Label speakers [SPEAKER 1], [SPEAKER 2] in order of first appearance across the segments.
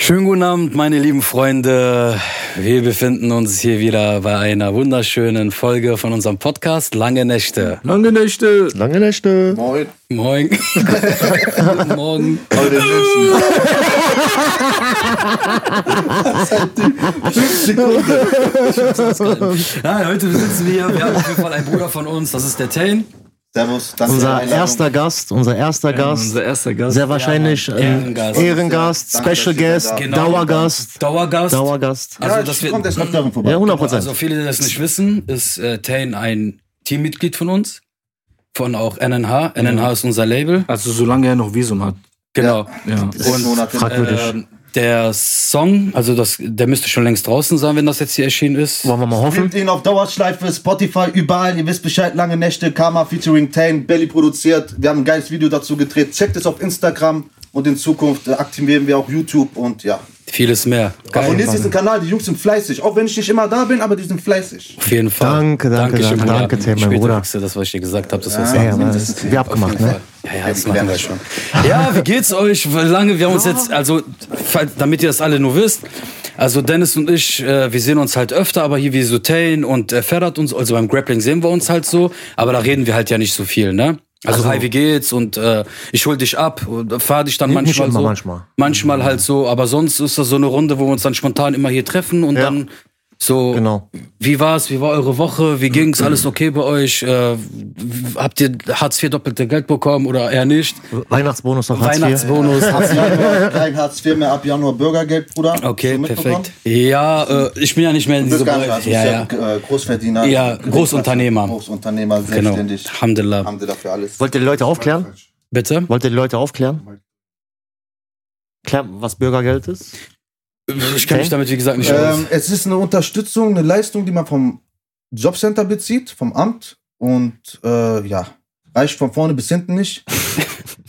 [SPEAKER 1] Schönen guten Abend, meine lieben Freunde. Wir befinden uns hier wieder bei einer wunderschönen Folge von unserem Podcast Lange Nächte.
[SPEAKER 2] Lange Nächte.
[SPEAKER 3] Lange Nächte.
[SPEAKER 2] Moin.
[SPEAKER 1] Moin. Guten Morgen.
[SPEAKER 2] Heute München.
[SPEAKER 1] Ja, heute sitzen wir hier. Wir haben auf jeden Fall einen Bruder von uns. Das ist der Tane.
[SPEAKER 2] Servus. Danke für die
[SPEAKER 3] Unser
[SPEAKER 2] Einladung.
[SPEAKER 3] erster Gast, unser erster Gast,
[SPEAKER 4] Unser erster Gast.
[SPEAKER 3] sehr wahrscheinlich
[SPEAKER 1] Ja,
[SPEAKER 3] äh,
[SPEAKER 1] Ehrengast.
[SPEAKER 3] Ehrengast,
[SPEAKER 2] Danke, dass
[SPEAKER 3] Special
[SPEAKER 2] ihr da
[SPEAKER 3] Guest,
[SPEAKER 2] seid.
[SPEAKER 1] Genau.
[SPEAKER 3] Dauergast,
[SPEAKER 1] Dauergast.
[SPEAKER 3] Dauergast.
[SPEAKER 1] Also,
[SPEAKER 2] ja,
[SPEAKER 1] das
[SPEAKER 2] das
[SPEAKER 1] wird-
[SPEAKER 2] kommt, der kommt darin vorbei.
[SPEAKER 3] Ja, 100
[SPEAKER 1] Also
[SPEAKER 3] Prozent.
[SPEAKER 1] viele, die das nicht wissen, ist äh, Tane ein Teammitglied von uns. Von auch NNH. NNH ist unser Label.
[SPEAKER 4] Also solange er noch Visum hat.
[SPEAKER 1] Genau.
[SPEAKER 4] Ja.
[SPEAKER 2] Sechs
[SPEAKER 1] Und
[SPEAKER 2] Monate.
[SPEAKER 1] Ähm, der Song, also das, der müsste schon längst draußen sein, wenn das jetzt hier erschienen ist.
[SPEAKER 3] Wollen wir mal hoffen?
[SPEAKER 2] Nehmt ihn auf Dauerschleife, Spotify, überall. Ihr wisst Bescheid, lange Nächte, Karma featuring Tane, Belly produziert. Wir haben ein geiles Video dazu gedreht. Checkt es auf Instagram und in Zukunft äh, aktivieren wir auch YouTube und ja.
[SPEAKER 1] Vieles mehr. Geil.
[SPEAKER 2] Abonniert diesen Kanal, die Jungs sind fleißig. Auch wenn ich nicht immer da bin, aber die sind fleißig.
[SPEAKER 1] Auf jeden Fall.
[SPEAKER 3] Danke, danke,
[SPEAKER 1] Dankeschön,
[SPEAKER 3] danke,
[SPEAKER 1] Bruder.
[SPEAKER 3] danke, Tim, mein
[SPEAKER 1] Später
[SPEAKER 3] Bruder.
[SPEAKER 1] kriegst du Das, was ich dir gesagt habe, das wirst du
[SPEAKER 3] Ey,
[SPEAKER 1] sagen.
[SPEAKER 3] Mann, das ist wie abgemacht, ne?
[SPEAKER 1] Ja, ja, das
[SPEAKER 2] wir
[SPEAKER 1] machen
[SPEAKER 2] klären
[SPEAKER 1] wir
[SPEAKER 2] das
[SPEAKER 1] schon. Ja, wie geht's euch? Wie lange? Wir haben uns jetzt, also, fall- damit ihr das alle nur wisst, also Dennis und ich, äh, wir sehen uns halt öfter, aber hier wie so Tane und äh, Ferrat uns, also beim Grappling sehen wir uns halt so, aber da reden wir halt ja nicht so viel, ne? Also, hi, wie geht's? Und äh, ich hol dich ab, und fahr dich dann
[SPEAKER 3] Nicht
[SPEAKER 1] manchmal
[SPEAKER 3] immer,
[SPEAKER 1] so.
[SPEAKER 3] manchmal.
[SPEAKER 1] Manchmal halt so, aber sonst ist das so eine Runde, wo wir uns dann spontan immer hier treffen und
[SPEAKER 3] Ja.
[SPEAKER 1] dann so.
[SPEAKER 3] Genau.
[SPEAKER 1] Oh, Wie war's? Wie war eure Woche? Wie ging's? Alles okay bei euch? Äh, w- habt ihr Hartz IV doppelte Geld bekommen oder eher nicht?
[SPEAKER 3] Weihnachtsbonus noch Hartz IV.
[SPEAKER 1] Weihnachtsbonus.
[SPEAKER 2] Hartz IV, kein Hartz IV mehr ab Januar Bürgergeld, Bruder. Hast
[SPEAKER 1] Okay,
[SPEAKER 2] du mitbekommen?
[SPEAKER 1] perfekt. Ja, äh, ich bin ja nicht mehr in
[SPEAKER 2] Du
[SPEAKER 1] diesem
[SPEAKER 2] bist gar nicht
[SPEAKER 1] Bereich.
[SPEAKER 2] Hartz, du
[SPEAKER 1] Ja, ja.
[SPEAKER 2] bist ja äh, Großverdiener.
[SPEAKER 1] Ja, Großunternehmer.
[SPEAKER 2] Großunternehmer,
[SPEAKER 1] Genau.
[SPEAKER 2] selbstständig.
[SPEAKER 1] Alhamdulillah.
[SPEAKER 2] Haben sie dafür alles.
[SPEAKER 3] Wollt ihr die Leute aufklären?
[SPEAKER 1] Bitte?
[SPEAKER 3] Wollt ihr die Leute aufklären? Klar, was Bürgergeld ist?
[SPEAKER 1] Ich kenne mich damit, wie gesagt, nicht aus.
[SPEAKER 2] Ähm, es ist eine Unterstützung, eine Leistung, die man vom Jobcenter bezieht, vom Amt. Und äh, ja, reicht von vorne bis hinten nicht.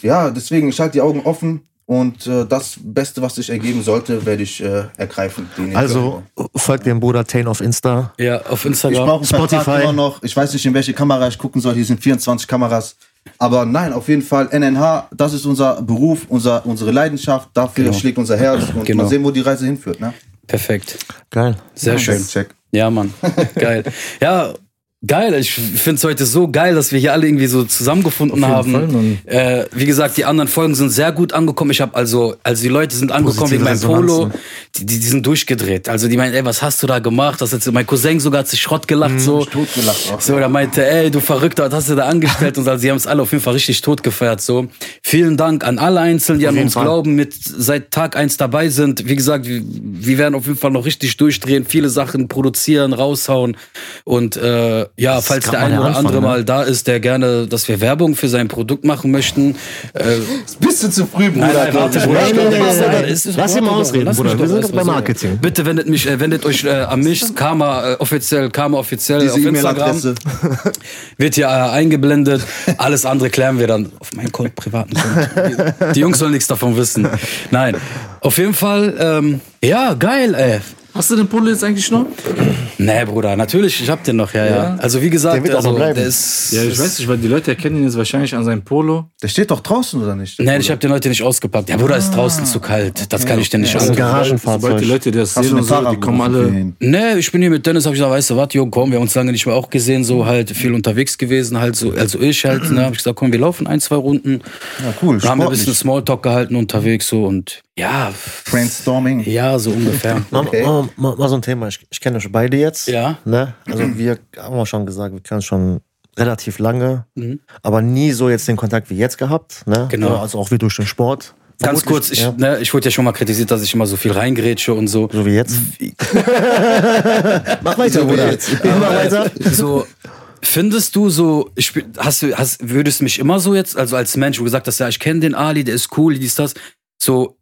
[SPEAKER 2] ja, deswegen, ich halte die Augen offen. Und äh, das Beste, was sich ergeben sollte, werde ich äh, ergreifen. Die nächste
[SPEAKER 3] Also
[SPEAKER 2] Woche.
[SPEAKER 3] folgt dem Bruder Tane auf Insta.
[SPEAKER 1] Ja, auf
[SPEAKER 2] Ich
[SPEAKER 1] Instagram.
[SPEAKER 2] brauche einen Spotify. Vertrag
[SPEAKER 3] Spotify.
[SPEAKER 2] immer noch. Ich weiß nicht, in welche Kamera ich gucken soll. Hier sind 24 Kameras. Aber nein, auf jeden Fall NNH, das ist unser Beruf, unser, unsere Leidenschaft. Dafür
[SPEAKER 1] Genau.
[SPEAKER 2] schlägt unser Herz. Und
[SPEAKER 1] Genau.
[SPEAKER 2] mal sehen, wo die Reise hinführt. Ne?
[SPEAKER 1] Perfekt.
[SPEAKER 3] Geil.
[SPEAKER 1] Sehr schön.
[SPEAKER 2] Check.
[SPEAKER 1] Ja, Mann. Geil. Ja, geil. Ich finde es heute so geil, dass wir hier alle irgendwie so zusammengefunden
[SPEAKER 4] Fall,
[SPEAKER 1] haben.
[SPEAKER 4] Mann.
[SPEAKER 1] äh, wie gesagt, die anderen Folgen sind sehr gut angekommen. Ich habe also, also die Leute sind angekommen
[SPEAKER 3] Positive
[SPEAKER 1] wegen meinem
[SPEAKER 3] Resonanz,
[SPEAKER 1] Polo.
[SPEAKER 3] ne?
[SPEAKER 1] Die, die, die sind durchgedreht. Also die meinen, ey, was hast du da gemacht? Das hat, mein Cousin sogar hat sich Schrott gelacht.
[SPEAKER 4] Mhm.
[SPEAKER 1] so.
[SPEAKER 2] Totgelacht auch.
[SPEAKER 1] So, da meinte, ey, du Verrückter, was hast du da angestellt? Und so, sie haben es alle auf jeden Fall richtig tot gefeiert. So, vielen Dank an alle Einzelnen, die an
[SPEAKER 3] jeden
[SPEAKER 1] uns
[SPEAKER 3] Fall.
[SPEAKER 1] glauben, mit seit Tag eins dabei sind. Wie gesagt, wir, wir werden auf jeden Fall noch richtig durchdrehen, viele Sachen produzieren, raushauen. Und äh, ja, falls
[SPEAKER 3] kann
[SPEAKER 1] der
[SPEAKER 3] man
[SPEAKER 1] eine
[SPEAKER 3] ja
[SPEAKER 1] oder
[SPEAKER 3] anfangen,
[SPEAKER 1] andere
[SPEAKER 3] ne?
[SPEAKER 1] mal da ist, der gerne, dass wir Werbung für sein Produkt machen möchten. Äh,
[SPEAKER 2] Bist du zu früh, Bruder?
[SPEAKER 1] Nein, nein, warte, Bruder.
[SPEAKER 3] Nein, nein, nein, nein, nein.
[SPEAKER 1] Es ist-
[SPEAKER 3] Lass ihn mal
[SPEAKER 1] warte doch,
[SPEAKER 3] ausreden,
[SPEAKER 1] lass mich
[SPEAKER 3] Bruder. Wir
[SPEAKER 1] doch
[SPEAKER 3] sind
[SPEAKER 1] erst
[SPEAKER 3] doch bei
[SPEAKER 1] mal so.
[SPEAKER 3] Marketing.
[SPEAKER 1] Bitte wendet mich, äh, wendet euch äh, an mich, Karma äh, offiziell, Karma offiziell
[SPEAKER 2] Diese
[SPEAKER 1] auf Instagram.
[SPEAKER 2] E-Mail-Adresse.
[SPEAKER 1] Wird hier äh, eingeblendet. Alles andere klären wir dann auf meinen Konto, privaten Konto. Die, die Jungs sollen nichts davon wissen. Nein. Auf jeden Fall, ähm, ja, geil, ey.
[SPEAKER 4] Hast du den Pulli jetzt eigentlich noch?
[SPEAKER 1] Nee, Bruder, natürlich, ich hab den noch, ja, ja. Also wie gesagt,
[SPEAKER 3] Der wird auch
[SPEAKER 1] also,
[SPEAKER 3] noch bleiben.
[SPEAKER 1] der ist.
[SPEAKER 4] Ja, ich weiß nicht, weil die Leute erkennen ihn jetzt wahrscheinlich an seinem Polo.
[SPEAKER 2] Der steht doch draußen, oder nicht?
[SPEAKER 1] Nein, ich hab den heute nicht ausgepackt. Der Bruder ist
[SPEAKER 3] Ah.
[SPEAKER 1] draußen zu kalt. Das kann ich dir nicht
[SPEAKER 3] Das ist ein
[SPEAKER 1] antun.
[SPEAKER 4] Sobald die
[SPEAKER 3] Garagenfahrzeug.
[SPEAKER 4] Leute das
[SPEAKER 2] Hast du
[SPEAKER 4] sehen
[SPEAKER 2] eine
[SPEAKER 4] und so, die kommen alle.
[SPEAKER 1] Nee, ich bin hier mit Dennis, hab ich gesagt, weißt du was, Jung, komm, wir haben uns lange nicht mehr auch gesehen, so halt viel unterwegs gewesen, halt so, also ich halt, ne, hab ich gesagt, komm, wir laufen ein, zwei Runden.
[SPEAKER 2] Ja, cool.
[SPEAKER 1] Dann haben wir ein bisschen
[SPEAKER 2] Sportlich.
[SPEAKER 1] Smalltalk gehalten unterwegs, so und ja,
[SPEAKER 2] Brainstorming.
[SPEAKER 1] ja, so ungefähr.
[SPEAKER 3] Mal, mal, mal, mal so ein Thema. Ich, ich kenne euch beide jetzt.
[SPEAKER 1] Ja.
[SPEAKER 3] Ne? Also wir haben auch schon gesagt, wir kennen uns schon relativ lange, aber nie so jetzt den Kontakt wie jetzt gehabt. Ne?
[SPEAKER 1] Mhm. Genau.
[SPEAKER 3] Also auch wie durch den Sport.
[SPEAKER 1] Ganz
[SPEAKER 3] Vermutlich,
[SPEAKER 1] kurz, ich,
[SPEAKER 3] ja,
[SPEAKER 1] ne, ich wurde ja schon mal kritisiert, dass ich immer so viel reingrätsche und so.
[SPEAKER 3] so wie jetzt. Mach weiter, Bruder. Mach weiter.
[SPEAKER 1] So, findest du so, ich, bin- hast du, hast, würdest du mich immer so jetzt, also als Mensch, wo du gesagt hast, ja, ich kenne den Ali, der ist cool, dies, das, so,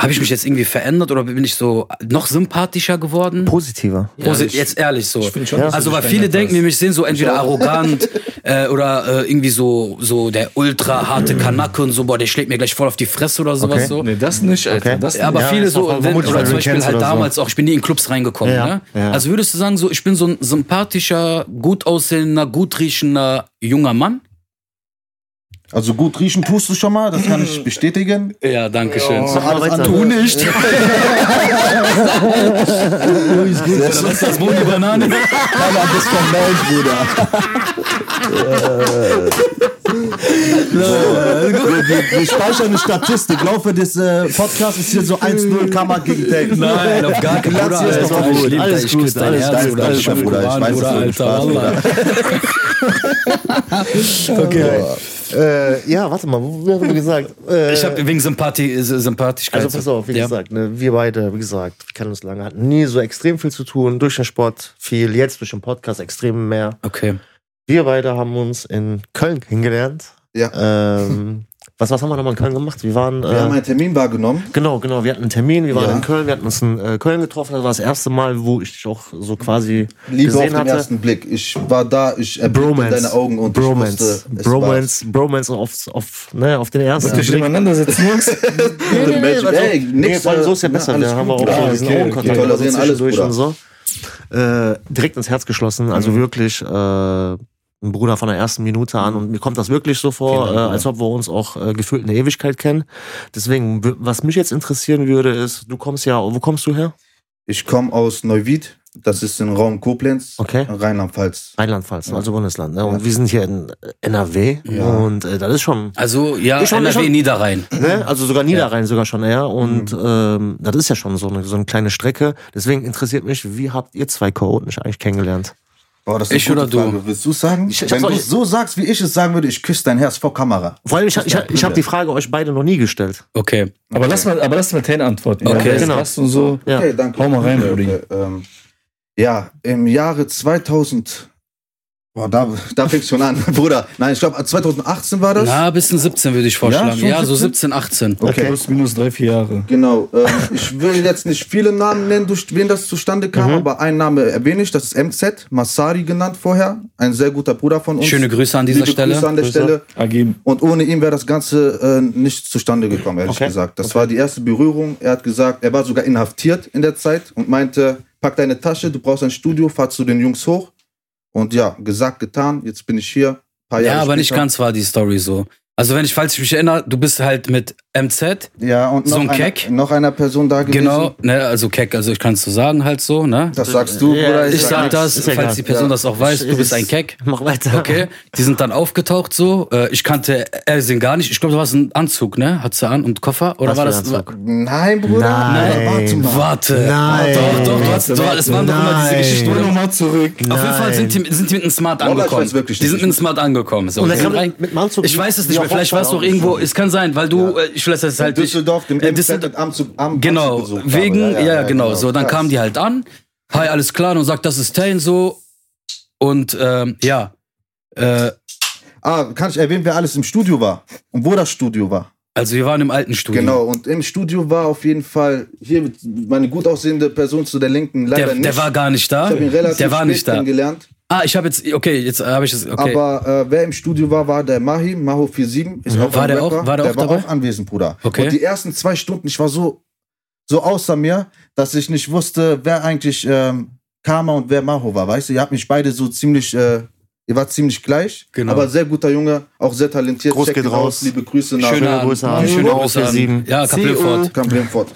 [SPEAKER 1] habe ich mich jetzt irgendwie verändert oder bin ich so noch sympathischer geworden?
[SPEAKER 3] Positiver.
[SPEAKER 4] Ja,
[SPEAKER 1] Also
[SPEAKER 4] ich-
[SPEAKER 1] jetzt ehrlich so.
[SPEAKER 4] Ich finde schon,
[SPEAKER 3] Ja.
[SPEAKER 4] dass
[SPEAKER 1] Also,
[SPEAKER 4] du
[SPEAKER 1] weil
[SPEAKER 4] dich
[SPEAKER 1] viele
[SPEAKER 4] verändert
[SPEAKER 1] denken, wir mich sehen so entweder
[SPEAKER 2] auch.
[SPEAKER 1] arrogant äh, oder äh, irgendwie so, so der ultra harte Kanacke und so, boah, der schlägt mir gleich voll auf die Fresse oder sowas
[SPEAKER 3] Mhm. Okay.
[SPEAKER 1] so.
[SPEAKER 4] hast. Nee, das nicht, Alter.
[SPEAKER 3] Okay.
[SPEAKER 4] Das
[SPEAKER 1] Ja, aber
[SPEAKER 3] Ja,
[SPEAKER 1] viele
[SPEAKER 3] ist
[SPEAKER 1] so,
[SPEAKER 3] auch
[SPEAKER 1] wenn,
[SPEAKER 3] vermutlich,
[SPEAKER 1] oder
[SPEAKER 3] weil
[SPEAKER 1] zum
[SPEAKER 3] du
[SPEAKER 1] Beispiel
[SPEAKER 3] kennst
[SPEAKER 1] halt
[SPEAKER 3] oder so.
[SPEAKER 1] damals auch, ich bin nie in Clubs reingekommen.
[SPEAKER 3] Ja,
[SPEAKER 1] ne?
[SPEAKER 3] ja.
[SPEAKER 1] Also würdest du sagen, so, ich bin so ein sympathischer, gut aussehender, gut riechender junger Mann?
[SPEAKER 2] Also gut riechen tust du schon mal, das kann ich bestätigen.
[SPEAKER 1] Ja, danke schön.
[SPEAKER 3] Mach mal weiter.
[SPEAKER 1] Du nicht. Das ist das Moni Banane.
[SPEAKER 5] Alter, das ist vom Welt, Bruder.
[SPEAKER 3] Gut.
[SPEAKER 5] Wir, wir speichern eine Statistik. Laufe des äh, Podcasts ist hier so 1-0 Kammer gegen Tag.
[SPEAKER 1] Nein, auf gar keinen
[SPEAKER 5] Platz hier
[SPEAKER 1] Fall.
[SPEAKER 5] ist
[SPEAKER 1] Alter,
[SPEAKER 5] doch
[SPEAKER 1] ich
[SPEAKER 5] gut.
[SPEAKER 1] lieb
[SPEAKER 3] Alles
[SPEAKER 1] dich, ich
[SPEAKER 3] gut,
[SPEAKER 1] küsse dein
[SPEAKER 3] alles
[SPEAKER 1] Herz,
[SPEAKER 5] gut, alles
[SPEAKER 1] Bruder,
[SPEAKER 5] gut,
[SPEAKER 1] Bruder,
[SPEAKER 5] Bruder, ich
[SPEAKER 1] Bruder,
[SPEAKER 5] weiß, dass du
[SPEAKER 1] Alter,
[SPEAKER 5] Spaß,
[SPEAKER 1] Bruder.
[SPEAKER 3] Okay. Äh, ja, warte mal, wo- wie haben wir gesagt? Äh,
[SPEAKER 1] Ich habe wegen Sympathie, äh, Sympathischkeit.
[SPEAKER 3] also pass auf, wie
[SPEAKER 1] Ja.
[SPEAKER 3] gesagt, ne, wir beide, wie gesagt, wir kennen uns lange, hatten nie so extrem viel zu tun, durch den Sport viel, jetzt durch den Podcast extrem mehr.
[SPEAKER 1] Okay.
[SPEAKER 3] Wir beide haben uns in Köln kennengelernt.
[SPEAKER 2] Ja.
[SPEAKER 3] Ähm, was, was haben wir nochmal in Köln gemacht? Wir waren.
[SPEAKER 2] Wir haben
[SPEAKER 3] Äh,
[SPEAKER 2] einen Termin wahrgenommen.
[SPEAKER 3] genau, genau. Wir hatten einen Termin, wir waren
[SPEAKER 2] Ja.
[SPEAKER 3] in Köln, wir hatten uns in äh, Köln getroffen. Das war das erste Mal, wo ich dich auch so quasi
[SPEAKER 2] Liebe auf
[SPEAKER 3] gesehen
[SPEAKER 2] den
[SPEAKER 3] hatte.
[SPEAKER 2] ersten Blick. Ich war da, ich erblickte
[SPEAKER 3] Bromance.
[SPEAKER 2] deine Augen und ich
[SPEAKER 3] Bromance.
[SPEAKER 2] wusste, es
[SPEAKER 3] Bromance, Bromance auf, auf, ne, auf den ersten
[SPEAKER 4] Dass du
[SPEAKER 3] Blick.
[SPEAKER 4] nebeneinander sitzen musst.
[SPEAKER 3] Nee, nee, nee,
[SPEAKER 2] Magic.
[SPEAKER 3] also,
[SPEAKER 2] Ey,
[SPEAKER 3] nee,
[SPEAKER 2] nix,
[SPEAKER 3] vor allem so ist ja
[SPEAKER 2] äh,
[SPEAKER 3] besser.
[SPEAKER 2] na,
[SPEAKER 3] Da
[SPEAKER 2] alles
[SPEAKER 3] haben wir auch
[SPEAKER 2] gut.
[SPEAKER 3] immer
[SPEAKER 2] Ah,
[SPEAKER 3] diesen
[SPEAKER 2] okay,
[SPEAKER 3] Augenkontakt
[SPEAKER 2] okay.
[SPEAKER 3] oder so
[SPEAKER 2] Tolerieren alles,
[SPEAKER 3] zwischendurch
[SPEAKER 2] Bruder.
[SPEAKER 3] und so. Äh, direkt ins Herz geschlossen.
[SPEAKER 2] Mhm.
[SPEAKER 3] Also wirklich äh, ein Bruder von der ersten Minute an. Und mir kommt das wirklich so vor, äh, als ob wir uns auch äh, gefühlt eine Ewigkeit kennen. Deswegen, w- was mich jetzt interessieren würde, ist, du kommst ja, wo kommst du her?
[SPEAKER 2] Ich komme aus Neuwied, das ist im Raum Koblenz,
[SPEAKER 3] Okay.
[SPEAKER 2] Rheinland-Pfalz.
[SPEAKER 3] Rheinland-Pfalz,
[SPEAKER 2] Ja.
[SPEAKER 3] also Bundesland. Ne? Und
[SPEAKER 2] Ja.
[SPEAKER 3] wir sind hier in NRW.
[SPEAKER 2] Ja.
[SPEAKER 3] Und äh, das ist schon
[SPEAKER 1] Also, ja,
[SPEAKER 3] Ich schon, ich
[SPEAKER 1] NRW
[SPEAKER 3] schon.
[SPEAKER 1] Niederrhein.
[SPEAKER 3] Ne? Also sogar Niederrhein sogar schon eher. Und
[SPEAKER 2] Mhm.
[SPEAKER 3] ähm, das ist ja schon so eine, so eine kleine Strecke. Deswegen interessiert mich, wie habt ihr zwei Chaoten eigentlich kennengelernt?
[SPEAKER 2] Boah, Oh, das ist eine
[SPEAKER 1] Ich
[SPEAKER 2] gute
[SPEAKER 1] oder du?
[SPEAKER 2] Frage. Willst du sagen?
[SPEAKER 3] Ich- ich
[SPEAKER 2] Wenn
[SPEAKER 3] hab's
[SPEAKER 2] du
[SPEAKER 3] auch-
[SPEAKER 2] es so sagst, wie ich es sagen würde, ich küsse dein Herz vor Kamera.
[SPEAKER 3] Vor allem, ich, ich, ich habe die Frage euch beide noch nie gestellt.
[SPEAKER 1] Okay.
[SPEAKER 4] Aber lass mal, aber lass mal Tane antworten.
[SPEAKER 1] Okay,
[SPEAKER 4] wer es
[SPEAKER 3] genau.
[SPEAKER 4] passt Und so.
[SPEAKER 3] Ja.
[SPEAKER 2] Okay, danke.
[SPEAKER 4] Hau mal rein,
[SPEAKER 2] Okay,
[SPEAKER 4] Brudi.
[SPEAKER 2] okay, ähm, ja, im Jahre 2000. Boah, da, da fängst schon an, Bruder. Nein, ich glaube, 2018 war das.
[SPEAKER 1] Na, bis ein 17 würde ich vorschlagen.
[SPEAKER 2] schon
[SPEAKER 1] Ja, so 17, 18.
[SPEAKER 2] okay.
[SPEAKER 4] Plus, minus drei, vier Jahre.
[SPEAKER 2] Genau. Ähm, ich will jetzt nicht viele Namen nennen, durch wen das zustande kam, aber einen Namen erwähne ich. Das ist MZ, Masari genannt vorher. Ein sehr guter Bruder von uns.
[SPEAKER 1] Schöne Grüße an dieser
[SPEAKER 2] Liebe
[SPEAKER 1] Stelle.
[SPEAKER 2] Grüße an der
[SPEAKER 3] Grüße.
[SPEAKER 2] Stelle.
[SPEAKER 4] Ergeben.
[SPEAKER 2] Und ohne ihn wäre das Ganze äh, nicht zustande gekommen, ehrlich
[SPEAKER 3] Okay.
[SPEAKER 2] gesagt. Das war die erste Berührung. Er hat gesagt, er war sogar inhaftiert in der Zeit und meinte, pack deine Tasche, du brauchst ein Studio, fahr zu den Jungs hoch. Und ja, gesagt, getan, jetzt bin ich hier. Ein paar Jahre
[SPEAKER 1] Ja, aber nicht
[SPEAKER 2] später.
[SPEAKER 1] ganz war die Story so. Also, wenn ich, falls ich mich erinnere, du bist halt mit MZ,
[SPEAKER 2] Ja, und noch,
[SPEAKER 1] So ein
[SPEAKER 2] einer,
[SPEAKER 1] Keck.
[SPEAKER 2] noch einer Person da gewesen.
[SPEAKER 1] genau, ne, also Keck, also ich kann es so sagen, halt so, ne?
[SPEAKER 2] Das sagst du,
[SPEAKER 3] Ja,
[SPEAKER 2] Bruder.
[SPEAKER 3] ich
[SPEAKER 1] Ich
[SPEAKER 3] sag
[SPEAKER 1] sag
[SPEAKER 3] nix,
[SPEAKER 1] das,
[SPEAKER 3] ist ja
[SPEAKER 1] falls
[SPEAKER 3] egal.
[SPEAKER 1] die Person
[SPEAKER 2] Ja.
[SPEAKER 1] das auch weiß,
[SPEAKER 3] Ich-
[SPEAKER 1] du
[SPEAKER 3] es
[SPEAKER 1] bist ein
[SPEAKER 3] ist-
[SPEAKER 1] Keck.
[SPEAKER 3] Mach weiter.
[SPEAKER 1] Okay, die sind dann aufgetaucht so. Äh, Ich kannte Ersin gar nicht. Ich glaube, da war es ein Anzug, ne? Hat sie an und Koffer? Oder
[SPEAKER 3] Was
[SPEAKER 1] war
[SPEAKER 3] für
[SPEAKER 1] das?
[SPEAKER 3] ein Anzug?
[SPEAKER 2] Nein, Bruder.
[SPEAKER 3] Nein.
[SPEAKER 2] Warte mal.
[SPEAKER 1] Warte.
[SPEAKER 3] Nein.
[SPEAKER 1] Äh, Doch, doch, du hast, doch, es waren doch immer diese
[SPEAKER 3] Nein.
[SPEAKER 1] Geschichten.
[SPEAKER 4] Nur nochmal zurück.
[SPEAKER 1] Auf jeden Fall sind
[SPEAKER 3] Nein.
[SPEAKER 1] die, sind die mit einem Smart
[SPEAKER 2] Wallah, ich
[SPEAKER 1] angekommen.
[SPEAKER 2] weiß wirklich
[SPEAKER 1] die sind
[SPEAKER 2] nicht.
[SPEAKER 1] mit einem Smart angekommen. So.
[SPEAKER 3] Und
[SPEAKER 1] Die
[SPEAKER 3] dann
[SPEAKER 1] sind
[SPEAKER 3] kam
[SPEAKER 1] rein-
[SPEAKER 3] mit dem Anzug-
[SPEAKER 1] ich weiß es
[SPEAKER 3] Ja,
[SPEAKER 1] nicht mehr. Vielleicht war es doch
[SPEAKER 3] Hochzeit auch
[SPEAKER 1] irgendwo.
[SPEAKER 3] nicht.
[SPEAKER 1] Es kann sein, weil du, äh, ich lasse das
[SPEAKER 2] In
[SPEAKER 1] halt nicht-
[SPEAKER 2] Düsseldorf, dem
[SPEAKER 1] Äh,
[SPEAKER 2] MZ
[SPEAKER 1] Düsseldorf-
[SPEAKER 2] mit Amzug, am
[SPEAKER 1] Genau,
[SPEAKER 2] Anzug gesucht
[SPEAKER 1] wegen,
[SPEAKER 2] habe.
[SPEAKER 1] ja, genau, So, dann
[SPEAKER 2] Krass.
[SPEAKER 1] kamen die halt an. Hi, alles klar. Und sagt, das ist Tane so. Und ähm, ja. Äh,
[SPEAKER 2] Ah, kann ich erwähnen, wer alles im Studio war und wo das Studio war.
[SPEAKER 1] also wir waren im alten Studio.
[SPEAKER 2] Genau, und im Studio war auf jeden Fall hier mit- meine gut aussehende Person zu der Linken leider
[SPEAKER 1] Der,
[SPEAKER 2] nicht.
[SPEAKER 1] der war gar nicht da.
[SPEAKER 2] ich habe ihn relativ
[SPEAKER 1] Der war
[SPEAKER 2] spät
[SPEAKER 1] nicht da.
[SPEAKER 2] kennengelernt.
[SPEAKER 1] Ah, ich habe jetzt, okay, jetzt habe ich es, okay.
[SPEAKER 2] Aber äh, wer im Studio war, war der Mahi, Maho47. Ist auch
[SPEAKER 1] Mhm. War
[SPEAKER 2] ein
[SPEAKER 1] der auch-
[SPEAKER 2] Rapper.
[SPEAKER 1] war der auch
[SPEAKER 2] war
[SPEAKER 1] dabei?
[SPEAKER 2] auch anwesend, Bruder.
[SPEAKER 1] Okay.
[SPEAKER 2] Und die ersten zwei Stunden, ich war so, so außer mir, dass ich nicht wusste, wer eigentlich ähm, Karma und wer Maho war, weißt du? Ihr habt mich beide so ziemlich, äh, ihr wart ziemlich gleich.
[SPEAKER 1] Genau.
[SPEAKER 2] Aber sehr guter Junge, auch sehr talentiert.
[SPEAKER 3] Groß
[SPEAKER 2] Checkt
[SPEAKER 3] geht
[SPEAKER 2] ihn
[SPEAKER 3] raus.
[SPEAKER 2] aus. Liebe Grüße nach
[SPEAKER 1] schöne
[SPEAKER 3] Schöne Grüße an-
[SPEAKER 1] Grüße Schöne
[SPEAKER 3] Wow,
[SPEAKER 1] Grüße
[SPEAKER 3] für
[SPEAKER 1] an.
[SPEAKER 3] sieben.
[SPEAKER 1] Ja, Kaplinfort.
[SPEAKER 2] Kam Bremen Mhm. fort.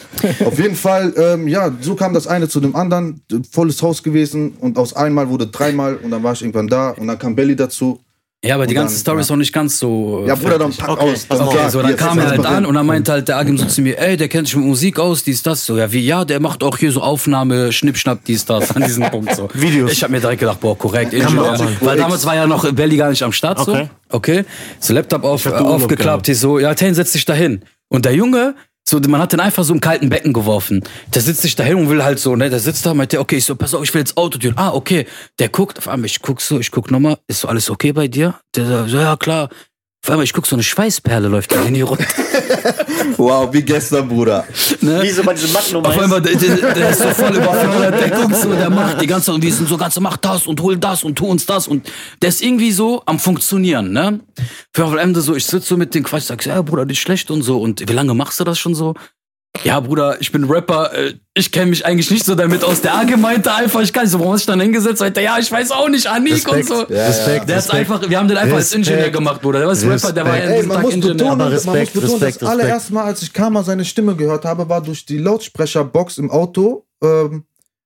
[SPEAKER 2] Auf jeden Fall, ähm, ja, so kam das eine zu dem anderen. Volles Haus gewesen und aus einmal wurde dreimal und dann war ich irgendwann da und dann kam Belly dazu.
[SPEAKER 1] Ja, aber die
[SPEAKER 2] Und dann,
[SPEAKER 1] ganze Story ist auch nicht ganz so. äh,
[SPEAKER 2] Ja, Bruder, dann pack aus. Dann
[SPEAKER 1] Okay,
[SPEAKER 2] sag,
[SPEAKER 1] so, dann
[SPEAKER 2] jetzt,
[SPEAKER 1] kam er
[SPEAKER 2] jetzt
[SPEAKER 1] halt
[SPEAKER 2] mal
[SPEAKER 1] an
[SPEAKER 2] rein.
[SPEAKER 1] und dann meinte halt der Agim so zu mir, ey, der kennt sich mit Musik aus, dies, das. So, ja, wie, ja, der macht auch hier so Aufnahme, Schnippschnapp, dies, das, an diesem Punkt so.
[SPEAKER 3] Videos.
[SPEAKER 1] Ich hab mir direkt gedacht, boah, korrekt,
[SPEAKER 3] man
[SPEAKER 1] Ingenieur.
[SPEAKER 3] auch machen.
[SPEAKER 1] Weil damals war ja noch Belly gar nicht am Start
[SPEAKER 3] Okay.
[SPEAKER 1] so. Okay. So, Laptop auf, äh,
[SPEAKER 3] hab Urlaub
[SPEAKER 1] aufgeklappt, hier so, ja, Tane, setz dich dahin. Und der Junge, so, man hat den einfach so im kalten Becken geworfen. Der sitzt sich dahin und will halt so, ne, der sitzt da, meint der, okay, ich so, pass auf, ich will jetzt Autotüren. Ah, okay. Der guckt, auf einmal, ich guck so, ich guck nochmal, ist so alles okay bei dir? Der sagt, so, ja, klar. Auf einmal, ich guck, so eine Schweißperle läuft da in die runter.
[SPEAKER 2] Wow, wie gestern, Bruder.
[SPEAKER 3] Wie so bei diesem
[SPEAKER 2] um
[SPEAKER 3] Magnum.
[SPEAKER 1] Ne? Auf einmal, der, der, der ist so voll überfordert, der guckt so, der macht die ganze Zeit, und wir sind so, ganze macht das und hol das und tu uns das und der ist irgendwie so am Funktionieren, ne? Für am Ende so, ich sitze so mit dem Quatsch, sag, ja, Bruder, nicht schlecht und so und wie lange machst du das schon so? ja, Bruder, ich bin Rapper, äh, ich kenne mich eigentlich nicht so damit aus. Der A gemeinte einfach, ich kann nicht so, warum hast du dich dann hingesetzt? Sagt er, ja, ich weiß auch nicht, Anik und so.
[SPEAKER 2] Ja,
[SPEAKER 3] Respekt,
[SPEAKER 1] Der ist
[SPEAKER 3] Respekt.
[SPEAKER 1] einfach, wir haben den einfach als
[SPEAKER 3] Respekt.
[SPEAKER 1] Ingenieur gemacht, Bruder. Der war als Rapper, der war ja
[SPEAKER 3] Respekt.
[SPEAKER 1] den ganzen
[SPEAKER 2] Ey, man
[SPEAKER 1] Tag
[SPEAKER 2] muss betonen,
[SPEAKER 1] Ingenieur.
[SPEAKER 3] aber
[SPEAKER 2] man muss
[SPEAKER 3] Respekt,
[SPEAKER 2] betonen,
[SPEAKER 3] Respekt,
[SPEAKER 2] das
[SPEAKER 3] Respekt.
[SPEAKER 2] allererste Mal, als ich Karma seine Stimme gehört habe, war durch die Lautsprecherbox im Auto. Ähm,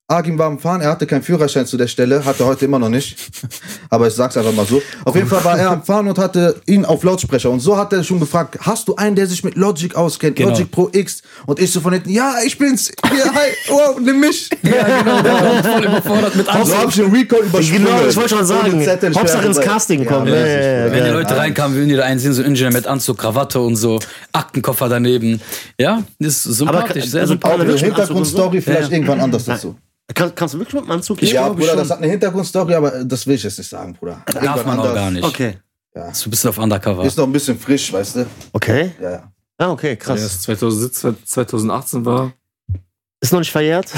[SPEAKER 2] Agim war am Fahren, er hatte keinen Führerschein zu der Stelle, hat er heute immer noch nicht. Aber ich sag's einfach mal so. Auf jeden Fall war er am Fahren und hatte ihn auf Lautsprecher. Und so hat er schon gefragt, hast du einen, der sich mit Logic auskennt?
[SPEAKER 1] Genau.
[SPEAKER 2] Logic Pro X. Und ich so von hinten, ja, ich bin's. Ja, hi, wow, nimm mich.
[SPEAKER 1] Ja, genau, der war voll überfordert mit
[SPEAKER 2] So
[SPEAKER 1] allem.
[SPEAKER 2] hab ich den Recall übersprungen.
[SPEAKER 3] Genau, ich wollte schon sagen.
[SPEAKER 2] Ohne Zettel, ich
[SPEAKER 3] Hauptsache
[SPEAKER 2] wär
[SPEAKER 3] ins
[SPEAKER 2] dabei.
[SPEAKER 3] Casting kommen.
[SPEAKER 2] Ja,
[SPEAKER 3] Ja, ja, ja,
[SPEAKER 1] Wenn die
[SPEAKER 3] ja.
[SPEAKER 1] Leute reinkamen, würden die da einen sehen, so ein Ingenieur mit Anzug, Krawatte und so, Aktenkoffer daneben. Ja, ist sympathisch,
[SPEAKER 3] ka-
[SPEAKER 1] sehr
[SPEAKER 3] also
[SPEAKER 1] sympathisch.
[SPEAKER 3] Paul-
[SPEAKER 2] Eine Hintergrundstory vielleicht irgendwann anders dazu.
[SPEAKER 3] Kann, kannst du wirklich mit dem Anzug? Ich
[SPEAKER 2] ja,
[SPEAKER 3] glaube
[SPEAKER 2] Bruder,
[SPEAKER 3] schon.
[SPEAKER 2] das hat eine Hintergrundstory, aber äh, das will ich jetzt nicht sagen, Bruder.
[SPEAKER 1] Darf man auch gar nicht.
[SPEAKER 3] Okay.
[SPEAKER 1] Ist so ein bisschen auf Undercover.
[SPEAKER 2] Ist noch ein bisschen frisch, weißt du?
[SPEAKER 3] Okay.
[SPEAKER 2] Ja, ja.
[SPEAKER 3] Ah, okay,
[SPEAKER 6] Wenn
[SPEAKER 3] krass.
[SPEAKER 6] es 2017, 2018 war.
[SPEAKER 3] Ist noch nicht verjährt.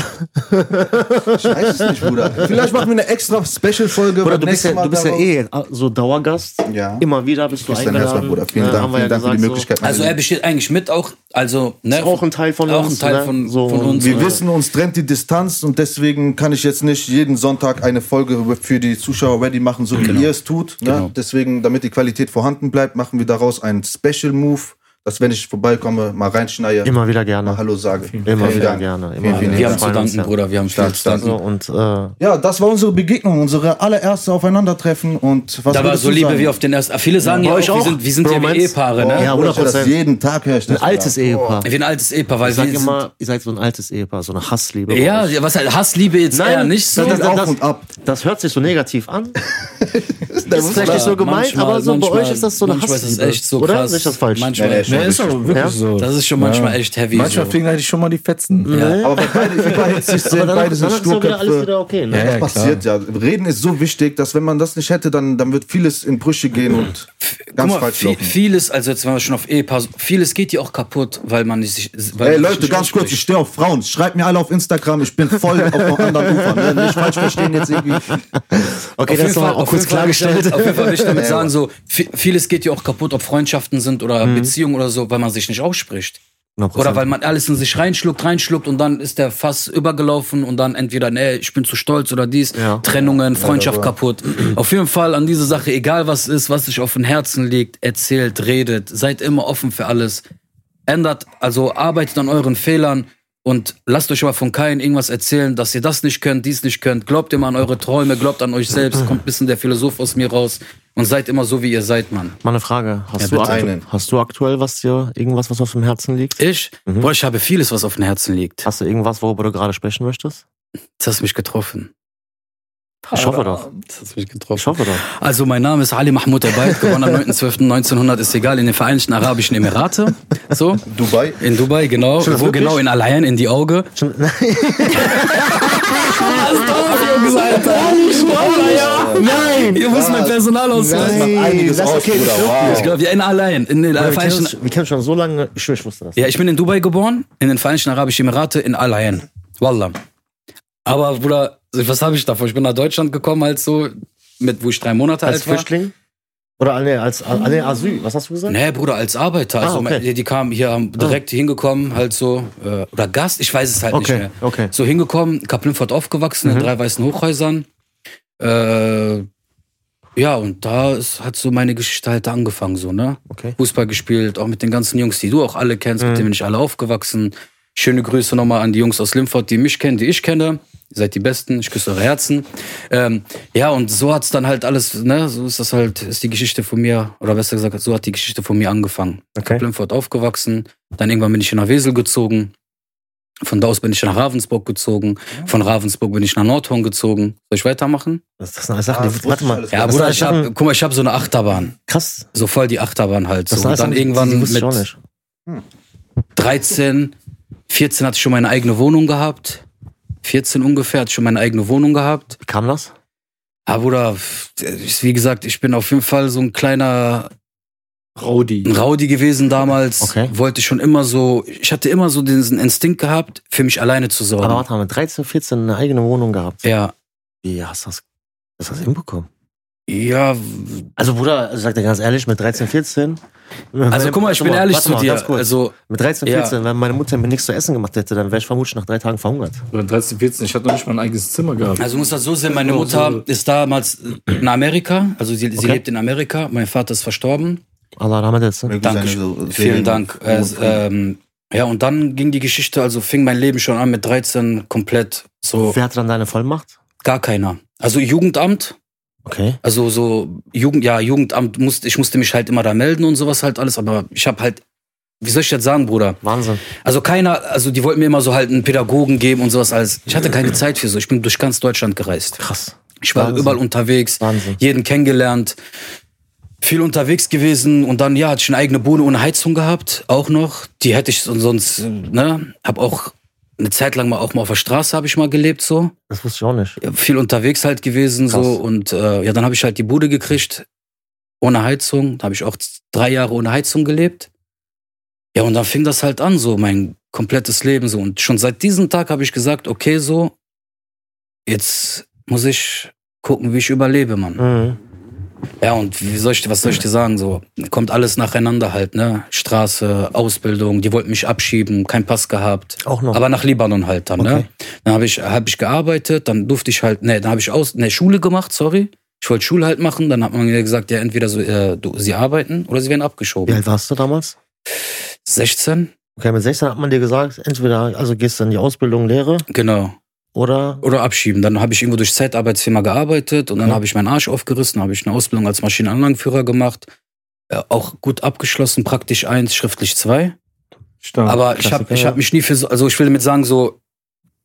[SPEAKER 2] Ich weiß es nicht, Bruder. Vielleicht machen wir eine extra Special-Folge.
[SPEAKER 3] Oder
[SPEAKER 2] beim
[SPEAKER 3] du bist ja,
[SPEAKER 2] nächsten Mal
[SPEAKER 3] du bist ja
[SPEAKER 2] darauf.
[SPEAKER 3] eh so Dauergast.
[SPEAKER 2] Ja.
[SPEAKER 3] Immer wieder bist du
[SPEAKER 2] Bis dann erstmal,
[SPEAKER 3] eingeladen.
[SPEAKER 2] Bruder. Vielen
[SPEAKER 3] Ja,
[SPEAKER 2] Dank,
[SPEAKER 3] haben wir
[SPEAKER 2] vielen
[SPEAKER 3] ja
[SPEAKER 2] Dank für die
[SPEAKER 3] gesagt, so.
[SPEAKER 2] Möglichkeit.
[SPEAKER 1] also er besteht eigentlich mit auch, also ne,
[SPEAKER 3] Ist auch ein Teil von
[SPEAKER 1] auch
[SPEAKER 3] uns.
[SPEAKER 1] ein Teil
[SPEAKER 3] ne?
[SPEAKER 1] von, von uns.
[SPEAKER 2] wir wissen, uns trennt die Distanz und deswegen kann ich jetzt nicht jeden Sonntag eine Folge für die Zuschauer ready machen, so wie ihr es tut. Ne?
[SPEAKER 1] Genau.
[SPEAKER 2] Deswegen, damit die Qualität vorhanden bleibt, machen wir daraus einen Special-Move, dass wenn ich vorbeikomme, mal reinschneie,
[SPEAKER 3] Immer wieder gerne.
[SPEAKER 2] Hallo sage.
[SPEAKER 3] Immer
[SPEAKER 2] Vielen
[SPEAKER 3] wieder
[SPEAKER 2] Dank.
[SPEAKER 3] gerne. Immer
[SPEAKER 2] Vielen, vielen
[SPEAKER 1] wir
[SPEAKER 2] Dank.
[SPEAKER 1] haben zu danken, Bruder, wir haben stark zu danken.
[SPEAKER 3] So, und äh,
[SPEAKER 2] Ja, das war unsere Begegnung, unsere allererste Aufeinandertreffen und was
[SPEAKER 1] Da war
[SPEAKER 2] würdest
[SPEAKER 1] so
[SPEAKER 2] du
[SPEAKER 1] Liebe
[SPEAKER 2] sagen?
[SPEAKER 1] wie auf den ersten. Viele sagen ja,
[SPEAKER 3] Bei
[SPEAKER 1] auch,
[SPEAKER 3] euch
[SPEAKER 1] wir
[SPEAKER 3] auch?
[SPEAKER 1] sind, wir sind ja wie
[SPEAKER 3] Bromance?
[SPEAKER 1] Ehepaare,
[SPEAKER 2] Boah,
[SPEAKER 1] ne?
[SPEAKER 3] Ja,
[SPEAKER 2] Bruder, ich hör das
[SPEAKER 3] 100%.
[SPEAKER 2] jeden Tag höre ich das.
[SPEAKER 3] ein altes
[SPEAKER 2] Bruder.
[SPEAKER 3] Ehepaar.
[SPEAKER 1] Wie ein altes Ehepaar, weil
[SPEAKER 3] Ich sag
[SPEAKER 1] wir sind-
[SPEAKER 3] immer, ihr seid so ein altes Ehepaar, so eine Hassliebe.
[SPEAKER 1] ja,
[SPEAKER 3] Bei euch.
[SPEAKER 1] ja, was halt Hassliebe jetzt
[SPEAKER 3] Nein,
[SPEAKER 1] eher nicht so.
[SPEAKER 3] das-
[SPEAKER 2] Geht
[SPEAKER 3] das-
[SPEAKER 2] auf und ab.
[SPEAKER 3] Das hört sich so negativ an. ist vielleicht
[SPEAKER 1] klar.
[SPEAKER 3] nicht so gemeint,
[SPEAKER 1] Manchmal-
[SPEAKER 3] aber so bei
[SPEAKER 1] manchmal-
[SPEAKER 3] euch ist das so eine
[SPEAKER 1] manchmal ist
[SPEAKER 3] Hassliebe.
[SPEAKER 1] das echt so
[SPEAKER 3] oder?
[SPEAKER 1] krass.
[SPEAKER 3] Sehe ich das falsch?
[SPEAKER 1] Manchmal-
[SPEAKER 2] Nee, nee,
[SPEAKER 4] Nee, ist aber wirklich
[SPEAKER 3] Ja?
[SPEAKER 4] so.
[SPEAKER 1] Das ist schon manchmal echt heavy.
[SPEAKER 4] Manchmal
[SPEAKER 1] so.
[SPEAKER 4] fliegen halt schon mal die Fetzen.
[SPEAKER 1] Ja.
[SPEAKER 2] Aber wenn beide, wenn beide sich
[SPEAKER 3] Aber
[SPEAKER 2] sind,
[SPEAKER 3] dann,
[SPEAKER 2] beide sind
[SPEAKER 3] dann ist doch wieder alles
[SPEAKER 2] Sturköpfe.
[SPEAKER 3] wieder okay. Ne?
[SPEAKER 4] Ja, ja,
[SPEAKER 2] Das passiert ja. Reden ist so wichtig, dass wenn man das nicht hätte, dann, dann wird vieles in Brüche gehen und ganz
[SPEAKER 1] Guck mal,
[SPEAKER 2] falsch
[SPEAKER 1] viel,
[SPEAKER 2] laufen.
[SPEAKER 1] vieles, also jetzt waren wir schon auf Ehepaar, so- vieles geht ja auch kaputt, weil man nicht sich. Weil
[SPEAKER 2] Ey
[SPEAKER 1] man sich
[SPEAKER 2] Leute,
[SPEAKER 1] nicht
[SPEAKER 2] ganz kurz, ich
[SPEAKER 1] anspricht.
[SPEAKER 2] stehe auf Frauen. Schreibt mir alle auf Instagram, ich bin voll auf einem anderen Ufer. Ne? Nicht falsch verstehen jetzt irgendwie.
[SPEAKER 3] Okay,
[SPEAKER 1] Auf
[SPEAKER 3] das
[SPEAKER 1] jeden
[SPEAKER 3] ist doch
[SPEAKER 1] Fall,
[SPEAKER 3] auch
[SPEAKER 1] auf
[SPEAKER 3] kurz
[SPEAKER 1] jeden Fall will ich
[SPEAKER 3] klargestellt.
[SPEAKER 1] damit- auf jeden Fall will ich damit sagen, so vi- vieles geht ja auch kaputt, ob Freundschaften sind oder
[SPEAKER 2] Mhm.
[SPEAKER 1] Beziehungen oder so, weil man sich nicht ausspricht.
[SPEAKER 3] 100%.
[SPEAKER 1] Oder weil man alles in sich reinschluckt, reinschluckt und dann ist der Fass übergelaufen und dann entweder, nee, ich bin zu stolz oder dies,
[SPEAKER 3] Ja.
[SPEAKER 1] Trennungen, Freundschaft kaputt. Auf jeden Fall an diese Sache, egal was ist, was euch auf dem Herzen liegt, erzählt, redet, seid immer offen für alles. Ändert, also arbeitet an euren Fehlern und lasst euch aber von keinem irgendwas erzählen, dass ihr das nicht könnt, dies nicht könnt. Glaubt immer an eure Träume, glaubt an euch selbst, kommt ein bisschen der Philosoph aus mir raus und seid immer so, wie ihr seid, Mann.
[SPEAKER 3] Mal eine Frage. Hast, du
[SPEAKER 1] bitte.
[SPEAKER 3] aktu-
[SPEAKER 2] Einen.
[SPEAKER 3] hast du aktuell was dir, irgendwas, was auf dem Herzen liegt?
[SPEAKER 1] Ich?
[SPEAKER 3] Mhm.
[SPEAKER 1] Boah, ich habe vieles, was auf dem Herzen liegt.
[SPEAKER 3] Hast du irgendwas, worüber du gerade sprechen möchtest?
[SPEAKER 1] Das hast mich getroffen.
[SPEAKER 3] Ich hoffe doch.
[SPEAKER 1] Das hat mich getroffen.
[SPEAKER 3] Ich hoffe doch.
[SPEAKER 1] Also mein Name ist Ali Mahmoud Abaid, geboren am 9.12.1900, ist egal, in den Vereinigten Arabischen Emirate. So,
[SPEAKER 2] Dubai.
[SPEAKER 1] in Dubai, genau.
[SPEAKER 3] das
[SPEAKER 1] Wo
[SPEAKER 3] wirklich?
[SPEAKER 1] genau? In Alain, in die Auge.
[SPEAKER 3] Schon-
[SPEAKER 1] Nein! Ihr müsst mein Personal
[SPEAKER 3] Genau.
[SPEAKER 1] ausweisen.
[SPEAKER 2] Einiges
[SPEAKER 3] das ist
[SPEAKER 2] aus,
[SPEAKER 3] okay,
[SPEAKER 2] Bruder.
[SPEAKER 3] das ist
[SPEAKER 1] Ich
[SPEAKER 2] Wow.
[SPEAKER 1] glaube, ja, in Alain. In den
[SPEAKER 3] Wir kennen,
[SPEAKER 1] Vereinigten
[SPEAKER 3] uns, wir kennen uns schon so lange. Ich schwöre, ich wusste das.
[SPEAKER 1] Ja, ich bin in Dubai geboren, in den Vereinigten Arabischen Emirate, in Al Ain. Wallah. Aber Bruder, was habe ich davon? Ich bin nach Deutschland gekommen, halt so, mit wo ich drei Monate
[SPEAKER 3] Als
[SPEAKER 1] alt war.
[SPEAKER 3] Flüchtling? Oder ah, nee, als ah, nee, Asyl. Was hast du gesagt?
[SPEAKER 1] Nee, Bruder, als Arbeiter. Also,
[SPEAKER 3] Ah, okay. Ah.
[SPEAKER 1] mein- die, die kamen hier, haben direkt hingekommen, halt so. Äh, oder Gast, ich weiß es halt
[SPEAKER 3] Okay,
[SPEAKER 1] nicht mehr.
[SPEAKER 3] okay. Mhm.
[SPEAKER 1] So hingekommen, Kaplinfort aufgewachsen in drei weißen Hochhäusern. Äh, ja, und da ist, hat so meine Geschichte halt angefangen, so, ne?
[SPEAKER 3] Okay. Mhm.
[SPEAKER 1] Fußball gespielt, auch mit den ganzen Jungs, die du auch alle kennst, mit denen bin ich alle aufgewachsen. Schöne Grüße nochmal an die Jungs aus Limford, die mich kennen, die ich kenne. Ihr seid die Besten, ich küsse eure Herzen. Ähm, ja, und so hat's dann halt alles, ne, so ist das halt, ist die Geschichte von mir, oder besser gesagt, so hat die Geschichte von mir angefangen.
[SPEAKER 3] Okay.
[SPEAKER 1] Limford aufgewachsen, dann irgendwann bin ich nach Wesel gezogen, von da aus bin ich nach Ravensburg gezogen, von Ravensburg bin ich nach Nordhorn gezogen. Soll ich weitermachen?
[SPEAKER 3] Das, das sind alles Sachen,
[SPEAKER 2] Ah,
[SPEAKER 3] die, warte mal.
[SPEAKER 2] alles
[SPEAKER 1] Ja,
[SPEAKER 3] Das
[SPEAKER 1] Bruder,
[SPEAKER 3] ist
[SPEAKER 1] ich hab,
[SPEAKER 3] schon-
[SPEAKER 1] guck mal, ich habe so eine Achterbahn.
[SPEAKER 3] Krass.
[SPEAKER 1] So voll die Achterbahn halt. So.
[SPEAKER 3] Das sind
[SPEAKER 1] Und
[SPEAKER 3] alles
[SPEAKER 1] dann
[SPEAKER 3] Sachen, die-
[SPEAKER 1] irgendwann
[SPEAKER 3] die wusste ich auch
[SPEAKER 1] mit
[SPEAKER 3] nicht.
[SPEAKER 1] 13, 14 hatte ich schon meine eigene Wohnung gehabt. 14 ungefähr hatte ich schon meine eigene Wohnung gehabt.
[SPEAKER 3] Wie kam das?
[SPEAKER 1] Aber Bruder, f- ich- wie gesagt, ich bin auf jeden Fall so ein kleiner ein
[SPEAKER 6] Raudi.
[SPEAKER 1] Rowdy gewesen damals.
[SPEAKER 3] Okay.
[SPEAKER 1] Wollte schon immer so, ich hatte immer so diesen Instinkt gehabt, für mich alleine zu sorgen.
[SPEAKER 3] Aber warte mal, mit 13, 14 eine eigene Wohnung gehabt.
[SPEAKER 1] ja,
[SPEAKER 3] Wie hast du das, hast du das hinbekommen?
[SPEAKER 1] Ja,
[SPEAKER 3] Also Bruder, also sag dir ganz ehrlich, mit 13, 14.
[SPEAKER 1] also guck mal, ich bin ehrlich zu dir. Also,
[SPEAKER 3] mit 13,
[SPEAKER 1] Ja.
[SPEAKER 3] 14, wenn meine Mutter mir nichts zu essen gemacht hätte, dann wäre ich vermutlich nach drei Tagen verhungert.
[SPEAKER 6] Oder 13, 14. Ich hatte noch nicht mal ein eigenes Zimmer gehabt.
[SPEAKER 1] also muss das so sehen, meine Mutter ist damals in Amerika, also sie, sie
[SPEAKER 3] Genau, Okay.
[SPEAKER 1] lebt in Amerika, mein Vater ist verstorben.
[SPEAKER 3] Allah Rahmat jetzt. ne?
[SPEAKER 1] Danke. Vielen Dank. Äh, ähm, ja, und dann ging die Geschichte, also fing mein Leben schon an mit 13 komplett so
[SPEAKER 3] Wer hat dann deine Vollmacht?
[SPEAKER 1] gar keiner. Also Jugendamt,
[SPEAKER 3] Okay.
[SPEAKER 1] also so Jugend, ja, Jugendamt musste, ich musste mich halt immer da melden und sowas halt alles, aber ich habe halt, wie soll ich das sagen, Bruder?
[SPEAKER 3] Wahnsinn.
[SPEAKER 1] Also keiner, also die wollten mir immer so halt einen Pädagogen geben und sowas alles. Ich hatte keine Zeit für so. Ich bin durch ganz Deutschland gereist.
[SPEAKER 3] Krass.
[SPEAKER 1] Ich war
[SPEAKER 3] Wahnsinn.
[SPEAKER 1] überall unterwegs,
[SPEAKER 3] Wahnsinn.
[SPEAKER 1] jeden kennengelernt, viel unterwegs gewesen und dann, ja, hatte ich eine eigene Bude ohne Heizung gehabt, auch noch. Die hätte ich son- sonst, äh, ne, hab auch eine Zeit lang mal auch mal auf der Straße habe ich mal gelebt so.
[SPEAKER 3] Das wusste ich auch nicht.
[SPEAKER 1] Ja, Viel unterwegs halt gewesen so
[SPEAKER 3] Krass.
[SPEAKER 1] und äh, ja, dann habe ich halt die Bude gekriegt ohne Heizung. Da habe ich auch z- drei Jahre ohne Heizung gelebt. Ja, und dann fing das halt an so, mein komplettes Leben so und schon seit diesem Tag habe ich gesagt, okay, so jetzt muss ich gucken, wie ich überlebe, Mann.
[SPEAKER 3] Mhm.
[SPEAKER 1] Ja, und wie soll ich, dir- was soll ich dir sagen? So, kommt alles nacheinander halt, ne? Straße, Ausbildung, die wollten mich abschieben, kein Pass gehabt.
[SPEAKER 3] Auch noch.
[SPEAKER 1] Aber nach Libanon halt dann,
[SPEAKER 3] Oh. Okay.
[SPEAKER 1] ne? Dann habe ich, hab ich gearbeitet, dann durfte ich halt, ne, dann habe ich aus, ne, Schule gemacht, sorry. Ich wollte Schule halt machen, dann hat man mir gesagt, ja, entweder so, äh, du, sie arbeiten oder sie werden
[SPEAKER 3] Wie
[SPEAKER 1] abgeschoben.
[SPEAKER 3] alt warst du damals?
[SPEAKER 1] 16?
[SPEAKER 3] Okay, mit 16 hat man dir gesagt, entweder also gehst du in die Ausbildung, Lehre
[SPEAKER 1] Genau.
[SPEAKER 3] oder
[SPEAKER 1] Oder abschieben. Dann habe ich irgendwo durch Zeitarbeitsfirma gearbeitet und dann
[SPEAKER 3] Okay.
[SPEAKER 1] habe ich meinen Arsch aufgerissen, habe ich eine Ausbildung als Maschinenanlagenführer gemacht. Äh, auch gut abgeschlossen, praktisch eins, schriftlich zwei.
[SPEAKER 4] Stark.
[SPEAKER 1] Aber ich habe
[SPEAKER 3] Klassiker,
[SPEAKER 1] ich
[SPEAKER 3] ja.
[SPEAKER 1] hab mich nie für so, also ich will damit sagen, so,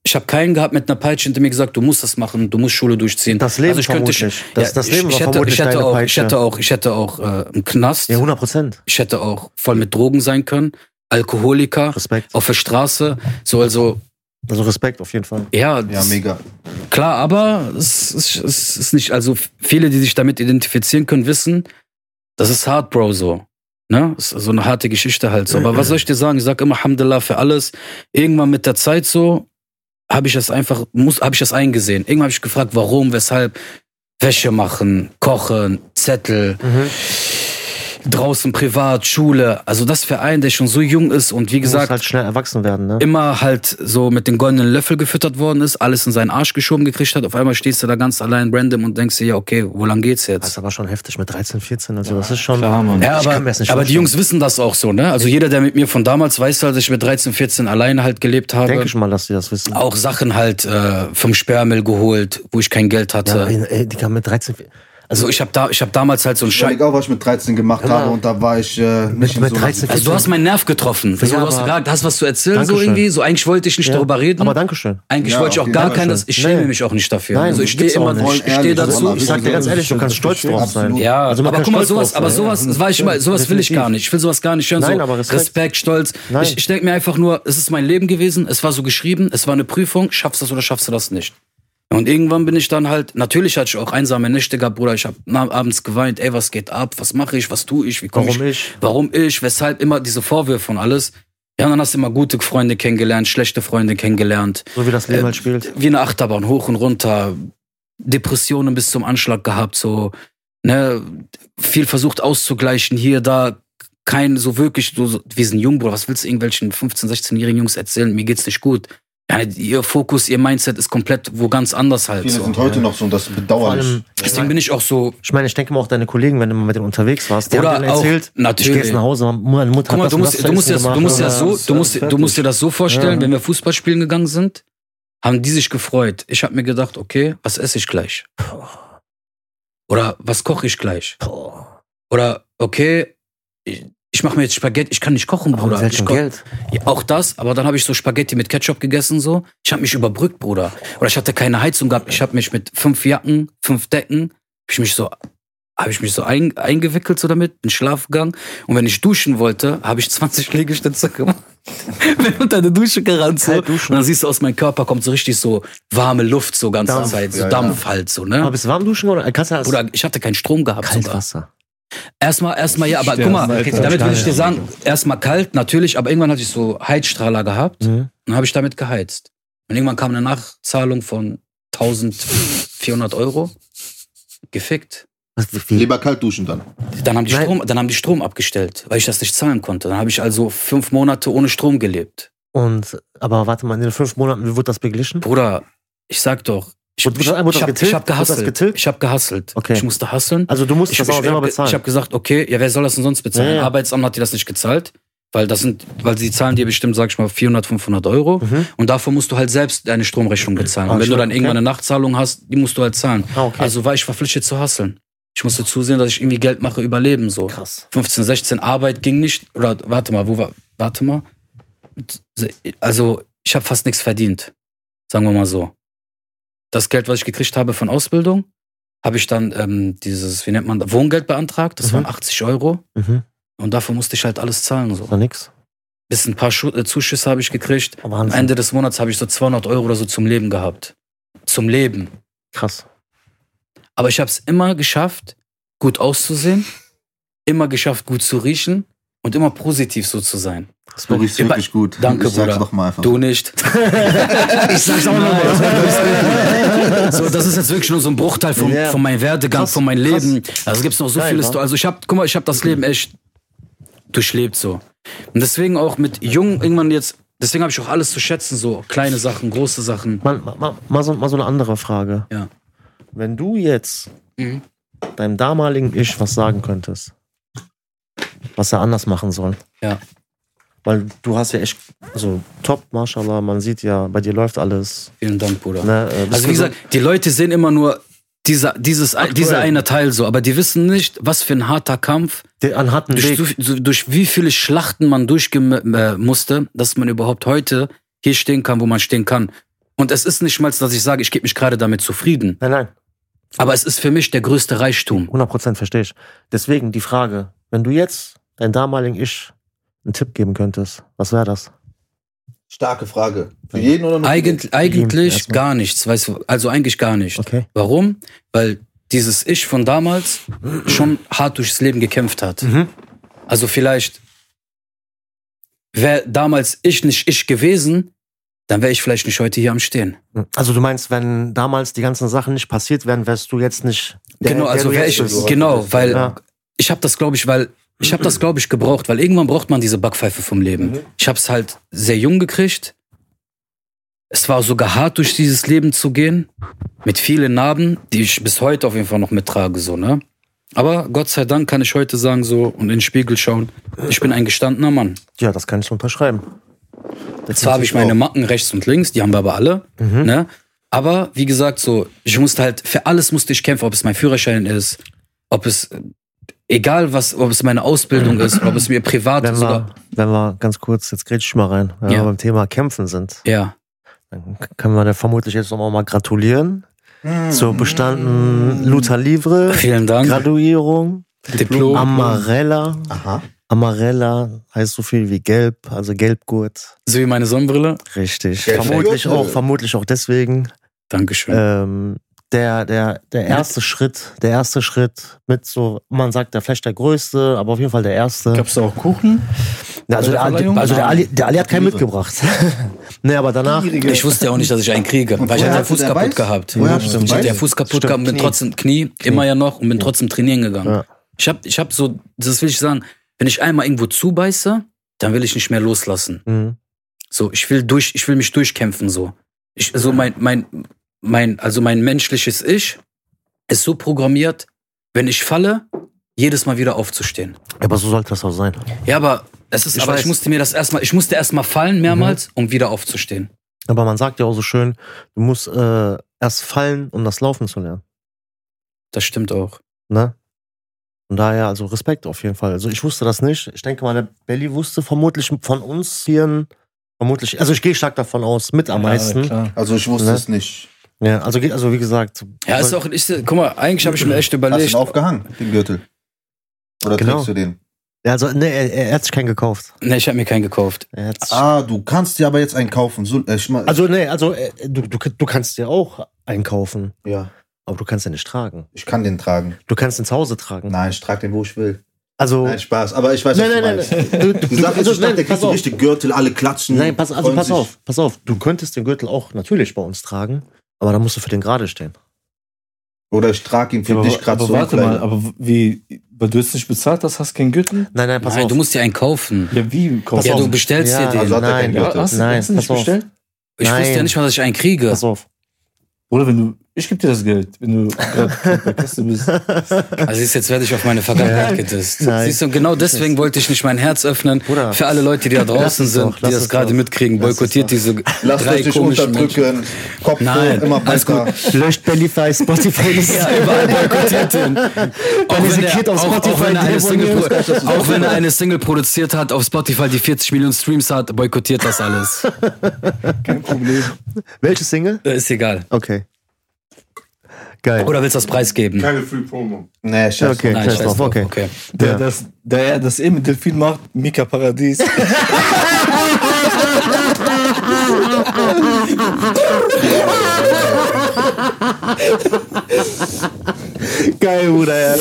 [SPEAKER 1] ich habe keinen gehabt mit einer Peitsche hinter mir gesagt, du musst das machen, du musst Schule durchziehen.
[SPEAKER 3] das Leben
[SPEAKER 1] also ich könnte,
[SPEAKER 3] vermutlich.
[SPEAKER 1] sch-
[SPEAKER 3] das,
[SPEAKER 1] ja,
[SPEAKER 3] das
[SPEAKER 1] ich-
[SPEAKER 3] Leben
[SPEAKER 1] ich
[SPEAKER 3] war
[SPEAKER 1] hätte,
[SPEAKER 3] vermutlich
[SPEAKER 1] ich hätte
[SPEAKER 3] deine
[SPEAKER 1] auch, ich
[SPEAKER 3] Peitsche.
[SPEAKER 1] hätte auch, ich hätte auch äh, einen Knast,
[SPEAKER 3] ja, 100 Prozent.
[SPEAKER 1] ich hätte auch voll mit Drogen sein können, Alkoholiker,
[SPEAKER 3] Respekt.
[SPEAKER 1] auf der Straße, so also,
[SPEAKER 3] Also Respekt auf jeden Fall.
[SPEAKER 1] ja,
[SPEAKER 2] Ja,
[SPEAKER 1] das-
[SPEAKER 2] mega.
[SPEAKER 1] Klar, aber es, es, es ist nicht, also viele, die sich damit identifizieren können, wissen, das ist hart, Bro, so. Ne? Ist so eine harte Geschichte halt so. Aber was soll ich dir sagen? Ich sag immer Alhamdulillah für alles. Irgendwann mit der Zeit so habe ich das einfach, muss, habe ich das eingesehen. Irgendwann habe ich gefragt, warum, weshalb. Wäsche machen, kochen, Zettel,
[SPEAKER 3] Mhm.
[SPEAKER 1] draußen privat, Schule. Also das für einen, der schon so jung ist und wie
[SPEAKER 3] Du musst
[SPEAKER 1] gesagt,
[SPEAKER 3] halt schnell erwachsen werden, ne?
[SPEAKER 1] immer halt so mit dem goldenen Löffel gefüttert worden ist, alles in seinen Arsch geschoben gekriegt hat. Auf einmal stehst du da ganz allein random und denkst dir, ja, okay, wo lang geht's
[SPEAKER 3] Das ist
[SPEAKER 1] jetzt?
[SPEAKER 3] aber schon heftig mit 13, 14. Also das ist schon.
[SPEAKER 4] Klar, Mann.
[SPEAKER 1] Ja,
[SPEAKER 3] Also, Ich
[SPEAKER 1] aber,
[SPEAKER 3] kann mir das nicht
[SPEAKER 1] aber die
[SPEAKER 3] vorstellen.
[SPEAKER 1] Jungs wissen das auch so, ne? Also jeder, der mit mir von damals weiß, halt, dass ich mit 13, 14 alleine halt gelebt habe.
[SPEAKER 3] Denke ich mal, dass die das wissen.
[SPEAKER 1] Auch Sachen halt äh, vom Sperrmüll geholt, wo ich kein Geld
[SPEAKER 3] Ja,
[SPEAKER 1] hatte.
[SPEAKER 3] ey, die kam mit 13. vier-
[SPEAKER 1] also ich habe da, ich hab damals halt so einen
[SPEAKER 2] Ich
[SPEAKER 1] Schein.
[SPEAKER 2] überlege auch, was ich mit 13 gemacht habe und da war ich äh, nicht
[SPEAKER 3] Genau. mit
[SPEAKER 2] in so
[SPEAKER 3] 13,
[SPEAKER 2] einer-
[SPEAKER 1] Also du hast meinen Nerv getroffen. So, du hast
[SPEAKER 3] aber-
[SPEAKER 1] gesagt, hast was zu erzählen, so
[SPEAKER 3] Dankeschön.
[SPEAKER 1] irgendwie. So eigentlich wollte ich nicht
[SPEAKER 3] Ja,
[SPEAKER 1] darüber reden.
[SPEAKER 3] Aber Dankeschön.
[SPEAKER 1] eigentlich
[SPEAKER 2] Ja,
[SPEAKER 1] wollte ich auch
[SPEAKER 2] okay,
[SPEAKER 1] gar
[SPEAKER 2] Dankeschön.
[SPEAKER 1] keines. Ich schäme
[SPEAKER 3] Nee.
[SPEAKER 1] mich auch nicht dafür.
[SPEAKER 3] Nein,
[SPEAKER 1] also ich stehe
[SPEAKER 3] gibt's auch
[SPEAKER 1] immer,
[SPEAKER 3] nicht.
[SPEAKER 1] ich stehe
[SPEAKER 2] Ehrlich, das
[SPEAKER 1] dazu.
[SPEAKER 2] ist
[SPEAKER 3] Also Ich sag dir ganz ehrlich, du kannst stolz drauf sein.
[SPEAKER 1] Ja,
[SPEAKER 3] Also man
[SPEAKER 1] aber
[SPEAKER 3] kann
[SPEAKER 1] guck mal,
[SPEAKER 3] stolz drauf
[SPEAKER 1] sowas,
[SPEAKER 3] sein,
[SPEAKER 1] aber
[SPEAKER 3] ja.
[SPEAKER 1] sowas, das war ich immer, sowas will ich
[SPEAKER 3] Definitiv.
[SPEAKER 1] gar nicht. Ich will sowas gar nicht hören.
[SPEAKER 3] Nein,
[SPEAKER 1] so
[SPEAKER 3] aber Respekt.
[SPEAKER 1] Stolz.
[SPEAKER 3] Nein.
[SPEAKER 1] Ich, ich denke mir einfach nur, es ist mein Leben gewesen, es war so geschrieben, es war eine Prüfung, schaffst du das oder schaffst du das nicht? Und irgendwann bin ich dann halt, natürlich hatte ich auch einsame Nächte gehabt, Bruder, ich habe abends geweint, ey, was geht ab, was mache ich, was tue ich, wie komme ich,
[SPEAKER 3] Warum ich?
[SPEAKER 1] warum ich, weshalb, immer diese Vorwürfe und alles. Ja, und dann hast du immer gute Freunde kennengelernt, schlechte Freunde kennengelernt
[SPEAKER 3] So wie das
[SPEAKER 1] Äh,
[SPEAKER 3] Leben halt spielt.
[SPEAKER 1] wie eine Achterbahn, hoch und runter, Depressionen bis zum Anschlag gehabt, so, ne, viel versucht auszugleichen, hier, da, kein, so wirklich, so, so, wir sind jung, Bruder, was willst du irgendwelchen 15-, 16-jährigen Jungs erzählen, mir geht's nicht gut. Ja, ihr Fokus, ihr Mindset ist komplett wo ganz anders halt.
[SPEAKER 2] Viele
[SPEAKER 1] So.
[SPEAKER 2] sind heute noch so und das ist
[SPEAKER 3] Vor
[SPEAKER 2] bedauerlich.
[SPEAKER 3] allem,
[SPEAKER 1] Deswegen bin ich auch so,
[SPEAKER 3] ich meine, ich denke mal auch deine Kollegen, wenn du mal mit denen unterwegs warst, die
[SPEAKER 1] Oder
[SPEAKER 3] haben dir
[SPEAKER 1] auch,
[SPEAKER 3] erzählt, ich gehe
[SPEAKER 1] natürlich.
[SPEAKER 3] jetzt nach Hause, meine Mutter
[SPEAKER 1] guck mal,
[SPEAKER 3] hat das
[SPEAKER 1] du
[SPEAKER 3] und das
[SPEAKER 1] musst,
[SPEAKER 3] zu
[SPEAKER 1] du musst,
[SPEAKER 3] essen
[SPEAKER 1] ja, du
[SPEAKER 3] gemacht.
[SPEAKER 1] musst ja
[SPEAKER 3] Ja,
[SPEAKER 1] so,
[SPEAKER 3] das ist
[SPEAKER 1] du musst, du
[SPEAKER 3] fertig.
[SPEAKER 1] musst dir das so vorstellen,
[SPEAKER 3] Ja.
[SPEAKER 1] wenn wir Fußballspielen gegangen sind, haben die sich gefreut. Ich habe mir gedacht, okay, was esse ich gleich? Oder was koche ich gleich?
[SPEAKER 3] Boah,
[SPEAKER 1] Oder, okay, ich, ich mache mir jetzt Spaghetti, ich kann nicht kochen,
[SPEAKER 3] warum
[SPEAKER 1] Bruder.
[SPEAKER 3] mit welchem
[SPEAKER 1] ich ko-
[SPEAKER 3] Geld?
[SPEAKER 1] Ja, auch das, aber dann habe ich so Spaghetti mit Ketchup gegessen, so. Ich habe mich überbrückt, Bruder. Oder ich hatte keine Heizung gehabt. Ich habe mich mit fünf Jacken, fünf Decken, habe ich mich so, habe ich mich so ein, eingewickelt so damit, bin schlafen gegangen. Und wenn ich duschen wollte, habe ich 20 Liegestütze gemacht. bin unter der Dusche gerannt, so.
[SPEAKER 3] Kalt
[SPEAKER 1] Und
[SPEAKER 3] Halt duschen.
[SPEAKER 1] dann siehst du, aus meinem Körper kommt so richtig so warme Luft, so ganze
[SPEAKER 3] Dampf,
[SPEAKER 1] Zeit, so
[SPEAKER 2] ja, ja.
[SPEAKER 1] Dampf halt, so,
[SPEAKER 3] Aber
[SPEAKER 1] ne?
[SPEAKER 3] bist du warm duschen oder kannst du das?
[SPEAKER 1] Bruder, ich hatte keinen Strom gehabt sogar.
[SPEAKER 3] Kaltwasser.
[SPEAKER 1] Erstmal, erstmal ja, aber
[SPEAKER 4] Sterben,
[SPEAKER 1] guck mal,
[SPEAKER 4] Alter.
[SPEAKER 1] damit will ich
[SPEAKER 3] Sterben.
[SPEAKER 1] dir sagen, erstmal kalt, natürlich, aber irgendwann hatte ich so Heizstrahler gehabt
[SPEAKER 3] Mhm.
[SPEAKER 1] und habe ich damit geheizt. Und irgendwann kam eine Nachzahlung von 1400 Euro. Gefickt.
[SPEAKER 3] Was, wie viel?
[SPEAKER 7] Lieber kalt duschen dann.
[SPEAKER 1] Dann haben, die
[SPEAKER 3] Nein.
[SPEAKER 1] Strom, dann haben die Strom abgestellt, weil ich das nicht zahlen konnte. Dann habe ich also fünf Monate ohne Strom gelebt.
[SPEAKER 3] Und, aber warte mal, in den fünf Monaten, wie wird das beglichen?
[SPEAKER 1] Bruder, ich sag doch, ich,
[SPEAKER 3] Wurde-
[SPEAKER 1] ich,
[SPEAKER 3] wurde das
[SPEAKER 1] ich habe
[SPEAKER 3] getilgt?
[SPEAKER 1] hab
[SPEAKER 3] Wurde das
[SPEAKER 1] gehasselt.
[SPEAKER 3] getilgt?
[SPEAKER 1] Ich habe gehasselt.
[SPEAKER 3] Okay.
[SPEAKER 1] Ich musste hasseln.
[SPEAKER 3] Also du musst
[SPEAKER 1] Ich,
[SPEAKER 3] das
[SPEAKER 1] ich,
[SPEAKER 3] auch
[SPEAKER 1] ich
[SPEAKER 3] selber
[SPEAKER 1] habe
[SPEAKER 3] bezahlen.
[SPEAKER 1] hab gesagt, okay, ja, wer soll das denn sonst bezahlen?
[SPEAKER 3] Ja, ja.
[SPEAKER 1] Arbeitsamt hat dir das nicht gezahlt, weil das sind, weil sie zahlen dir bestimmt, sag ich mal, 400, 500 Euro.
[SPEAKER 3] Mhm.
[SPEAKER 1] Und davon musst du halt selbst deine Stromrechnung bezahlen.
[SPEAKER 3] Ah,
[SPEAKER 1] Und wenn du
[SPEAKER 3] schön,
[SPEAKER 1] dann irgendwann
[SPEAKER 3] okay.
[SPEAKER 1] eine Nachzahlung hast, die musst du halt zahlen.
[SPEAKER 3] Ah, okay.
[SPEAKER 1] Also war ich verpflichtet zu hasseln. Ich musste zusehen, dass ich irgendwie Geld mache, überleben so.
[SPEAKER 3] krass.
[SPEAKER 1] 15, 16 Arbeit ging nicht. Oder warte mal, wo war. Warte mal. Also, ich habe fast nichts verdient. Sagen wir mal so. Das Geld, was ich gekriegt habe von Ausbildung, habe ich dann ähm, dieses, wie nennt man das, Wohngeld beantragt. Das
[SPEAKER 3] Mhm.
[SPEAKER 1] waren 80 Euro.
[SPEAKER 3] Mhm.
[SPEAKER 1] Und dafür musste ich halt alles zahlen. So.
[SPEAKER 3] War nix.
[SPEAKER 1] Bis ein paar Schu äh, Zuschüsse habe ich gekriegt. Am
[SPEAKER 3] Wahnsinn.
[SPEAKER 1] Ende des Monats habe ich so 200 Euro oder so zum Leben gehabt. Zum Leben.
[SPEAKER 3] Krass.
[SPEAKER 1] Aber ich habe es immer geschafft, gut auszusehen, immer geschafft, gut zu riechen und immer positiv so zu sein.
[SPEAKER 7] Du riechst
[SPEAKER 1] Über-
[SPEAKER 7] wirklich gut.
[SPEAKER 1] Danke,
[SPEAKER 7] ich sag's
[SPEAKER 1] Bruder.
[SPEAKER 7] doch mal einfach.
[SPEAKER 1] Du nicht. ich sag's auch nochmal. so, das ist jetzt wirklich nur so ein Bruchteil von,
[SPEAKER 3] Ja.
[SPEAKER 1] von meinem Werdegang,
[SPEAKER 3] Krass,
[SPEAKER 1] von meinem
[SPEAKER 3] krass.
[SPEAKER 1] Leben. Also gibt's noch so
[SPEAKER 3] Geil,
[SPEAKER 1] vieles.
[SPEAKER 3] wa?
[SPEAKER 1] Also ich hab, guck mal, ich hab das Leben echt durchlebt so. Und deswegen auch mit jung irgendwann jetzt, deswegen habe ich auch alles zu schätzen, so kleine Sachen, große Sachen.
[SPEAKER 3] Mal, mal, mal, so, mal so eine andere Frage.
[SPEAKER 1] Ja.
[SPEAKER 3] Wenn du jetzt
[SPEAKER 1] Mhm.
[SPEAKER 3] deinem damaligen Ich was sagen könntest, was er anders machen soll.
[SPEAKER 1] Ja.
[SPEAKER 3] Weil du hast ja echt so top, mashallah, man sieht ja, bei dir läuft alles.
[SPEAKER 1] Vielen Dank, Bruder.
[SPEAKER 3] Ne? äh, bist
[SPEAKER 1] Also wie
[SPEAKER 3] du so-
[SPEAKER 1] gesagt, die Leute sehen immer nur dieser, dieses, dieser eine Teil so, aber die wissen nicht, was für ein harter Kampf
[SPEAKER 3] der an harten
[SPEAKER 1] durch,
[SPEAKER 3] Weg.
[SPEAKER 1] durch, durch wie viele Schlachten man durchgehen äh, musste, dass man überhaupt heute hier stehen kann, wo man stehen kann. Und es ist nicht mal, dass ich sage, ich gebe mich gerade damit zufrieden.
[SPEAKER 3] nein, nein,
[SPEAKER 1] Aber es ist für mich der größte Reichtum.
[SPEAKER 3] 100% verstehe ich. Deswegen die Frage, wenn du jetzt deinem damaligen Ich einen Tipp geben könntest, was wäre das?
[SPEAKER 2] Starke Frage. Für jeden oder nur für
[SPEAKER 1] Eigent, eigentlich
[SPEAKER 3] erstmal.
[SPEAKER 1] gar nichts, weißt du, also eigentlich gar nicht.
[SPEAKER 3] Okay.
[SPEAKER 1] Warum? Weil dieses Ich von damals schon hart durchs Leben gekämpft hat.
[SPEAKER 3] Mhm.
[SPEAKER 1] Also vielleicht wäre damals ich nicht ich gewesen, dann wäre ich vielleicht nicht heute hier am Stehen.
[SPEAKER 3] Also du meinst, wenn damals die ganzen Sachen nicht passiert wären, wärst du jetzt nicht. der-
[SPEAKER 1] genau,
[SPEAKER 3] der
[SPEAKER 1] also
[SPEAKER 3] du
[SPEAKER 1] wäre
[SPEAKER 3] jetzt
[SPEAKER 1] ich,
[SPEAKER 3] bist.
[SPEAKER 1] genau, weil
[SPEAKER 3] Ja.
[SPEAKER 1] ich habe das, glaube ich, weil ich habe das, glaube ich, gebraucht, weil irgendwann braucht man diese Backpfeife vom Leben.
[SPEAKER 3] Mhm.
[SPEAKER 1] Ich habe es halt sehr jung gekriegt. Es war sogar hart, durch dieses Leben zu gehen, mit vielen Narben, die ich bis heute auf jeden Fall noch mittrage, so ne. Aber Gott sei Dank kann ich heute sagen so und in den Spiegel schauen, ich bin ein gestandener Mann.
[SPEAKER 3] Ja, das kann ich unterschreiben.
[SPEAKER 1] Zwar habe ich meine Macken rechts und links, die haben wir aber alle. Ne? Aber wie gesagt, so, ich musste halt, für alles musste ich kämpfen, ob es mein Führerschein ist, ob es, äh, egal was, ob es meine Ausbildung ist, ob es mir privat
[SPEAKER 3] Wenn
[SPEAKER 1] ist
[SPEAKER 3] wir,
[SPEAKER 1] oder.
[SPEAKER 3] wenn wir ganz kurz, jetzt grätsch ich mal rein, wenn
[SPEAKER 1] Ja.
[SPEAKER 3] wir beim Thema Kämpfen sind,
[SPEAKER 1] Ja,
[SPEAKER 3] dann können wir dir vermutlich jetzt nochmal mal gratulieren
[SPEAKER 2] Hm.
[SPEAKER 3] zur bestandenen Luther Livre,
[SPEAKER 1] vielen Dank.
[SPEAKER 3] Graduierung,
[SPEAKER 1] Diplom.
[SPEAKER 3] Amarella.
[SPEAKER 2] Aha.
[SPEAKER 3] Amarella heißt so viel wie gelb, also Gelbgurt.
[SPEAKER 1] So wie meine Sonnenbrille.
[SPEAKER 3] Richtig.
[SPEAKER 2] Gelb-
[SPEAKER 3] vermutlich
[SPEAKER 2] Gürtel.
[SPEAKER 3] auch, vermutlich auch deswegen.
[SPEAKER 1] Dankeschön.
[SPEAKER 3] Ähm, der, der, der erste Schritt, der erste Schritt mit so, man sagt, der vielleicht der größte, aber auf jeden Fall der erste.
[SPEAKER 6] Gab's da auch Kuchen?
[SPEAKER 3] Na, also der, Ali, also der, Ali, der Ali hat keinen mitgebracht. nee, aber danach.
[SPEAKER 1] Ich wusste ja auch nicht, dass ich einen kriege, weil ich
[SPEAKER 2] woher
[SPEAKER 1] hatte den
[SPEAKER 2] hast du
[SPEAKER 1] Fuß
[SPEAKER 2] den
[SPEAKER 1] kaputt
[SPEAKER 2] Weiß?
[SPEAKER 1] gehabt.
[SPEAKER 2] Woher hast du den
[SPEAKER 1] Ich hatte
[SPEAKER 2] Weiß?
[SPEAKER 1] den Fuß kaputt
[SPEAKER 3] Stimmt,
[SPEAKER 1] gehabt und bin
[SPEAKER 3] Knie.
[SPEAKER 1] trotzdem Knie, immer ja noch und bin trotzdem trainieren gegangen.
[SPEAKER 3] Ja.
[SPEAKER 1] Ich hab, ich hab so, das will ich sagen, wenn ich einmal irgendwo zubeiße, dann will ich nicht mehr loslassen.
[SPEAKER 3] Mhm.
[SPEAKER 1] So, ich will durch, ich will mich durchkämpfen so. Ich, so mein, mein, mein, also mein menschliches Ich ist so programmiert, wenn ich falle, jedes Mal wieder aufzustehen.
[SPEAKER 3] Aber so sollte das auch sein.
[SPEAKER 1] Ja, aber es ist,
[SPEAKER 3] Ich
[SPEAKER 1] aber ich
[SPEAKER 3] weiß.
[SPEAKER 1] musste mir das erstmal, ich musste erstmal fallen mehrmals, um wieder aufzustehen.
[SPEAKER 3] Aber man sagt ja auch so schön, du musst äh, erst fallen, um das Laufen zu lernen.
[SPEAKER 1] Das stimmt auch.
[SPEAKER 3] Ne? Von daher, also Respekt auf jeden Fall. Also ich wusste das nicht. Ich denke mal, der Belly wusste vermutlich von uns hier vermutlich, also ich gehe stark davon aus, mit am meisten. Ja,
[SPEAKER 2] Also ich wusste
[SPEAKER 3] Ne?
[SPEAKER 2] es nicht.
[SPEAKER 3] also, ge- also wie gesagt.
[SPEAKER 1] Ja, ist auch, ich, guck mal, eigentlich habe ich mir echt
[SPEAKER 2] Hast du
[SPEAKER 1] überlegt.
[SPEAKER 2] ihn aufgehangen, den Gürtel? Oder
[SPEAKER 3] Genau.
[SPEAKER 2] trägst du den?
[SPEAKER 3] Ja, also, nee, er, er hat sich keinen gekauft.
[SPEAKER 1] Ne, ich habe mir keinen gekauft.
[SPEAKER 3] Er hat sich-
[SPEAKER 2] Ah, du kannst dir aber jetzt einen kaufen. So, äh, ich mein-
[SPEAKER 3] Also, nee, also äh, du, du, du kannst dir auch einkaufen,
[SPEAKER 2] ja,
[SPEAKER 3] aber du kannst ihn nicht tragen.
[SPEAKER 2] ich kann den tragen.
[SPEAKER 3] Du kannst ihn zu Hause tragen.
[SPEAKER 2] Nein, ich trage den, wo ich will.
[SPEAKER 3] Also.
[SPEAKER 2] Nein, Spaß. Aber ich weiß,
[SPEAKER 3] Nein, nein,
[SPEAKER 2] was du
[SPEAKER 3] nein,
[SPEAKER 2] meinst.
[SPEAKER 3] nein. Du,
[SPEAKER 2] Du sagst jetzt,
[SPEAKER 3] also,
[SPEAKER 2] ich dachte, der
[SPEAKER 3] nein,
[SPEAKER 2] kriegst
[SPEAKER 3] pass
[SPEAKER 2] so
[SPEAKER 3] auf.
[SPEAKER 2] richtig Gürtel, alle klatschen.
[SPEAKER 3] Nein, pass, also
[SPEAKER 2] freuen
[SPEAKER 3] pass
[SPEAKER 2] sich.
[SPEAKER 3] auf, pass auf. Du könntest den Gürtel auch natürlich bei uns tragen, aber dann musst du für den gerade stehen.
[SPEAKER 2] Oder ich trage ihn für
[SPEAKER 4] aber,
[SPEAKER 2] dich gerade
[SPEAKER 4] aber
[SPEAKER 2] so.
[SPEAKER 4] warte mal,
[SPEAKER 2] Kleider.
[SPEAKER 4] aber wie, weil du jetzt nicht bezahlt hast, hast keinen Gürtel?
[SPEAKER 3] Nein, nein, pass
[SPEAKER 1] Nein,
[SPEAKER 3] auf.
[SPEAKER 1] du musst dir einen kaufen.
[SPEAKER 4] Ja, wie? Kaufst
[SPEAKER 1] Ja,
[SPEAKER 4] du-
[SPEAKER 1] du bestellst
[SPEAKER 3] ja,
[SPEAKER 1] dir den.
[SPEAKER 2] also hat er
[SPEAKER 3] nein,
[SPEAKER 2] keinen
[SPEAKER 4] ja, hast du
[SPEAKER 3] nein,
[SPEAKER 4] hast du nicht
[SPEAKER 3] pass auf.
[SPEAKER 4] bestellt?
[SPEAKER 1] ich wusste
[SPEAKER 3] nein.
[SPEAKER 1] ja nicht mal, dass ich einen kriege.
[SPEAKER 3] pass auf.
[SPEAKER 4] Oder wenn du, ich gebe dir das Geld, wenn du gerade bei Kasse bist.
[SPEAKER 1] Also siehst, du, jetzt werde ich auf meine Vergangenheit gedisst.
[SPEAKER 3] Nein.
[SPEAKER 1] Siehst du, und genau deswegen wollte ich nicht mein Herz öffnen.
[SPEAKER 3] Bruder.
[SPEAKER 1] Für alle Leute, die da
[SPEAKER 3] Lass
[SPEAKER 1] draußen
[SPEAKER 3] es
[SPEAKER 1] sind,
[SPEAKER 3] doch, lass
[SPEAKER 1] die das
[SPEAKER 3] es
[SPEAKER 1] gerade
[SPEAKER 3] doch.
[SPEAKER 1] mitkriegen,
[SPEAKER 3] Lass es
[SPEAKER 1] boykottiert
[SPEAKER 3] doch.
[SPEAKER 1] diese
[SPEAKER 2] Lasst
[SPEAKER 1] drei
[SPEAKER 2] euch nicht
[SPEAKER 1] komischen Menschen.
[SPEAKER 2] unterdrücken. Kopf
[SPEAKER 1] Nein,
[SPEAKER 2] hoch, immer
[SPEAKER 1] alles
[SPEAKER 2] weiter.
[SPEAKER 3] Löscht Bandify, Spotify.
[SPEAKER 1] Ja, überall boykottiert den. Auch
[SPEAKER 3] diese
[SPEAKER 1] wenn,
[SPEAKER 3] Kid
[SPEAKER 1] er,
[SPEAKER 3] auf
[SPEAKER 1] auch, auch,
[SPEAKER 3] Spotify
[SPEAKER 1] wenn er eine Single,
[SPEAKER 3] deabonniert.
[SPEAKER 1] pro- auch wenn er eine Single produziert hat, auf Spotify, die 40 Millionen Streams hat, boykottiert das alles.
[SPEAKER 3] Welche Single?
[SPEAKER 1] Äh, Ist egal.
[SPEAKER 3] Okay. Geil.
[SPEAKER 1] Oder willst du das preisgeben?
[SPEAKER 7] Keine Free Promo.
[SPEAKER 2] Nee, scheiße.
[SPEAKER 3] Okay,
[SPEAKER 1] Nein,
[SPEAKER 3] scheiß
[SPEAKER 1] scheiß
[SPEAKER 3] drauf.
[SPEAKER 1] drauf,
[SPEAKER 3] Okay.
[SPEAKER 1] okay.
[SPEAKER 4] Der,
[SPEAKER 3] Ja.
[SPEAKER 4] das, der, er das eh mit Delfin macht, Mika Paradies.
[SPEAKER 3] Geil, Bruder. Ja,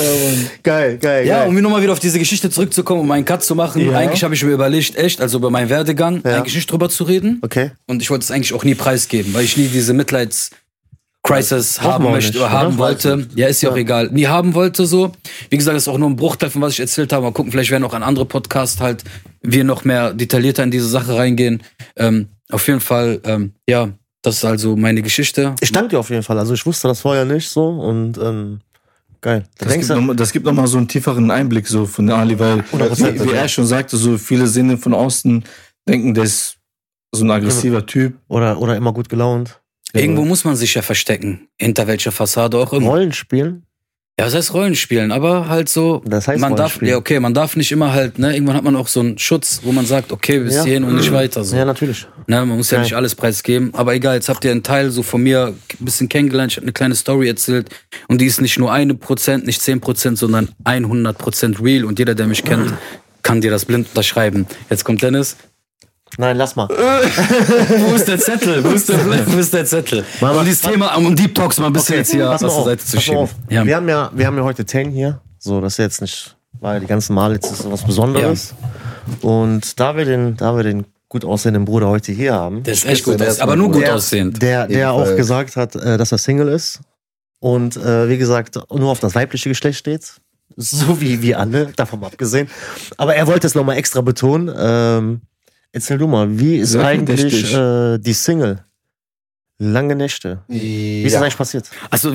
[SPEAKER 3] geil, geil,
[SPEAKER 1] Ja, um
[SPEAKER 3] geil.
[SPEAKER 1] mir nochmal wieder auf diese Geschichte zurückzukommen, um einen Cut zu machen.
[SPEAKER 4] Ja.
[SPEAKER 1] Eigentlich habe ich mir überlegt, echt, also über meinen Werdegang, eigentlich nicht drüber zu reden.
[SPEAKER 3] Okay.
[SPEAKER 1] Und ich wollte es eigentlich auch nie preisgeben, weil ich nie diese Mitleids-Crisis haben,
[SPEAKER 3] wir auch
[SPEAKER 1] möchte,
[SPEAKER 3] nicht,
[SPEAKER 1] oder haben
[SPEAKER 3] oder?
[SPEAKER 1] wollte. Ja, ist ja auch egal. Nie haben wollte so. Wie gesagt, ist auch nur ein Bruchteil von was ich erzählt habe. Mal gucken, vielleicht werden auch an andere Podcasts halt wir noch mehr detaillierter in diese Sache reingehen. Ähm, auf jeden Fall, ähm, ja, das ist also meine Geschichte.
[SPEAKER 3] Ich danke dir auf jeden Fall. Also ich wusste das vorher nicht so und ähm, geil. Da
[SPEAKER 4] Das
[SPEAKER 3] denkst
[SPEAKER 4] gibt,
[SPEAKER 3] du,
[SPEAKER 4] nochmal, das gibt nochmal so einen tieferen Einblick so von Ali, weil wie, wie er schon sagte, so viele Sinne von außen denken, der ist so ein aggressiver Typ.
[SPEAKER 3] oder, oder immer gut gelaunt.
[SPEAKER 1] Irgendwo muss man sich ja verstecken. Hinter welcher Fassade auch immer.
[SPEAKER 3] Rollenspielen?
[SPEAKER 1] Ja, das heißt Rollenspielen, aber halt so.
[SPEAKER 3] Das heißt
[SPEAKER 1] man darf,
[SPEAKER 3] Rollenspielen.
[SPEAKER 1] ja, okay, man darf nicht immer halt, ne, irgendwann hat man auch so einen Schutz, wo man sagt, okay, bis
[SPEAKER 3] Ja. Mhm.
[SPEAKER 1] hierhin und nicht weiter. So.
[SPEAKER 3] Ja, natürlich.
[SPEAKER 1] Ne, man muss ja
[SPEAKER 3] Nein.
[SPEAKER 1] nicht alles preisgeben. Aber egal, jetzt habt ihr einen Teil so von mir ein bisschen kennengelernt. Ich habe eine kleine Story erzählt. Und die ist nicht nur eine Prozent, nicht 10 Prozent, sondern 100 Prozent real. Und jeder, der mich kennt, kann dir das blind unterschreiben. Jetzt kommt Dennis.
[SPEAKER 3] Nein, lass mal.
[SPEAKER 1] Wo ist der Zettel? Wo ist der, wo ist der Zettel?
[SPEAKER 3] Mal,
[SPEAKER 1] um dieses
[SPEAKER 3] mal-
[SPEAKER 1] Thema, um Deep Talks mal ein bisschen jetzt hier auf
[SPEAKER 3] pass mal
[SPEAKER 1] der
[SPEAKER 3] auf,
[SPEAKER 1] Seite zu
[SPEAKER 3] pass mal
[SPEAKER 1] schieben.
[SPEAKER 3] auf.
[SPEAKER 1] Ja.
[SPEAKER 3] Wir, haben ja, wir haben ja heute 10 hier. So, das ist jetzt nicht, weil die ganzen Male jetzt ist was Besonderes. Und da wir den, da wir den gut aussehenden Bruder heute hier haben,
[SPEAKER 1] Der ist echt gut, aus, aber nur gut aussehend.
[SPEAKER 3] der, der auch gesagt hat, äh, dass er Single ist und äh, wie gesagt nur auf das weibliche Geschlecht steht, so wie wir alle, davon mal abgesehen. Aber er wollte es nochmal extra betonen. Ähm, erzähl du mal, wie ist
[SPEAKER 4] Sehr
[SPEAKER 3] eigentlich
[SPEAKER 4] richtig.
[SPEAKER 3] äh, die Single? Lange Nächte. Wie ist das
[SPEAKER 2] Ja.
[SPEAKER 3] eigentlich passiert?
[SPEAKER 1] Also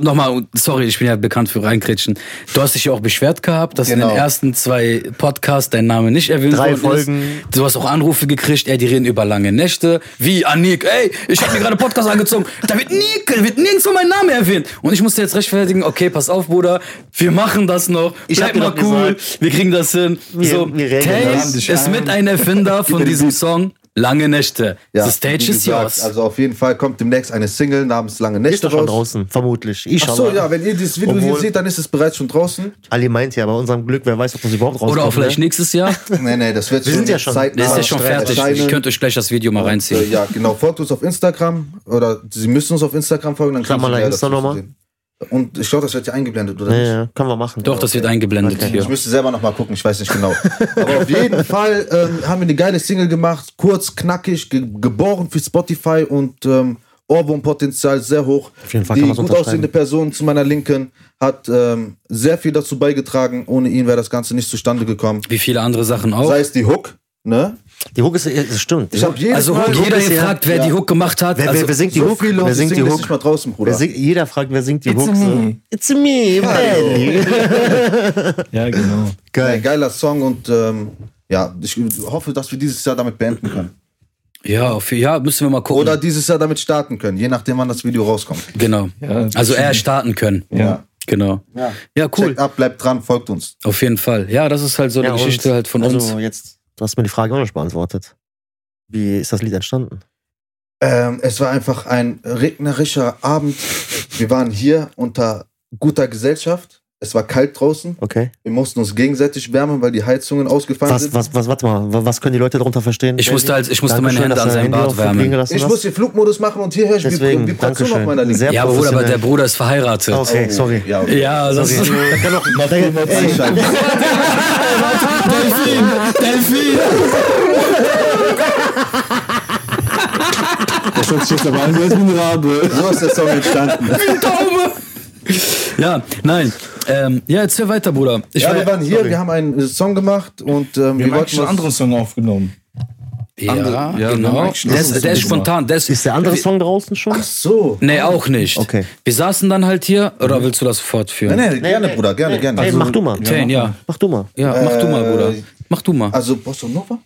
[SPEAKER 1] nochmal, sorry, ich bin ja bekannt für Reinkretschen. Du hast dich ja auch beschwert gehabt, dass in
[SPEAKER 2] Genau.
[SPEAKER 1] den ersten zwei Podcasts dein Name nicht erwähnt
[SPEAKER 3] Drei
[SPEAKER 1] worden
[SPEAKER 3] Folgen.
[SPEAKER 1] ist. Du hast auch Anrufe gekriegt, ey, die reden über lange Nächte. Wie, Anik, ey, ich habe mir gerade Podcast angezogen. Da wird, nie, wird nirgendwo mein Name erwähnt. Und ich musste jetzt rechtfertigen, okay, pass auf, Bruder, wir machen das noch.
[SPEAKER 3] Ich
[SPEAKER 1] Bleib
[SPEAKER 3] hab dir
[SPEAKER 1] mal
[SPEAKER 3] doch
[SPEAKER 1] cool, wir kriegen das hin.
[SPEAKER 3] Wir-
[SPEAKER 1] so,
[SPEAKER 3] wir regeln
[SPEAKER 1] Taze
[SPEAKER 3] das.
[SPEAKER 1] ist mit ein Erfinder von diesem Song Lange Nächte.
[SPEAKER 2] Ja,
[SPEAKER 1] The stage
[SPEAKER 2] wie
[SPEAKER 1] is
[SPEAKER 2] gesagt,
[SPEAKER 1] yours.
[SPEAKER 2] Also auf jeden Fall kommt demnächst eine Single namens Lange
[SPEAKER 3] Ist
[SPEAKER 2] Nächte
[SPEAKER 3] doch schon
[SPEAKER 2] raus.
[SPEAKER 3] draußen, vermutlich. Ich
[SPEAKER 2] Ach so, ja, wenn ihr dieses Video hier
[SPEAKER 3] Obwohl-
[SPEAKER 2] seht, dann ist es bereits schon draußen.
[SPEAKER 3] Ali meint ja, bei unserem Glück, wer weiß, ob das überhaupt rauskommt.
[SPEAKER 1] Oder auch vielleicht
[SPEAKER 3] ne?
[SPEAKER 1] nächstes Jahr.
[SPEAKER 2] Nee, nee, das wird
[SPEAKER 3] Wir
[SPEAKER 2] schon
[SPEAKER 3] sind ja schon-
[SPEAKER 1] Der
[SPEAKER 2] zeitnah
[SPEAKER 1] ist ja schon fertig.
[SPEAKER 2] erscheinen.
[SPEAKER 1] Ich könnte euch gleich das Video mal
[SPEAKER 2] Äh,
[SPEAKER 1] reinziehen.
[SPEAKER 2] Ah, ja, genau. Folgt uns auf Instagram oder Sie müssen uns auf Instagram folgen. Dann
[SPEAKER 3] Sag
[SPEAKER 2] kriegen
[SPEAKER 3] mal
[SPEAKER 2] Sie
[SPEAKER 3] dein
[SPEAKER 2] mehr
[SPEAKER 3] Insta
[SPEAKER 2] dazu
[SPEAKER 3] nochmal.
[SPEAKER 2] zu sehen. Und ich glaube, das wird ja eingeblendet, oder
[SPEAKER 3] Ja,
[SPEAKER 2] nicht?
[SPEAKER 3] ja, können wir machen.
[SPEAKER 1] Doch, das wird eingeblendet
[SPEAKER 2] Ich
[SPEAKER 1] hier.
[SPEAKER 2] müsste selber nochmal gucken, ich weiß nicht genau. Aber auf jeden Fall ähm, haben wir eine geile Single gemacht, kurz, knackig, ge geboren für Spotify und ähm, Ohrwurmpotenzial sehr hoch. Auf
[SPEAKER 3] jeden Fall
[SPEAKER 2] Die
[SPEAKER 3] kann man's
[SPEAKER 2] gut
[SPEAKER 3] unterschreiben.
[SPEAKER 2] aussehende Person zu meiner Linken hat ähm, sehr viel dazu beigetragen. Ohne ihn wäre das Ganze nicht zustande gekommen.
[SPEAKER 1] Wie viele andere Sachen auch.
[SPEAKER 2] Sei es die Hook, ne?
[SPEAKER 3] Die Hook ist, ist stimmt. Die
[SPEAKER 2] Ich
[SPEAKER 3] Hook,
[SPEAKER 2] habe jedes
[SPEAKER 1] Also
[SPEAKER 2] Mal
[SPEAKER 1] Hook, jeder
[SPEAKER 3] ist ja-
[SPEAKER 1] gefragt, wer
[SPEAKER 2] ja.
[SPEAKER 1] die Hook gemacht hat.
[SPEAKER 3] wer,
[SPEAKER 1] also,
[SPEAKER 3] wer, wer singt die
[SPEAKER 2] so
[SPEAKER 3] Hook?
[SPEAKER 2] viele Leute
[SPEAKER 3] Wer singt die
[SPEAKER 2] singen das
[SPEAKER 3] Hook?
[SPEAKER 2] nicht mal draußen, Bruder.
[SPEAKER 3] Wer singt, jeder fragt, wer singt die Hook? so.
[SPEAKER 4] me.
[SPEAKER 3] It's me, Belly.
[SPEAKER 4] Ja, genau.
[SPEAKER 2] Geil. Ein geiler Song und ähm, ja, ich hoffe, dass wir dieses Jahr damit beenden können.
[SPEAKER 1] ja, auf, ja, müssen wir mal gucken.
[SPEAKER 2] Oder dieses Jahr damit starten können, je nachdem, wann das Video rauskommt.
[SPEAKER 1] genau.
[SPEAKER 4] Ja,
[SPEAKER 1] also er starten können.
[SPEAKER 4] Ja.
[SPEAKER 1] Genau. Ja,
[SPEAKER 2] Ja.
[SPEAKER 1] cool.
[SPEAKER 2] Checkt ab, bleibt dran, folgt uns.
[SPEAKER 1] Auf jeden Fall. Ja, das ist halt so eine
[SPEAKER 3] Ja, und-
[SPEAKER 1] Geschichte halt von
[SPEAKER 3] also
[SPEAKER 1] uns.
[SPEAKER 3] Jetzt, du hast mir die Frage auch nicht beantwortet. Wie ist das Lied entstanden?
[SPEAKER 2] Ähm, es war einfach ein regnerischer Abend. Wir waren hier unter guter Gesellschaft. Es war kalt draußen.
[SPEAKER 3] Okay.
[SPEAKER 2] Wir mussten uns gegenseitig wärmen, weil die Heizungen ausgefallen
[SPEAKER 3] Was,
[SPEAKER 2] sind.
[SPEAKER 3] was, was, warte mal, wa- was können die Leute darunter verstehen?
[SPEAKER 1] Ich musste als- ich musste meine Hände
[SPEAKER 3] dass
[SPEAKER 1] an
[SPEAKER 3] du dein
[SPEAKER 1] seinem
[SPEAKER 3] Handy
[SPEAKER 1] Bart
[SPEAKER 3] auf Fluglinge
[SPEAKER 1] wärmen.
[SPEAKER 3] lassen
[SPEAKER 2] Ich
[SPEAKER 3] hast.
[SPEAKER 2] muss hier Flugmodus machen und hier höre ich
[SPEAKER 3] Deswegen,
[SPEAKER 2] Vib- Vibration
[SPEAKER 3] Dankeschön.
[SPEAKER 2] auf meiner Linie. Oh,
[SPEAKER 3] Sehr
[SPEAKER 1] Ja, aber Bruder, aber der
[SPEAKER 3] professionell.
[SPEAKER 1] Bruder ist verheiratet.
[SPEAKER 3] Okay, sorry.
[SPEAKER 2] Ja, okay.
[SPEAKER 1] Ja, das ist.
[SPEAKER 3] Da kann doch- da- ey,
[SPEAKER 2] Einschalten.
[SPEAKER 1] Delfin! Delfin!
[SPEAKER 4] Der schaut sich jetzt aber an, wer ist ein Rabe?
[SPEAKER 2] So ist der Song entstanden.
[SPEAKER 1] Taume! Ja, nein. Ähm, ja, erzähl weiter, Bruder. Ich
[SPEAKER 2] ja,
[SPEAKER 1] war,
[SPEAKER 2] wir waren hier, wir haben einen äh, Song gemacht und ähm, wir,
[SPEAKER 4] Wir haben
[SPEAKER 2] wollten
[SPEAKER 4] eigentlich einen
[SPEAKER 2] was.
[SPEAKER 4] anderen Song aufgenommen.
[SPEAKER 1] ja,
[SPEAKER 4] andere- ja, wir haben
[SPEAKER 1] genau.
[SPEAKER 4] eigentlich
[SPEAKER 1] Der
[SPEAKER 4] schon
[SPEAKER 1] ist, der ist
[SPEAKER 4] so
[SPEAKER 1] spontan. Der ist,
[SPEAKER 3] Ist der andere Song draußen schon?
[SPEAKER 2] Ach so.
[SPEAKER 1] Nee, auch nicht.
[SPEAKER 3] Okay.
[SPEAKER 1] Wir saßen dann halt hier, oder willst du das fortführen?
[SPEAKER 2] Nein, nein, gerne, Bruder, gerne, gerne. Also
[SPEAKER 3] Ey, mach du mal.
[SPEAKER 1] Tane, ja.
[SPEAKER 3] Mach du mal.
[SPEAKER 1] Ja, mach du mal, Bruder. Mach du mal.
[SPEAKER 2] Also Bossa Nova?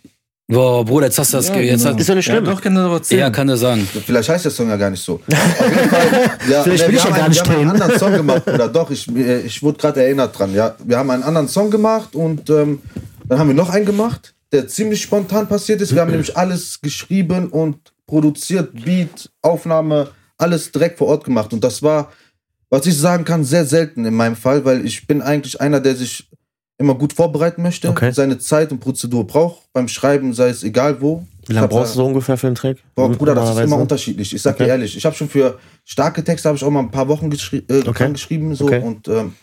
[SPEAKER 1] Boah, Bruder, jetzt hast du das. ge- jetzt
[SPEAKER 4] genau.
[SPEAKER 3] Ist ja nicht
[SPEAKER 4] Ja,
[SPEAKER 3] schlimm.
[SPEAKER 4] doch, kann er aber
[SPEAKER 1] hat,
[SPEAKER 4] erzählen.
[SPEAKER 1] ja, kann er sagen.
[SPEAKER 2] Vielleicht heißt der Song ja gar nicht so. Auf jeden Fall, ja,
[SPEAKER 3] Vielleicht
[SPEAKER 2] ne,
[SPEAKER 3] bin
[SPEAKER 2] wir
[SPEAKER 3] ich ja
[SPEAKER 2] haben
[SPEAKER 3] gar
[SPEAKER 2] einen,
[SPEAKER 3] nicht
[SPEAKER 2] Wir haben einen
[SPEAKER 3] Tane.
[SPEAKER 2] anderen Song gemacht, Bruder. Doch, ich, äh, ich wurde gerade erinnert dran. Ja, wir haben einen anderen Song gemacht und ähm, dann haben wir noch einen gemacht, der ziemlich spontan passiert ist. Wir haben nämlich alles geschrieben und produziert, Beat, Aufnahme, alles direkt vor Ort gemacht. Und das war, was ich sagen kann, sehr selten in meinem Fall, weil ich bin eigentlich einer, der sich immer gut vorbereiten möchte,
[SPEAKER 3] Okay.
[SPEAKER 2] seine Zeit und Prozedur braucht beim Schreiben, sei es egal wo.
[SPEAKER 3] Wie lange
[SPEAKER 2] Ich hab
[SPEAKER 3] brauchst du so ungefähr für den Track? Hm,
[SPEAKER 2] Boah, Bruder, das ist
[SPEAKER 3] Normalerweise.
[SPEAKER 2] immer unterschiedlich. Ich sag dir
[SPEAKER 3] Okay.
[SPEAKER 2] ehrlich, ich habe schon für starke Texte habe ich auch mal ein paar Wochen geschri äh,
[SPEAKER 3] Okay.
[SPEAKER 2] dran geschrieben so
[SPEAKER 3] Okay.
[SPEAKER 2] und ähm,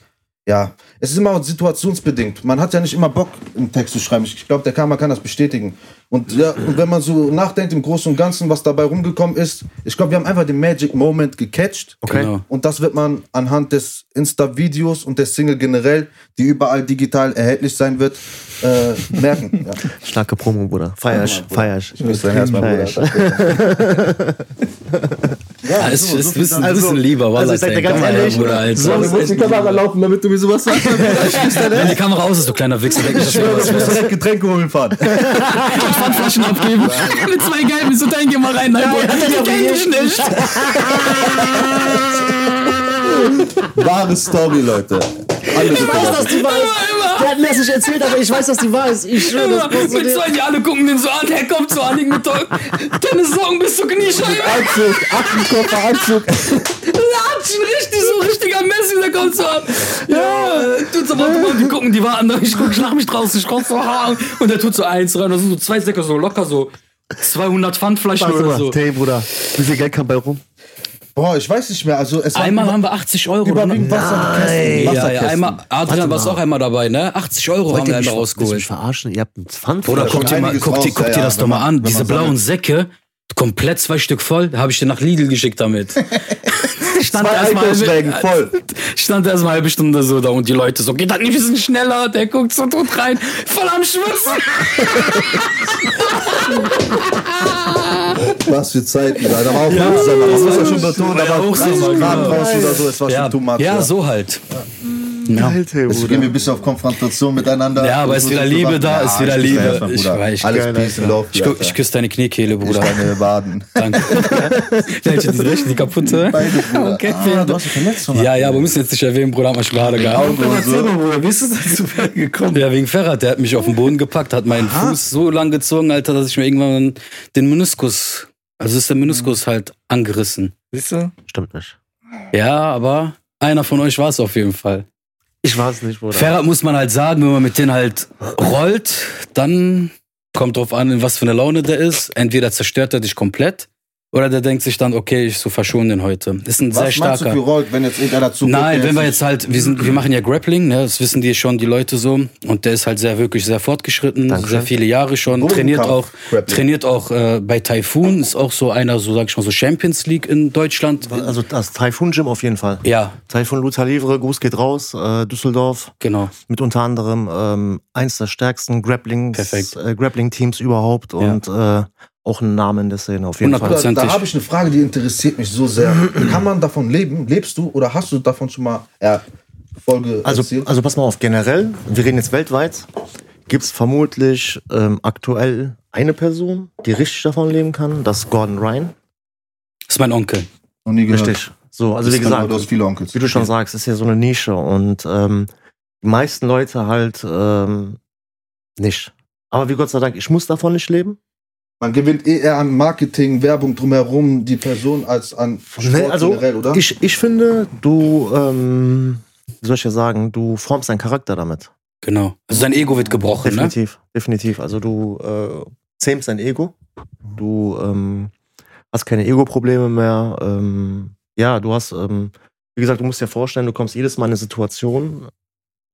[SPEAKER 2] ja, es ist immer situationsbedingt. Man hat ja nicht immer Bock, einen Text zu schreiben. Ich glaube, der Karma kann das bestätigen. Und, ja, und wenn man so nachdenkt im Großen und Ganzen, was dabei rumgekommen ist, ich glaube, wir haben einfach den Magic Moment gecatcht.
[SPEAKER 3] Okay.
[SPEAKER 1] Genau.
[SPEAKER 2] Und das wird man anhand des Insta-Videos und der Single generell, die überall digital erhältlich sein wird, äh, merken. Ja.
[SPEAKER 3] Starke Promo, Bruder. Feier ich, feier ich.
[SPEAKER 2] Ich muss dein Herz, mein
[SPEAKER 3] Feier
[SPEAKER 2] Bruder.
[SPEAKER 3] ich.
[SPEAKER 1] Ja, es ist ein bisschen,
[SPEAKER 3] Also-
[SPEAKER 1] bisschen lieber. Wallah,
[SPEAKER 3] also ich sag dir
[SPEAKER 1] ey,
[SPEAKER 3] ganz
[SPEAKER 1] komm mal her,
[SPEAKER 3] ehrlich,
[SPEAKER 1] Bruder, Alter.
[SPEAKER 3] so-
[SPEAKER 5] muss die Kamera laufen, damit du mir sowas sagst.
[SPEAKER 1] Wenn die Kamera aus ist, du kleiner Wichser, denk ich, dass wir was
[SPEAKER 2] muss direkt Getränke holen fahren.
[SPEAKER 1] mit Pfandflaschen abgeben. mit zwei gelben, so dein geh mal rein. Nein, Bruder, die kenn ich nicht.
[SPEAKER 2] Wahre Story, Leute. Alle
[SPEAKER 3] Ich weiß, dass die wahr
[SPEAKER 1] Immer,
[SPEAKER 3] ist. Der hat mir das nicht erzählt, aber ich weiß, dass die wahr ist. Ich schwöre,
[SPEAKER 1] immer.
[SPEAKER 3] das
[SPEAKER 1] Mit
[SPEAKER 3] kommt so
[SPEAKER 1] zwei, die alle gucken den so an, der kommt so an, mit Tol- deine Sorgen bis zur Kniescheibe.
[SPEAKER 2] Anzug, Aktenkoffer, Anzug.
[SPEAKER 1] Latschen, richtig, so richtiger Messi, der kommt so an. Ja, äh, tut so, warte mal, die gucken, die warten da, ich guck, schlag mich draußen, ich komm so, ha. Und der tut so eins rein, da sind so zwei Säcke, so locker, so 200 Pfandflaschen oder so.
[SPEAKER 3] Hey, Bruder. Wie viel Geld kam bei rum?
[SPEAKER 2] Boah, ich weiß nicht mehr. Also, es war
[SPEAKER 1] Einmal haben wir 80 Euro. ne?
[SPEAKER 2] überwiegend Wasserkästen.
[SPEAKER 1] Ja, ja,
[SPEAKER 2] Wasserkästen.
[SPEAKER 1] einmal, Adrian war es auch einmal dabei, ne? 80 Euro haben wir einmal
[SPEAKER 3] Willst du mich
[SPEAKER 1] rausgeholt.
[SPEAKER 3] verarschen? Ihr habt einen 20
[SPEAKER 1] Oder guck dir, mal,
[SPEAKER 2] einiges
[SPEAKER 1] guck, dir,
[SPEAKER 2] raus,
[SPEAKER 1] guck
[SPEAKER 2] ja,
[SPEAKER 1] dir das
[SPEAKER 2] ja,
[SPEAKER 1] doch
[SPEAKER 2] wenn
[SPEAKER 1] mal
[SPEAKER 2] man-
[SPEAKER 1] an,
[SPEAKER 2] wenn man
[SPEAKER 1] diese blauen Säcke, komplett zwei Stück voll, habe ich dir nach Lidl geschickt damit. stand
[SPEAKER 2] Einkaufswagen voll.
[SPEAKER 1] stand erst mal eine halbe Stunde so da und die Leute so, geht halt nicht ein bisschen schneller, der guckt so tot rein, voll am Schwitzen.
[SPEAKER 2] Was für Zeit, Alter. Da war auch Hochsommer. Man muss ja schon betonen, da war
[SPEAKER 1] Ja, Hochsommer,
[SPEAKER 2] 30 Grad
[SPEAKER 1] genau.
[SPEAKER 2] draußen oder so. Es war schon too much.
[SPEAKER 1] ja, so halt. Ja.
[SPEAKER 2] Jetzt gehen wir ein bisschen auf Konfrontation miteinander.
[SPEAKER 1] Ja, aber
[SPEAKER 2] Und
[SPEAKER 1] ist
[SPEAKER 2] so
[SPEAKER 1] wieder
[SPEAKER 2] sind wir
[SPEAKER 1] Liebe
[SPEAKER 2] wach.
[SPEAKER 1] da, ist
[SPEAKER 2] ich
[SPEAKER 1] wieder
[SPEAKER 2] küsse
[SPEAKER 1] Liebe.
[SPEAKER 2] erstmal,
[SPEAKER 1] Ich
[SPEAKER 2] Bruder.
[SPEAKER 1] weiß,
[SPEAKER 2] Alles Peace and Love.
[SPEAKER 1] Ich, gu- ich küsse deine Kniekehle, Bruder.
[SPEAKER 2] deine Waden.
[SPEAKER 1] Danke. Welche, die rechte, die kaputte?
[SPEAKER 2] Beide, Bruder.
[SPEAKER 1] Okay,
[SPEAKER 2] Ah, du hast eine Verletzung.
[SPEAKER 1] Ja, ja, aber wir müssen jetzt nicht erwähnen, Bruder, hat mal Schokolade gehabt.
[SPEAKER 2] Augen und so.
[SPEAKER 4] Bruder, wie ist es dazu gekommen?
[SPEAKER 1] Ja, wegen Ferrat, der hat mich auf den Boden gepackt, hat meinen Fuß so lang gezogen, Alter, dass ich mir irgendwann den Meniskus, also ist der
[SPEAKER 2] Mhm.
[SPEAKER 1] Meniskus halt angerissen.
[SPEAKER 4] Siehst du?
[SPEAKER 3] Stimmt nicht.
[SPEAKER 1] Ja, aber einer von euch war es auf jeden Fall.
[SPEAKER 3] Ich war es nicht, Bruder.
[SPEAKER 1] Ferrat muss man halt sagen, wenn man mit denen halt rollt, dann kommt drauf an, in was für eine Laune der ist. Entweder zerstört er dich komplett oder der denkt sich dann, okay, ich so verschone den heute. Ist ein sehr
[SPEAKER 2] Was meinst du
[SPEAKER 1] starker.
[SPEAKER 2] für Rollt, wenn jetzt irgendeiner zu
[SPEAKER 1] Nein, wenn wir jetzt halt, wir, sind, wir machen ja Grappling, ne? das wissen die schon, die Leute so. Und der ist halt sehr, wirklich sehr fortgeschritten,
[SPEAKER 3] Dankeschön.
[SPEAKER 1] sehr viele Jahre schon.
[SPEAKER 2] Bodenkampf,
[SPEAKER 1] trainiert auch,
[SPEAKER 2] Grappling.
[SPEAKER 1] trainiert auch äh, bei Typhoon, ist auch so einer, so sag ich mal, so Champions League in Deutschland.
[SPEAKER 3] Also das Typhoon Gym auf jeden Fall.
[SPEAKER 1] Ja,
[SPEAKER 3] Typhoon Luta Livre, Gruß geht raus, äh, Düsseldorf.
[SPEAKER 1] genau.
[SPEAKER 3] Mit unter anderem ähm, eins der stärksten Grapplings,
[SPEAKER 1] Perfekt.
[SPEAKER 3] äh, Grappling-Teams überhaupt und äh, auch ein Name in der Szene auf jeden
[SPEAKER 1] 100%.
[SPEAKER 3] Fall.
[SPEAKER 2] Da, da
[SPEAKER 1] Prozentig.
[SPEAKER 2] habe ich eine Frage, die interessiert mich so sehr. Kann man davon leben? Lebst du oder hast du davon schon mal ja, Folge
[SPEAKER 3] Also,
[SPEAKER 2] erzielt?
[SPEAKER 3] also pass mal auf, generell, wir reden jetzt weltweit, gibt es vermutlich ähm, aktuell eine Person, die richtig davon leben kann, das ist Gordon Ryan.
[SPEAKER 1] Das ist mein Onkel.
[SPEAKER 2] Noch nie gehört.
[SPEAKER 3] Richtig. So, also wie
[SPEAKER 2] Das kann aber,
[SPEAKER 3] gesagt,
[SPEAKER 2] Du hast viele Onkels.
[SPEAKER 3] wie du schon sagst, ist ja so eine Nische und ähm, die meisten Leute halt ähm, nicht. Aber wie Gott sei Dank, ich muss davon nicht leben.
[SPEAKER 2] Man gewinnt eh eher an Marketing, Werbung drumherum, die Person als an Sport
[SPEAKER 3] Nee, also,
[SPEAKER 2] generell, oder?
[SPEAKER 3] Ich, ich finde, du, ähm, wie soll ich ja sagen, du formst deinen Charakter damit.
[SPEAKER 1] Genau. Also sein Ego wird gebrochen, ne?
[SPEAKER 3] Definitiv, definitiv. Also du äh, zähmst dein Ego, du ähm, hast keine Ego-Probleme mehr. Ähm, ja, du hast, ähm, wie gesagt, du musst dir vorstellen, du kommst jedes Mal in eine Situation,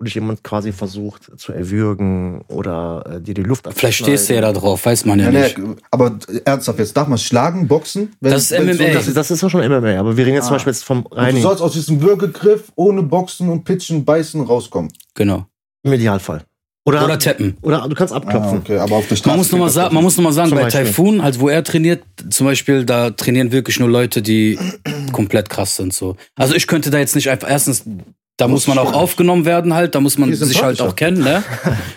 [SPEAKER 3] und dich jemand quasi versucht zu erwürgen oder äh, dir die Luft
[SPEAKER 1] Vielleicht stehst du ja da drauf, weiß man ja
[SPEAKER 2] Ja,
[SPEAKER 1] nicht.
[SPEAKER 2] nee, aber ernsthaft jetzt, darf man schlagen, boxen? Wenn,
[SPEAKER 1] Das ist
[SPEAKER 2] wenn
[SPEAKER 1] MMA.
[SPEAKER 3] Das, das ist ja schon MMA, aber wir reden
[SPEAKER 1] Ah.
[SPEAKER 3] jetzt zum Beispiel jetzt vom
[SPEAKER 2] So, Also du
[SPEAKER 3] reinen
[SPEAKER 2] sollst aus diesem Würgegriff ohne Boxen und Pitchen, Beißen rauskommen.
[SPEAKER 1] Genau.
[SPEAKER 3] im Idealfall. Oder,
[SPEAKER 1] Oder tappen.
[SPEAKER 3] oder du kannst
[SPEAKER 2] Ah,
[SPEAKER 3] abklopfen.
[SPEAKER 2] okay, aber auf der Straße.
[SPEAKER 1] Man muss nochmal
[SPEAKER 2] geht das
[SPEAKER 1] sagen, man muss noch mal sagen
[SPEAKER 3] Zum
[SPEAKER 1] bei
[SPEAKER 3] Beispiel.
[SPEAKER 1] Typhoon, halt wo er trainiert, zum Beispiel, da trainieren wirklich nur Leute, die komplett krass sind. So. Also ich könnte da jetzt nicht einfach, erstens, da muss man auch aufgenommen werden halt, da muss man
[SPEAKER 2] Viel
[SPEAKER 1] sich halt auch kennen, ne?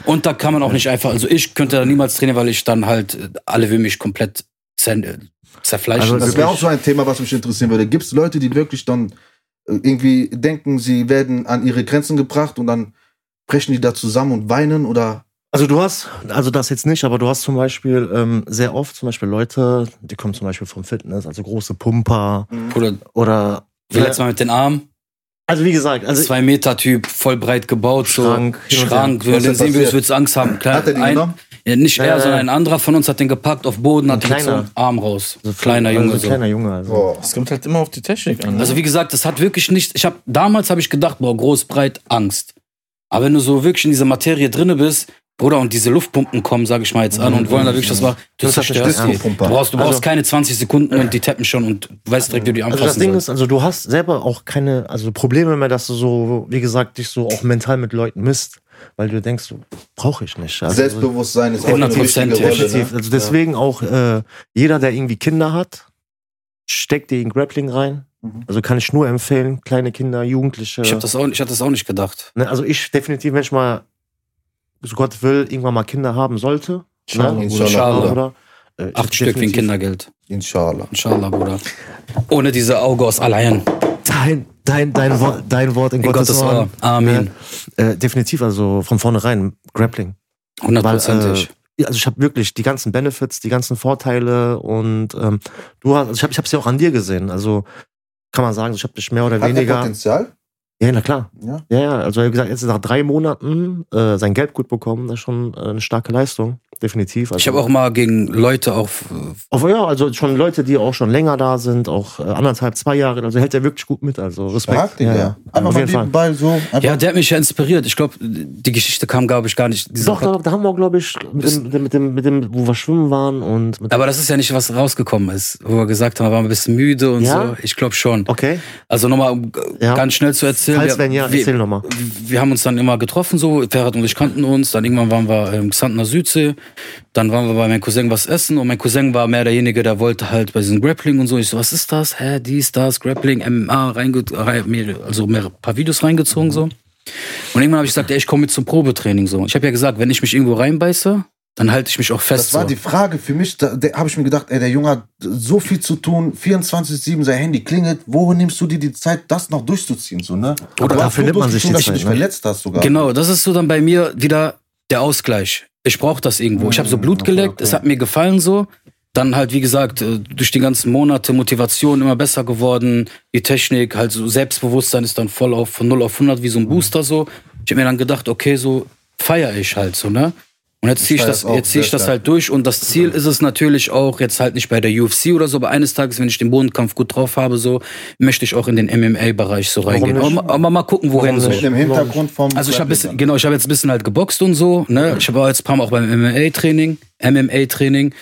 [SPEAKER 1] Und da kann man auch nicht einfach, also ich könnte da niemals trainieren, weil ich dann halt, äh, alle will mich komplett zer äh, zerfleischen.
[SPEAKER 2] Also,
[SPEAKER 1] Also
[SPEAKER 2] Das wäre auch so ein Thema, was mich interessieren würde. Gibt es Leute, die wirklich dann äh, irgendwie denken, sie werden an ihre Grenzen gebracht und dann brechen die da zusammen und weinen oder
[SPEAKER 3] Also du hast, also das jetzt nicht, aber du hast zum Beispiel ähm, sehr oft zum Beispiel Leute, die kommen zum Beispiel vom Fitness, also große Pumper
[SPEAKER 1] Oder
[SPEAKER 3] oder
[SPEAKER 1] vielleicht mal mit den Armen,
[SPEAKER 3] also wie gesagt, also
[SPEAKER 1] zwei Meter Typ, voll breit gebaut, so
[SPEAKER 3] Schrank, hin und her.
[SPEAKER 1] Schrank, wenn
[SPEAKER 2] Was
[SPEAKER 1] du den
[SPEAKER 2] ist
[SPEAKER 1] sehen würdest,
[SPEAKER 2] passiert?
[SPEAKER 1] würdest du Angst haben. Klar,
[SPEAKER 2] hat er die
[SPEAKER 1] ein,
[SPEAKER 2] genommen?
[SPEAKER 1] Ja, nicht
[SPEAKER 3] Ja,
[SPEAKER 1] er,
[SPEAKER 3] ja,
[SPEAKER 1] sondern
[SPEAKER 3] ja.
[SPEAKER 1] ein anderer von uns hat den gepackt auf Boden, hat
[SPEAKER 3] Ein
[SPEAKER 1] ihn so
[SPEAKER 3] kleiner.
[SPEAKER 1] einen Arm raus.
[SPEAKER 3] so
[SPEAKER 1] kleiner
[SPEAKER 3] also
[SPEAKER 1] Junge.
[SPEAKER 3] ein
[SPEAKER 1] So.
[SPEAKER 3] kleiner Junge, also.
[SPEAKER 2] Boah.
[SPEAKER 4] Es kommt halt immer auf die Technik an. ne?
[SPEAKER 1] Also wie gesagt, das hat wirklich nicht. Ich habe damals habe ich gedacht, boah, groß, breit, Angst. Aber wenn du so wirklich in dieser Materie drinne bist, Bruder, und diese Luftpumpen kommen, sag ich mal jetzt
[SPEAKER 3] Mhm.
[SPEAKER 1] an, und wollen da wirklich was machen, du
[SPEAKER 3] Das ist
[SPEAKER 1] zerstörst
[SPEAKER 3] das
[SPEAKER 1] die. Du
[SPEAKER 2] Disco-Pumper.
[SPEAKER 1] brauchst, du brauchst
[SPEAKER 3] halt Also-
[SPEAKER 1] keine 20 Sekunden und die tappen schon und du weißt direkt, wie du die
[SPEAKER 3] Also
[SPEAKER 1] anfassen
[SPEAKER 3] das Ding
[SPEAKER 1] sollst.
[SPEAKER 3] ist, also du hast selber auch keine also Probleme mehr, dass du so, wie gesagt, dich so auch mental mit Leuten misst, weil du denkst, so, brauche ich nicht. Also,
[SPEAKER 2] Selbstbewusstsein ist auch eine wichtige
[SPEAKER 1] Hundertprozentig.
[SPEAKER 2] Rolle.
[SPEAKER 3] definitiv.
[SPEAKER 2] Ne?
[SPEAKER 3] Also deswegen auch äh, jeder, der irgendwie Kinder hat, steckt die in Grappling rein. Also kann ich nur empfehlen, kleine Kinder, Jugendliche.
[SPEAKER 1] Ich habe das, auch- ich hab das auch nicht gedacht.
[SPEAKER 3] Ne, also ich definitiv, wenn ich mal, so Gott will, irgendwann mal Kinder haben sollte. ne?
[SPEAKER 2] Inshallah, Bruder.
[SPEAKER 1] Inshallah.
[SPEAKER 3] Oder, äh, ich
[SPEAKER 1] Acht Stück wegen
[SPEAKER 3] definitiv-
[SPEAKER 1] Kindergeld.
[SPEAKER 2] Inshallah.
[SPEAKER 1] Inshallah, Bruder. Ohne diese Auge aus allein.
[SPEAKER 3] Dein, dein, dein, Wort, dein Wort in,
[SPEAKER 1] In
[SPEAKER 3] Gottes,
[SPEAKER 1] Gottes Ohr.
[SPEAKER 3] Ohren.
[SPEAKER 1] Amen.
[SPEAKER 3] Ne, äh, definitiv, also von vornherein Grappling. Weil,
[SPEAKER 1] Hundertprozentig.
[SPEAKER 3] äh, ja, also ich habe wirklich die ganzen Benefits, die ganzen Vorteile und ähm, du hast, also ich habe ich hab's ja auch an dir gesehen. Also kann man sagen, ich habe dich mehr oder
[SPEAKER 2] Hat er
[SPEAKER 3] weniger.
[SPEAKER 2] Potenzial?
[SPEAKER 3] Ja, na klar.
[SPEAKER 2] Ja.
[SPEAKER 3] Ja, ja. Also er hat gesagt, jetzt nach drei Monaten äh, sein Geld gut bekommen, das ist schon äh, eine starke Leistung, definitiv. Also,
[SPEAKER 1] Ich habe auch mal gegen Leute auf äh,
[SPEAKER 3] Auf, ja, also schon Leute, die auch schon länger da sind, auch äh, anderthalb, zwei Jahre, also hält er wirklich gut mit, also Respekt.
[SPEAKER 2] Stark, Digga.
[SPEAKER 3] ja, ja.
[SPEAKER 2] Einfach
[SPEAKER 3] Auf
[SPEAKER 2] mal
[SPEAKER 3] jeden Fall.
[SPEAKER 2] nebenbei so. Einfach
[SPEAKER 1] Ja, der hat mich ja inspiriert. Ich glaube, die Geschichte kam, glaube ich, gar nicht. dieser
[SPEAKER 3] Doch, doch, da haben wir, glaube ich, mit dem, mit, dem, mit, dem, mit dem, wo wir schwimmen waren und mit
[SPEAKER 1] Aber das ist ja nicht, was rausgekommen ist, wo wir gesagt haben, wir waren ein bisschen müde und
[SPEAKER 3] Ja?
[SPEAKER 1] so. Ich glaube schon.
[SPEAKER 3] Okay.
[SPEAKER 1] Also nochmal, um äh,
[SPEAKER 3] Ja.
[SPEAKER 1] ganz schnell zu erzählen.
[SPEAKER 3] Falls wenn ja, erzähl nochmal.
[SPEAKER 1] Wir haben uns dann immer getroffen, so, Ferhat und ich kannten uns, dann irgendwann waren wir im Xantener Südsee, dann waren wir bei meinem Cousin was essen und mein Cousin war mehr derjenige, der wollte halt bei diesem Grappling und so. Ich so, was ist das? Hä, dies, das, Grappling, MMA, reinge rein, mir- also mehr paar Videos reingezogen so. Und irgendwann habe ich gesagt, ey, ich komme mit zum Probetraining so. Ich habe ja gesagt, wenn ich mich irgendwo reinbeiße, dann halte ich mich auch fest.
[SPEAKER 2] Das war
[SPEAKER 1] so.
[SPEAKER 2] die Frage für mich, da, da habe ich mir gedacht, ey, der Junge hat so viel zu tun, 24-7, sein Handy klingelt, wo nimmst du dir die Zeit, das noch durchzuziehen, so, ne?
[SPEAKER 3] Aber
[SPEAKER 2] Du
[SPEAKER 3] dafür
[SPEAKER 2] hast so
[SPEAKER 3] nimmt man sich die
[SPEAKER 2] durchgezogen, dass du
[SPEAKER 3] Zeit,
[SPEAKER 2] dich
[SPEAKER 3] ne?
[SPEAKER 2] verletzt hast sogar.
[SPEAKER 1] Genau, das ist so dann bei mir wieder der Ausgleich. Ich brauche das irgendwo. Ich habe
[SPEAKER 2] Mhm,
[SPEAKER 1] so Blut geleckt, es hat mir gefallen so. Dann halt, wie gesagt, äh, durch die ganzen Monate Motivation immer besser geworden. Die Technik, halt so Selbstbewusstsein ist dann voll auf, von 0 auf 100 wie so
[SPEAKER 2] Mhm.
[SPEAKER 1] ein Booster so. Ich habe mir dann gedacht, okay, so feiere ich halt so, ne? Und jetzt ziehe ich,
[SPEAKER 2] feier
[SPEAKER 1] das,
[SPEAKER 2] das auch
[SPEAKER 1] jetzt zieh ich
[SPEAKER 2] sehr
[SPEAKER 1] das
[SPEAKER 2] stark. Mhm.
[SPEAKER 1] halt durch. Und das Ziel ist es natürlich auch, jetzt halt nicht bei der UFC oder so, aber eines Tages, wenn ich den Bodenkampf gut drauf habe, so, möchte ich auch in den MMA-Bereich so reingehen.
[SPEAKER 3] nicht?
[SPEAKER 1] Aber, aber mal gucken, wohin so.
[SPEAKER 2] Also Mit dem Hintergrund vom.
[SPEAKER 1] Also ich habe bisschen, genau, ich habe jetzt ein bisschen halt geboxt und so. Ne? Ich war jetzt ein paar Mal auch beim MMA-Training. MMA-Training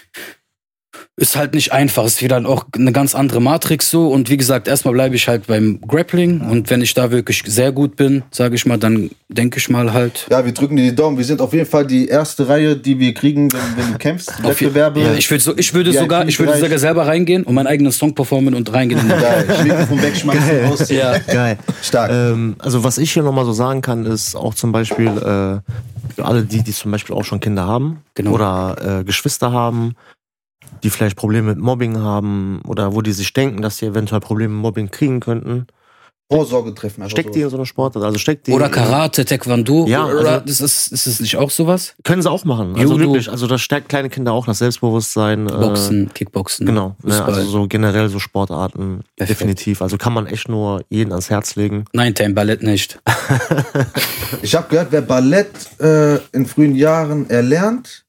[SPEAKER 1] ist halt nicht einfach. Ist wieder auch eine ganz andere Matrix so. Und wie gesagt, erstmal bleibe ich halt beim Grappling. Und wenn ich da wirklich sehr gut bin, sage ich mal, dann denke ich mal halt.
[SPEAKER 2] Ja, wir drücken dir die Daumen. Wir sind auf jeden Fall die erste Reihe, die wir kriegen, wenn, wenn du kämpfst. Wettbewerbe.
[SPEAKER 1] Ja, ich, würd so, ich würde
[SPEAKER 2] Ja,
[SPEAKER 1] sogar, ich würde
[SPEAKER 2] vielleicht.
[SPEAKER 1] sogar selber reingehen und meinen eigenen Song performen und reingehen. In den
[SPEAKER 2] Geil. Mikrofon wegschmeißen, rausziehen.
[SPEAKER 1] Ja.
[SPEAKER 3] Geil.
[SPEAKER 2] Stark.
[SPEAKER 3] Ähm, also was ich hier nochmal so sagen kann, ist auch zum Beispiel äh, für alle die, die zum Beispiel auch schon Kinder haben
[SPEAKER 1] Genau.
[SPEAKER 3] oder äh, Geschwister haben, die vielleicht Probleme mit Mobbing haben oder wo die sich denken, dass sie eventuell Probleme mit Mobbing kriegen könnten,
[SPEAKER 2] Vorsorge treffen. einfach
[SPEAKER 3] steckt die in so eine Sportart. Also steckt die
[SPEAKER 1] oder Karate, Taekwondo.
[SPEAKER 3] Ja, also-
[SPEAKER 1] oder das ist, ist das nicht auch sowas?
[SPEAKER 3] Können sie auch machen. Also
[SPEAKER 1] Judo.
[SPEAKER 3] wirklich, also das stärkt kleine Kinder auch das Selbstbewusstsein. Äh,
[SPEAKER 1] Boxen, Kickboxen.
[SPEAKER 3] Genau, ne,
[SPEAKER 1] Fußball.
[SPEAKER 3] also so generell so Sportarten,
[SPEAKER 1] Perfekt.
[SPEAKER 3] definitiv. Also kann man echt nur jeden ans Herz legen.
[SPEAKER 1] Nein, Time Ballett nicht.
[SPEAKER 2] Ich habe gehört, wer Ballett äh, in frühen Jahren erlernt,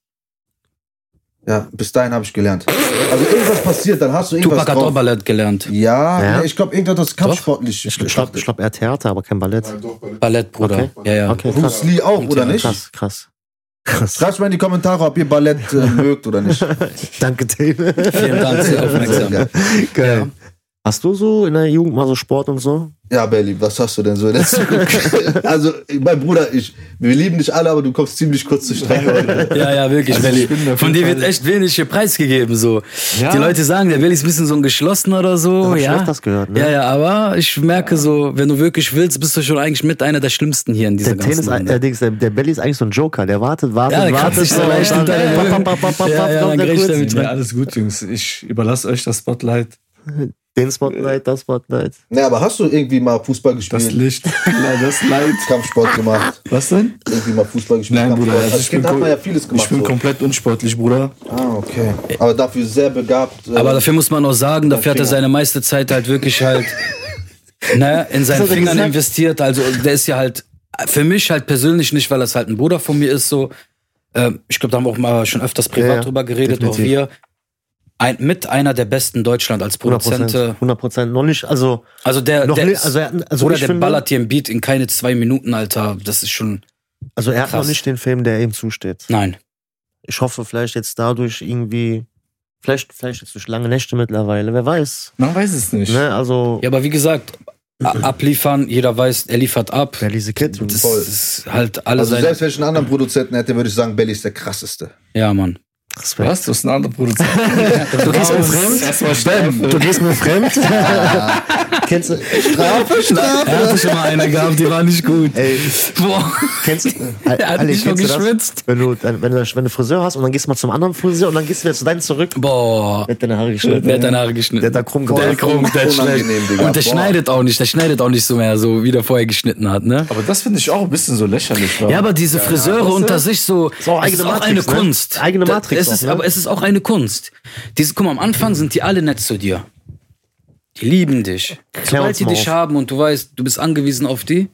[SPEAKER 2] Ja, bis dahin habe ich gelernt. Also irgendwas passiert, dann hast du irgendwas
[SPEAKER 1] Tupac hat auch
[SPEAKER 2] drauf.
[SPEAKER 1] Ballett gelernt.
[SPEAKER 2] Ja,
[SPEAKER 3] Ja.
[SPEAKER 2] nee, ich glaube, irgendetwas kampfsportlich.
[SPEAKER 3] Ich glaube, glaub, er hat Theater, aber kein Ballett.
[SPEAKER 1] Ballett, Bruder.
[SPEAKER 3] Okay.
[SPEAKER 1] Ja, ja.
[SPEAKER 3] Okay,
[SPEAKER 2] Bruce
[SPEAKER 3] krass.
[SPEAKER 2] Lee auch, oder nicht?
[SPEAKER 3] Krass, krass.
[SPEAKER 2] Schreibt mal in die Kommentare, ob ihr Ballett äh, mögt oder nicht.
[SPEAKER 3] Danke, Dave.
[SPEAKER 1] Vielen Dank, sehr aufmerksam.
[SPEAKER 3] Geil. Hast du so in der Jugend mal so Sport und so?
[SPEAKER 2] Ja, Bailey, was hast du denn so? in der Zukunft? also, mein Bruder, ich, wir lieben dich alle, aber du kommst ziemlich kurz zur Strecke. heute.
[SPEAKER 1] Ja, ja, wirklich,
[SPEAKER 3] Also
[SPEAKER 1] Belly.
[SPEAKER 4] bin auf
[SPEAKER 1] Von
[SPEAKER 4] jeden
[SPEAKER 1] dir wird echt wenig hier preisgegeben, so. Die Leute sagen, der Belly ist ein bisschen so ein geschlossener oder so,
[SPEAKER 3] hab ich schon
[SPEAKER 1] ja.
[SPEAKER 3] öfters gehört, ne?
[SPEAKER 1] Ja, ja, aber ich merke so, wenn du wirklich willst, bist du schon eigentlich mit einer der Schlimmsten hier in dieser
[SPEAKER 3] Der Tennis, äh,
[SPEAKER 1] ganzen Runde.
[SPEAKER 3] allerdings, der, der Belly ist eigentlich so ein Joker. Der wartet, wartet,
[SPEAKER 1] Ja, der kann
[SPEAKER 3] wartet.
[SPEAKER 1] sich so
[SPEAKER 3] und
[SPEAKER 1] leicht
[SPEAKER 3] dann-
[SPEAKER 1] hinterher-
[SPEAKER 3] papp, papp, papp, papp,
[SPEAKER 1] Ja, ja,
[SPEAKER 3] kommt
[SPEAKER 1] dann
[SPEAKER 3] der
[SPEAKER 1] gerechnet
[SPEAKER 3] kurz.
[SPEAKER 1] damit.
[SPEAKER 6] Ja, alles gut, Jungs. Ich überlasse euch das Spotlight,
[SPEAKER 3] Den Spotlight, das Spotlight.
[SPEAKER 2] naja, aber hast du irgendwie mal Fußball
[SPEAKER 6] das
[SPEAKER 2] gespielt?
[SPEAKER 6] Licht, das Light.
[SPEAKER 2] Kampfsport gemacht?
[SPEAKER 6] Was denn?
[SPEAKER 2] Irgendwie mal Fußball gespielt?
[SPEAKER 4] Nein,
[SPEAKER 2] Kampfsport?
[SPEAKER 4] Bruder, also
[SPEAKER 2] Als
[SPEAKER 4] ich
[SPEAKER 2] Kind
[SPEAKER 4] bin
[SPEAKER 2] hat man
[SPEAKER 4] kom-
[SPEAKER 2] ja vieles
[SPEAKER 4] Ich
[SPEAKER 2] gemacht.
[SPEAKER 4] bin
[SPEAKER 2] so.
[SPEAKER 4] komplett unsportlich, Bruder.
[SPEAKER 2] Ah, okay. Aber dafür sehr begabt. äh,
[SPEAKER 1] Aber dafür muss man auch sagen, dafür hat er
[SPEAKER 2] Finger.
[SPEAKER 1] seine meiste Zeit halt wirklich halt ne, in seinen
[SPEAKER 3] hat er
[SPEAKER 1] Fingern
[SPEAKER 3] gesagt?
[SPEAKER 1] investiert. Also der ist ja halt für mich halt persönlich nicht, weil das halt ein Bruder von mir ist so. Ähm, ich glaube, da haben wir auch mal schon öfters privat
[SPEAKER 3] Ja, ja,
[SPEAKER 1] drüber geredet,
[SPEAKER 3] definitiv.
[SPEAKER 1] auch wir. Ein, mit einer der besten Deutschland als
[SPEAKER 3] 100
[SPEAKER 1] Produzent. äh,
[SPEAKER 3] 100 Prozent. Noch nicht, also,
[SPEAKER 1] Also der,
[SPEAKER 3] noch
[SPEAKER 1] der
[SPEAKER 3] nicht,
[SPEAKER 1] ist-
[SPEAKER 3] also, er hat- also
[SPEAKER 1] oder
[SPEAKER 3] ich
[SPEAKER 1] der
[SPEAKER 3] finde,
[SPEAKER 1] ballert dir ein Beat in keine zwei Minuten, Alter. Das ist schon.
[SPEAKER 3] Also er hat
[SPEAKER 1] Krass.
[SPEAKER 3] noch nicht den Film, der ihm zusteht.
[SPEAKER 1] Nein.
[SPEAKER 3] Ich hoffe vielleicht jetzt dadurch irgendwie, vielleicht, vielleicht jetzt durch lange Nächte mittlerweile, wer weiß.
[SPEAKER 6] Man weiß es nicht.
[SPEAKER 3] Ne? Also
[SPEAKER 1] Ja, aber wie gesagt, a-
[SPEAKER 3] Mhm.
[SPEAKER 1] abliefern, jeder weiß, er liefert ab.
[SPEAKER 3] Belly the Kid.
[SPEAKER 1] Das
[SPEAKER 2] Voll.
[SPEAKER 1] ist halt alles
[SPEAKER 2] also
[SPEAKER 1] sein.
[SPEAKER 2] selbst wenn ich einen anderen Produzenten hätte, würde ich sagen, Belly ist der krasseste.
[SPEAKER 1] Ja, Mann.
[SPEAKER 3] Respekt.
[SPEAKER 6] Was? Du bist ein anderer Produzent. Genau.
[SPEAKER 3] Also Du gehst mir
[SPEAKER 6] Erstmal
[SPEAKER 3] fremd. Du gehst mir fremd. kennst du,
[SPEAKER 1] Er hatte schon mal eine gehabt, die war nicht gut.
[SPEAKER 3] ey,
[SPEAKER 1] Boah.
[SPEAKER 3] kennst du,
[SPEAKER 1] Er hat
[SPEAKER 3] Ali,
[SPEAKER 1] nicht nur
[SPEAKER 3] kennst du das?
[SPEAKER 1] geschwitzt.
[SPEAKER 3] Wenn du, wenn, du, wenn du Friseur hast und dann gehst du mal zum anderen Friseur und dann gehst du wieder zu deinem zurück.
[SPEAKER 1] Boah.
[SPEAKER 3] Der hat deine Haare geschnitten.
[SPEAKER 1] Der hat deine Haare
[SPEAKER 3] Der
[SPEAKER 1] geschnitten.
[SPEAKER 3] hat da krumm
[SPEAKER 1] Der
[SPEAKER 3] gemacht.
[SPEAKER 1] krumm, der ist
[SPEAKER 2] Unangenehm,
[SPEAKER 1] schlecht.
[SPEAKER 2] Digga.
[SPEAKER 1] Und der
[SPEAKER 2] Boah.
[SPEAKER 1] schneidet auch nicht, der schneidet auch nicht so mehr, so wie der vorher geschnitten hat, ne?
[SPEAKER 6] Aber das finde ich auch ein bisschen so lächerlich.
[SPEAKER 1] Ja, aber diese Friseure unter sich so,
[SPEAKER 3] Ist auch
[SPEAKER 1] es
[SPEAKER 3] eigene
[SPEAKER 1] ist auch
[SPEAKER 3] Matrix,
[SPEAKER 1] eine
[SPEAKER 3] ne?
[SPEAKER 1] Kunst.
[SPEAKER 3] Eigene
[SPEAKER 1] Da-
[SPEAKER 3] Matrix
[SPEAKER 1] Es ist,
[SPEAKER 3] auch, ne?
[SPEAKER 1] Aber es ist auch eine Kunst. Diese, guck mal, am Anfang sind die alle nett zu dir. Die lieben dich. Sobald
[SPEAKER 3] uns
[SPEAKER 1] die
[SPEAKER 3] mal
[SPEAKER 1] dich
[SPEAKER 3] auf.
[SPEAKER 1] haben und du weißt, du bist angewiesen auf die,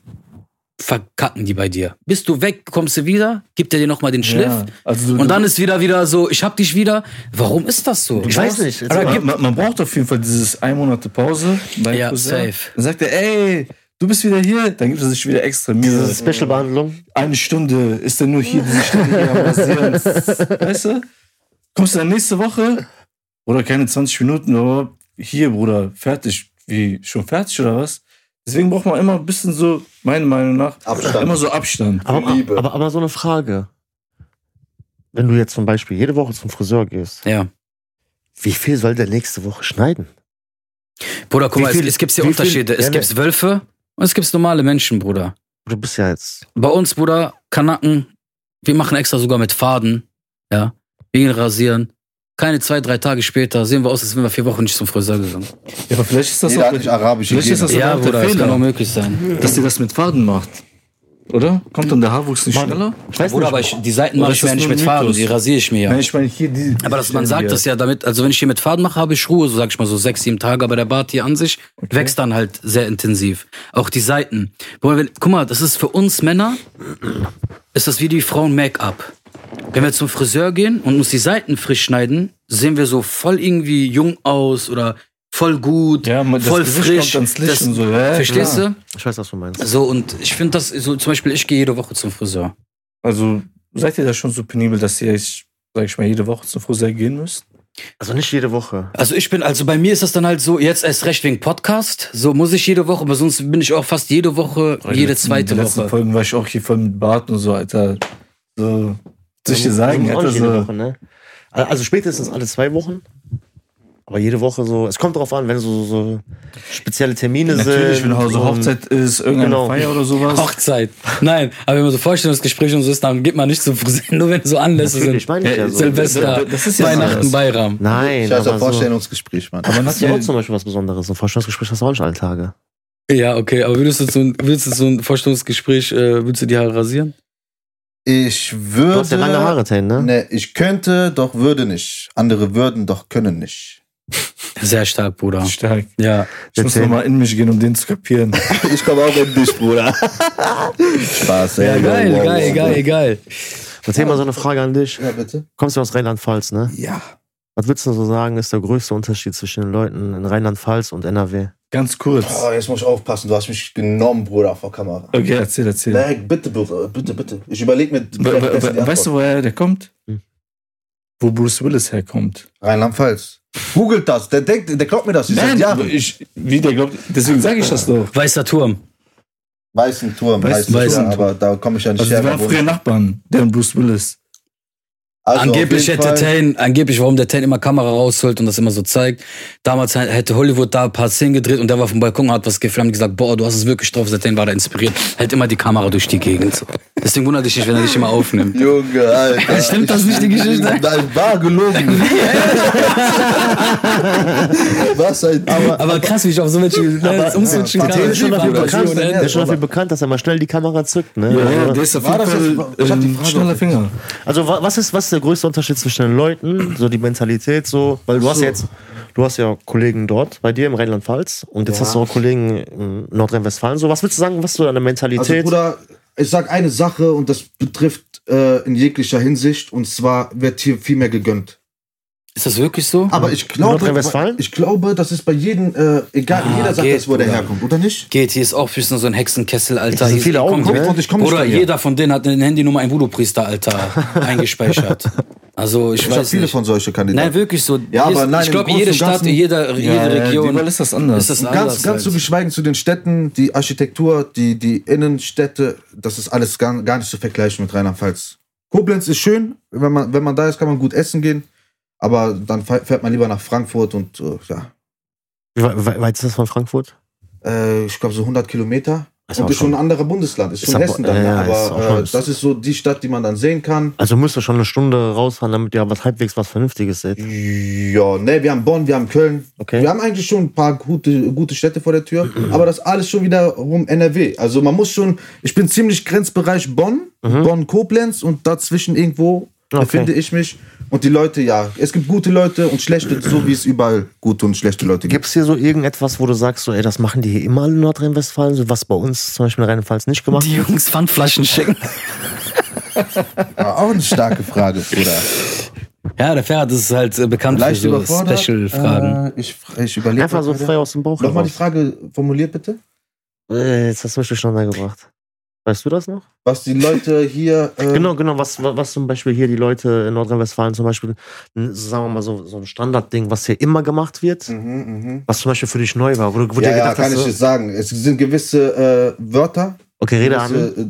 [SPEAKER 1] verkacken die bei dir. Bist du weg, kommst du wieder, gibt er dir nochmal den Schliff.
[SPEAKER 6] also du-
[SPEAKER 1] und dann ist wieder wieder so, ich hab dich wieder. Warum ist das so?
[SPEAKER 3] Ich weiß nicht. jetzt-
[SPEAKER 6] Aber man, man braucht auf jeden Fall dieses ein Monate Pause. Bei
[SPEAKER 1] Ja,
[SPEAKER 6] Friseur.
[SPEAKER 1] safe.
[SPEAKER 6] Dann sagt er, ey, du bist wieder hier. Dann gibt es sich wieder extra Mühe.
[SPEAKER 3] Diese Special-Behandlung.
[SPEAKER 6] Eine Stunde ist er nur hier, diese Stunde hier am Rasieren. Weißt du? Kommst du dann nächste Woche? Oder keine 20 Minuten, aber hier, Bruder, fertig. Wie, schon fertig oder was? Deswegen braucht man immer ein bisschen so, meiner Meinung nach,
[SPEAKER 2] Abstand.
[SPEAKER 6] immer so Abstand.
[SPEAKER 3] Aber,
[SPEAKER 2] Liebe.
[SPEAKER 3] aber, aber so eine Frage. Wenn du jetzt zum Beispiel jede Woche zum Friseur gehst,
[SPEAKER 1] Ja.
[SPEAKER 3] wie viel soll der nächste Woche schneiden?
[SPEAKER 1] Bruder, guck
[SPEAKER 3] Wie
[SPEAKER 1] mal,
[SPEAKER 3] viel-
[SPEAKER 1] es, es gibt ja
[SPEAKER 3] wie viel-
[SPEAKER 1] Unterschiede.
[SPEAKER 3] Ja,
[SPEAKER 1] es
[SPEAKER 3] ne.
[SPEAKER 1] gibt's Wölfe und es gibt's normale Menschen, Bruder.
[SPEAKER 3] Du bist ja jetzt.
[SPEAKER 1] Bei uns, Bruder, Kanaken, wir machen extra sogar mit Faden. Ja. Wir gehen rasieren. Keine zwei, drei Tage später sehen wir aus, als wären wir vier Wochen nicht zum Friseur gegangen.
[SPEAKER 6] Ja, aber vielleicht ist das
[SPEAKER 2] Jeder
[SPEAKER 6] auch,
[SPEAKER 2] hat nicht arabische
[SPEAKER 6] vielleicht ist das
[SPEAKER 2] Gene.
[SPEAKER 6] aber
[SPEAKER 1] Ja,
[SPEAKER 6] auch der
[SPEAKER 1] Bruder, das kann auch
[SPEAKER 6] Fehler,
[SPEAKER 1] möglich sein.
[SPEAKER 6] dass ihr das mit Faden macht. Oder? Kommt dann der Haarwuchs nicht schneller?
[SPEAKER 3] Ich weiß
[SPEAKER 1] Bruder,
[SPEAKER 3] nicht,
[SPEAKER 1] aber ich, die Seiten
[SPEAKER 6] Oder
[SPEAKER 1] mache
[SPEAKER 6] ist
[SPEAKER 1] ich mir ja
[SPEAKER 6] das
[SPEAKER 1] nicht
[SPEAKER 6] nur
[SPEAKER 1] mit
[SPEAKER 6] ein
[SPEAKER 1] Faden,
[SPEAKER 6] Mythos?
[SPEAKER 1] die rasiere ich mir
[SPEAKER 6] Nein,
[SPEAKER 1] ja.
[SPEAKER 6] ich meine hier die.
[SPEAKER 1] Aber dass man sagt das ja damit, also wenn ich hier mit Faden mache, habe ich Ruhe, so sag ich mal so sechs, sieben Tage, aber der Bart hier an sich wächst dann halt sehr intensiv. Auch die Seiten. Bruder, wenn- Guck mal, das ist für uns Männer, ist das wie die Frauen Make-up. Wenn wir zum Friseur gehen und uns die Seiten frisch schneiden, sehen wir so voll irgendwie jung aus oder voll gut,
[SPEAKER 6] Ja, man- das
[SPEAKER 1] voll
[SPEAKER 6] Gesicht
[SPEAKER 1] frisch.
[SPEAKER 6] kommt ans Licht
[SPEAKER 1] Das-
[SPEAKER 6] und so, ja,
[SPEAKER 1] verstehst
[SPEAKER 6] klar.
[SPEAKER 3] ich weiß, was du meinst.
[SPEAKER 1] du? So, und ich finde das, so zum Beispiel, ich gehe jede Woche zum Friseur.
[SPEAKER 6] Also seid ihr da schon so penibel, dass ihr, ich, sag ich mal, jede Woche zum Friseur gehen müsst?
[SPEAKER 3] Also nicht jede Woche.
[SPEAKER 1] Also ich bin, also bei mir ist das dann halt so, jetzt erst recht wegen Podcast, so muss ich jede Woche, aber sonst bin ich auch fast jede Woche,
[SPEAKER 6] Weil die
[SPEAKER 1] jede
[SPEAKER 6] letzten-
[SPEAKER 1] zweite
[SPEAKER 6] die letzten
[SPEAKER 1] Woche.
[SPEAKER 6] Folgen war ich auch hier voll mit Bart und so, Alter. So, soll ich dir sagen,
[SPEAKER 3] Also auch
[SPEAKER 6] Alter,
[SPEAKER 3] nicht jede
[SPEAKER 6] so.
[SPEAKER 3] Woche, ne? Also spätestens alle zwei Wochen. Aber jede Woche so. Es kommt drauf an, wenn so, so spezielle Termine
[SPEAKER 6] Natürlich,
[SPEAKER 3] sind.
[SPEAKER 6] wenn Hause
[SPEAKER 3] und-
[SPEAKER 6] Hochzeit ist, irgendeine
[SPEAKER 3] Genau.
[SPEAKER 6] Feier oder sowas.
[SPEAKER 1] Hochzeit. Nein, aber wenn man so Vorstellungsgespräche und so ist, dann geht man nicht zum Friseur, nur wenn so Anlässe
[SPEAKER 3] Natürlich,
[SPEAKER 1] sind.
[SPEAKER 3] meine ich ja so.
[SPEAKER 1] Silvester,
[SPEAKER 6] Das ist ja
[SPEAKER 1] Weihnachten,
[SPEAKER 6] anders.
[SPEAKER 1] Bayram.
[SPEAKER 3] Nein,
[SPEAKER 2] Scheiß
[SPEAKER 3] aber
[SPEAKER 2] auf
[SPEAKER 3] so.
[SPEAKER 2] Vorstellungsgespräch, Mann.
[SPEAKER 6] man
[SPEAKER 3] Das ist ja auch zum Beispiel was Besonderes. Ein Vorstellungsgespräch hast du auch nicht alle Tage.
[SPEAKER 1] Ja, okay, aber würdest du so ein, würdest du so ein Vorstellungsgespräch, äh, würdest du die Haare rasieren?
[SPEAKER 2] Ich
[SPEAKER 3] Du
[SPEAKER 2] würde.
[SPEAKER 3] hast ja lange Haare, Tain, ne?
[SPEAKER 2] Nee, ich könnte, doch würde nicht. Andere würden, doch können nicht.
[SPEAKER 1] Sehr stark, Bruder.
[SPEAKER 6] stark.
[SPEAKER 1] Ja.
[SPEAKER 6] Ich muss
[SPEAKER 3] Erzähl.
[SPEAKER 6] nochmal in mich gehen, um den zu kapieren.
[SPEAKER 2] Ich komme auch in dich, Bruder. Spaß, ey.
[SPEAKER 1] Ja, geil,
[SPEAKER 2] Wow, wow,
[SPEAKER 1] geil,
[SPEAKER 2] wow.
[SPEAKER 1] geil, geil.
[SPEAKER 3] Erzähl mal so eine Frage an dich.
[SPEAKER 2] Ja, bitte.
[SPEAKER 3] Kommst du aus Rheinland-Pfalz, ne?
[SPEAKER 2] Ja.
[SPEAKER 3] Was würdest du so sagen, ist der größte Unterschied zwischen den Leuten in Rheinland-Pfalz und NRW?
[SPEAKER 6] Ganz kurz.
[SPEAKER 2] Oh, jetzt muss ich aufpassen, du hast mich genommen, Bruder, vor Kamera.
[SPEAKER 6] Okay, erzähl, erzähl.
[SPEAKER 2] Nee, bitte, Bruder, bitte, bitte. Ich überlege mir.
[SPEAKER 6] We we we weißt du, woher der kommt?
[SPEAKER 3] Hm.
[SPEAKER 6] Wo Bruce Willis herkommt.
[SPEAKER 2] Rheinland-Pfalz. Googelt das, der denkt, der glaubt mir das. Ich seit Jahren.
[SPEAKER 1] äh,
[SPEAKER 6] ich, wie der glaubt, deswegen sage ich das doch.
[SPEAKER 1] Weißer Turm.
[SPEAKER 2] Weißen Turm,
[SPEAKER 6] Weißen-
[SPEAKER 2] weißen,
[SPEAKER 1] Weißen
[SPEAKER 2] Turm,
[SPEAKER 6] Turm.
[SPEAKER 2] aber da komme ich ja nicht
[SPEAKER 6] Also,
[SPEAKER 2] her.
[SPEAKER 6] die waren
[SPEAKER 2] wo-
[SPEAKER 6] früher Nachbarn, der und Bruce Willis.
[SPEAKER 2] also auf
[SPEAKER 1] angeblich
[SPEAKER 2] jeden
[SPEAKER 1] hätte
[SPEAKER 2] Fall-
[SPEAKER 1] Tane, angeblich, warum der Tane immer Kamera rausholt und das immer so zeigt. Damals he- hätte Hollywood da ein paar Szenen gedreht und der war vom Balkon und hat was gefilmt und gesagt, boah, du hast es wirklich drauf, Seit Tane war da inspiriert. Hält immer die Kamera durch die Gegend. Deswegen wundert dich nicht, wenn er dich immer aufnimmt.
[SPEAKER 2] Junge, Alter.
[SPEAKER 1] Stimmt das nicht, die Geschichte?
[SPEAKER 2] Nein, war gelogen. Was ein Aber
[SPEAKER 1] Aber krass, wie ich auf so welche ne, umswitchen kann.
[SPEAKER 3] Der ist schon dafür
[SPEAKER 1] Aber ne?
[SPEAKER 3] bekannt, der ist schon dafür bekannt dass er mal schnell die Kamera zückt. Ne?
[SPEAKER 6] Ja, ja,
[SPEAKER 3] Also-
[SPEAKER 6] der ist auf
[SPEAKER 2] War
[SPEAKER 6] jeden
[SPEAKER 2] das
[SPEAKER 6] Fall
[SPEAKER 2] jetzt- ich hab die
[SPEAKER 6] ähm,
[SPEAKER 2] Frage
[SPEAKER 6] schneller
[SPEAKER 2] nicht.
[SPEAKER 6] Finger.
[SPEAKER 3] Also wa- was ist, was ist der größte Unterschied zwischen den Leuten, so die Mentalität, so, weil du hast jetzt, du hast ja Kollegen dort bei dir im Rheinland-Pfalz und jetzt hast du auch Kollegen in Nordrhein-Westfalen. So, was würdest du sagen, was ist so eine
[SPEAKER 2] also,
[SPEAKER 3] Mentalität?
[SPEAKER 2] Bruder, ich sag eine Sache und das betrifft äh, in jeglicher Hinsicht und zwar wird hier viel mehr gegönnt.
[SPEAKER 1] Ist das wirklich so?
[SPEAKER 2] Aber ich glaube,
[SPEAKER 3] Nordrhein-Westfalen?
[SPEAKER 2] ich glaube, das ist bei jedem, äh, egal,
[SPEAKER 1] Ah,
[SPEAKER 2] jeder sagt
[SPEAKER 1] geht,
[SPEAKER 2] das, wo der
[SPEAKER 1] Bruder.
[SPEAKER 2] herkommt, oder nicht?
[SPEAKER 1] Geht, hier ist auch bisschen so ein Hexenkessel, Alter.
[SPEAKER 3] Das sind
[SPEAKER 1] Hier-
[SPEAKER 3] viele
[SPEAKER 1] komm,
[SPEAKER 3] Augen,
[SPEAKER 1] komm,
[SPEAKER 3] ne?
[SPEAKER 2] Und ich komme nicht
[SPEAKER 1] Oder
[SPEAKER 2] von hier.
[SPEAKER 1] jeder von denen hat eine Handynummer ein Voodoo-Priester, Alter, eingespeichert. Also ich,
[SPEAKER 2] Ich habe
[SPEAKER 1] weiß
[SPEAKER 2] viele
[SPEAKER 1] nicht.
[SPEAKER 2] von solchen Kandidaten.
[SPEAKER 1] Nein, wirklich so.
[SPEAKER 2] Ja,
[SPEAKER 1] Hier
[SPEAKER 2] aber
[SPEAKER 1] ist-
[SPEAKER 2] nein,
[SPEAKER 1] ich
[SPEAKER 2] im
[SPEAKER 1] glaube,
[SPEAKER 2] Großen
[SPEAKER 1] jede
[SPEAKER 2] und
[SPEAKER 1] Stadt,
[SPEAKER 2] Ganzen-
[SPEAKER 1] jede, jede Region
[SPEAKER 6] Überall ist das anders.
[SPEAKER 1] ist das anders.
[SPEAKER 2] ganz, ganz zu
[SPEAKER 1] halt.
[SPEAKER 2] geschweigen zu den Städten, die Architektur, die, die Innenstädte, das ist alles gar, gar nicht zu vergleichen mit Rheinland-Pfalz. Koblenz ist schön, wenn man, wenn man da ist, kann man gut essen gehen, aber dann fe- fährt man lieber nach Frankfurt und äh, ja,
[SPEAKER 3] Wie we- we- weit ist das von Frankfurt?
[SPEAKER 2] äh, ich glaube so 100 Kilometer.
[SPEAKER 3] Ist auch
[SPEAKER 2] Und ist schon
[SPEAKER 3] schon-
[SPEAKER 2] ein anderer Bundesland, ist
[SPEAKER 3] Ist
[SPEAKER 2] schon
[SPEAKER 3] aber-
[SPEAKER 2] Hessen dann,
[SPEAKER 3] ja, ja, ist auch
[SPEAKER 2] aber
[SPEAKER 3] schon-
[SPEAKER 2] äh, das ist so die Stadt, die man dann sehen kann.
[SPEAKER 3] Also müsst ihr schon eine Stunde rausfahren, damit ihr was halbwegs was Vernünftiges seht.
[SPEAKER 2] Ja, ne, wir haben Bonn, wir haben Köln.
[SPEAKER 3] Okay.
[SPEAKER 2] Wir haben eigentlich schon ein paar gute, gute Städte vor der Tür, aber das alles schon wieder rum NRW. Also man muss schon, ich bin ziemlich Grenzbereich Bonn, Bonn-Koblenz und dazwischen irgendwo
[SPEAKER 3] Mhm. Okay.
[SPEAKER 2] befinde ich mich. Und die Leute, ja, es gibt gute Leute und schlechte, so wie es überall gute und schlechte Leute gibt.
[SPEAKER 3] Gibt es hier so irgendetwas, wo du sagst, so, ey, das machen die hier immer alle in Nordrhein-Westfalen, so was bei uns zum Beispiel in Rheinland-Pfalz nicht gemacht
[SPEAKER 1] Die Jungs Pfandflaschen schicken.
[SPEAKER 2] Ja, Ah, auch eine starke Frage, Bruder.
[SPEAKER 1] Ja, der Pferd ist halt äh, bekannt
[SPEAKER 2] Leicht
[SPEAKER 1] für so
[SPEAKER 2] überfordert.
[SPEAKER 1] Special-Fragen.
[SPEAKER 2] Äh, ich ich überlege.
[SPEAKER 3] Einfach so frei aus dem Bauch
[SPEAKER 2] Nochmal die
[SPEAKER 3] heraus.
[SPEAKER 2] Frage formuliert bitte.
[SPEAKER 3] Äh, jetzt hast du mich durcheinander gebracht. Weißt du das noch?
[SPEAKER 2] Was die Leute hier. äh,
[SPEAKER 3] Genau, genau, was, wa- was zum Beispiel hier die Leute in Nordrhein-Westfalen zum Beispiel, n- so sagen wir mal so, so ein Standardding, was hier immer gemacht wird,
[SPEAKER 2] Mhm, mhm.
[SPEAKER 3] was zum Beispiel für dich neu war, wo du, wo dir
[SPEAKER 2] Ja, ja,
[SPEAKER 3] gedacht
[SPEAKER 2] kann
[SPEAKER 3] hast,
[SPEAKER 2] ich
[SPEAKER 3] so,
[SPEAKER 2] jetzt sagen. Es sind gewisse äh, Wörter,
[SPEAKER 3] okay, Rede an,
[SPEAKER 2] gewisse, äh,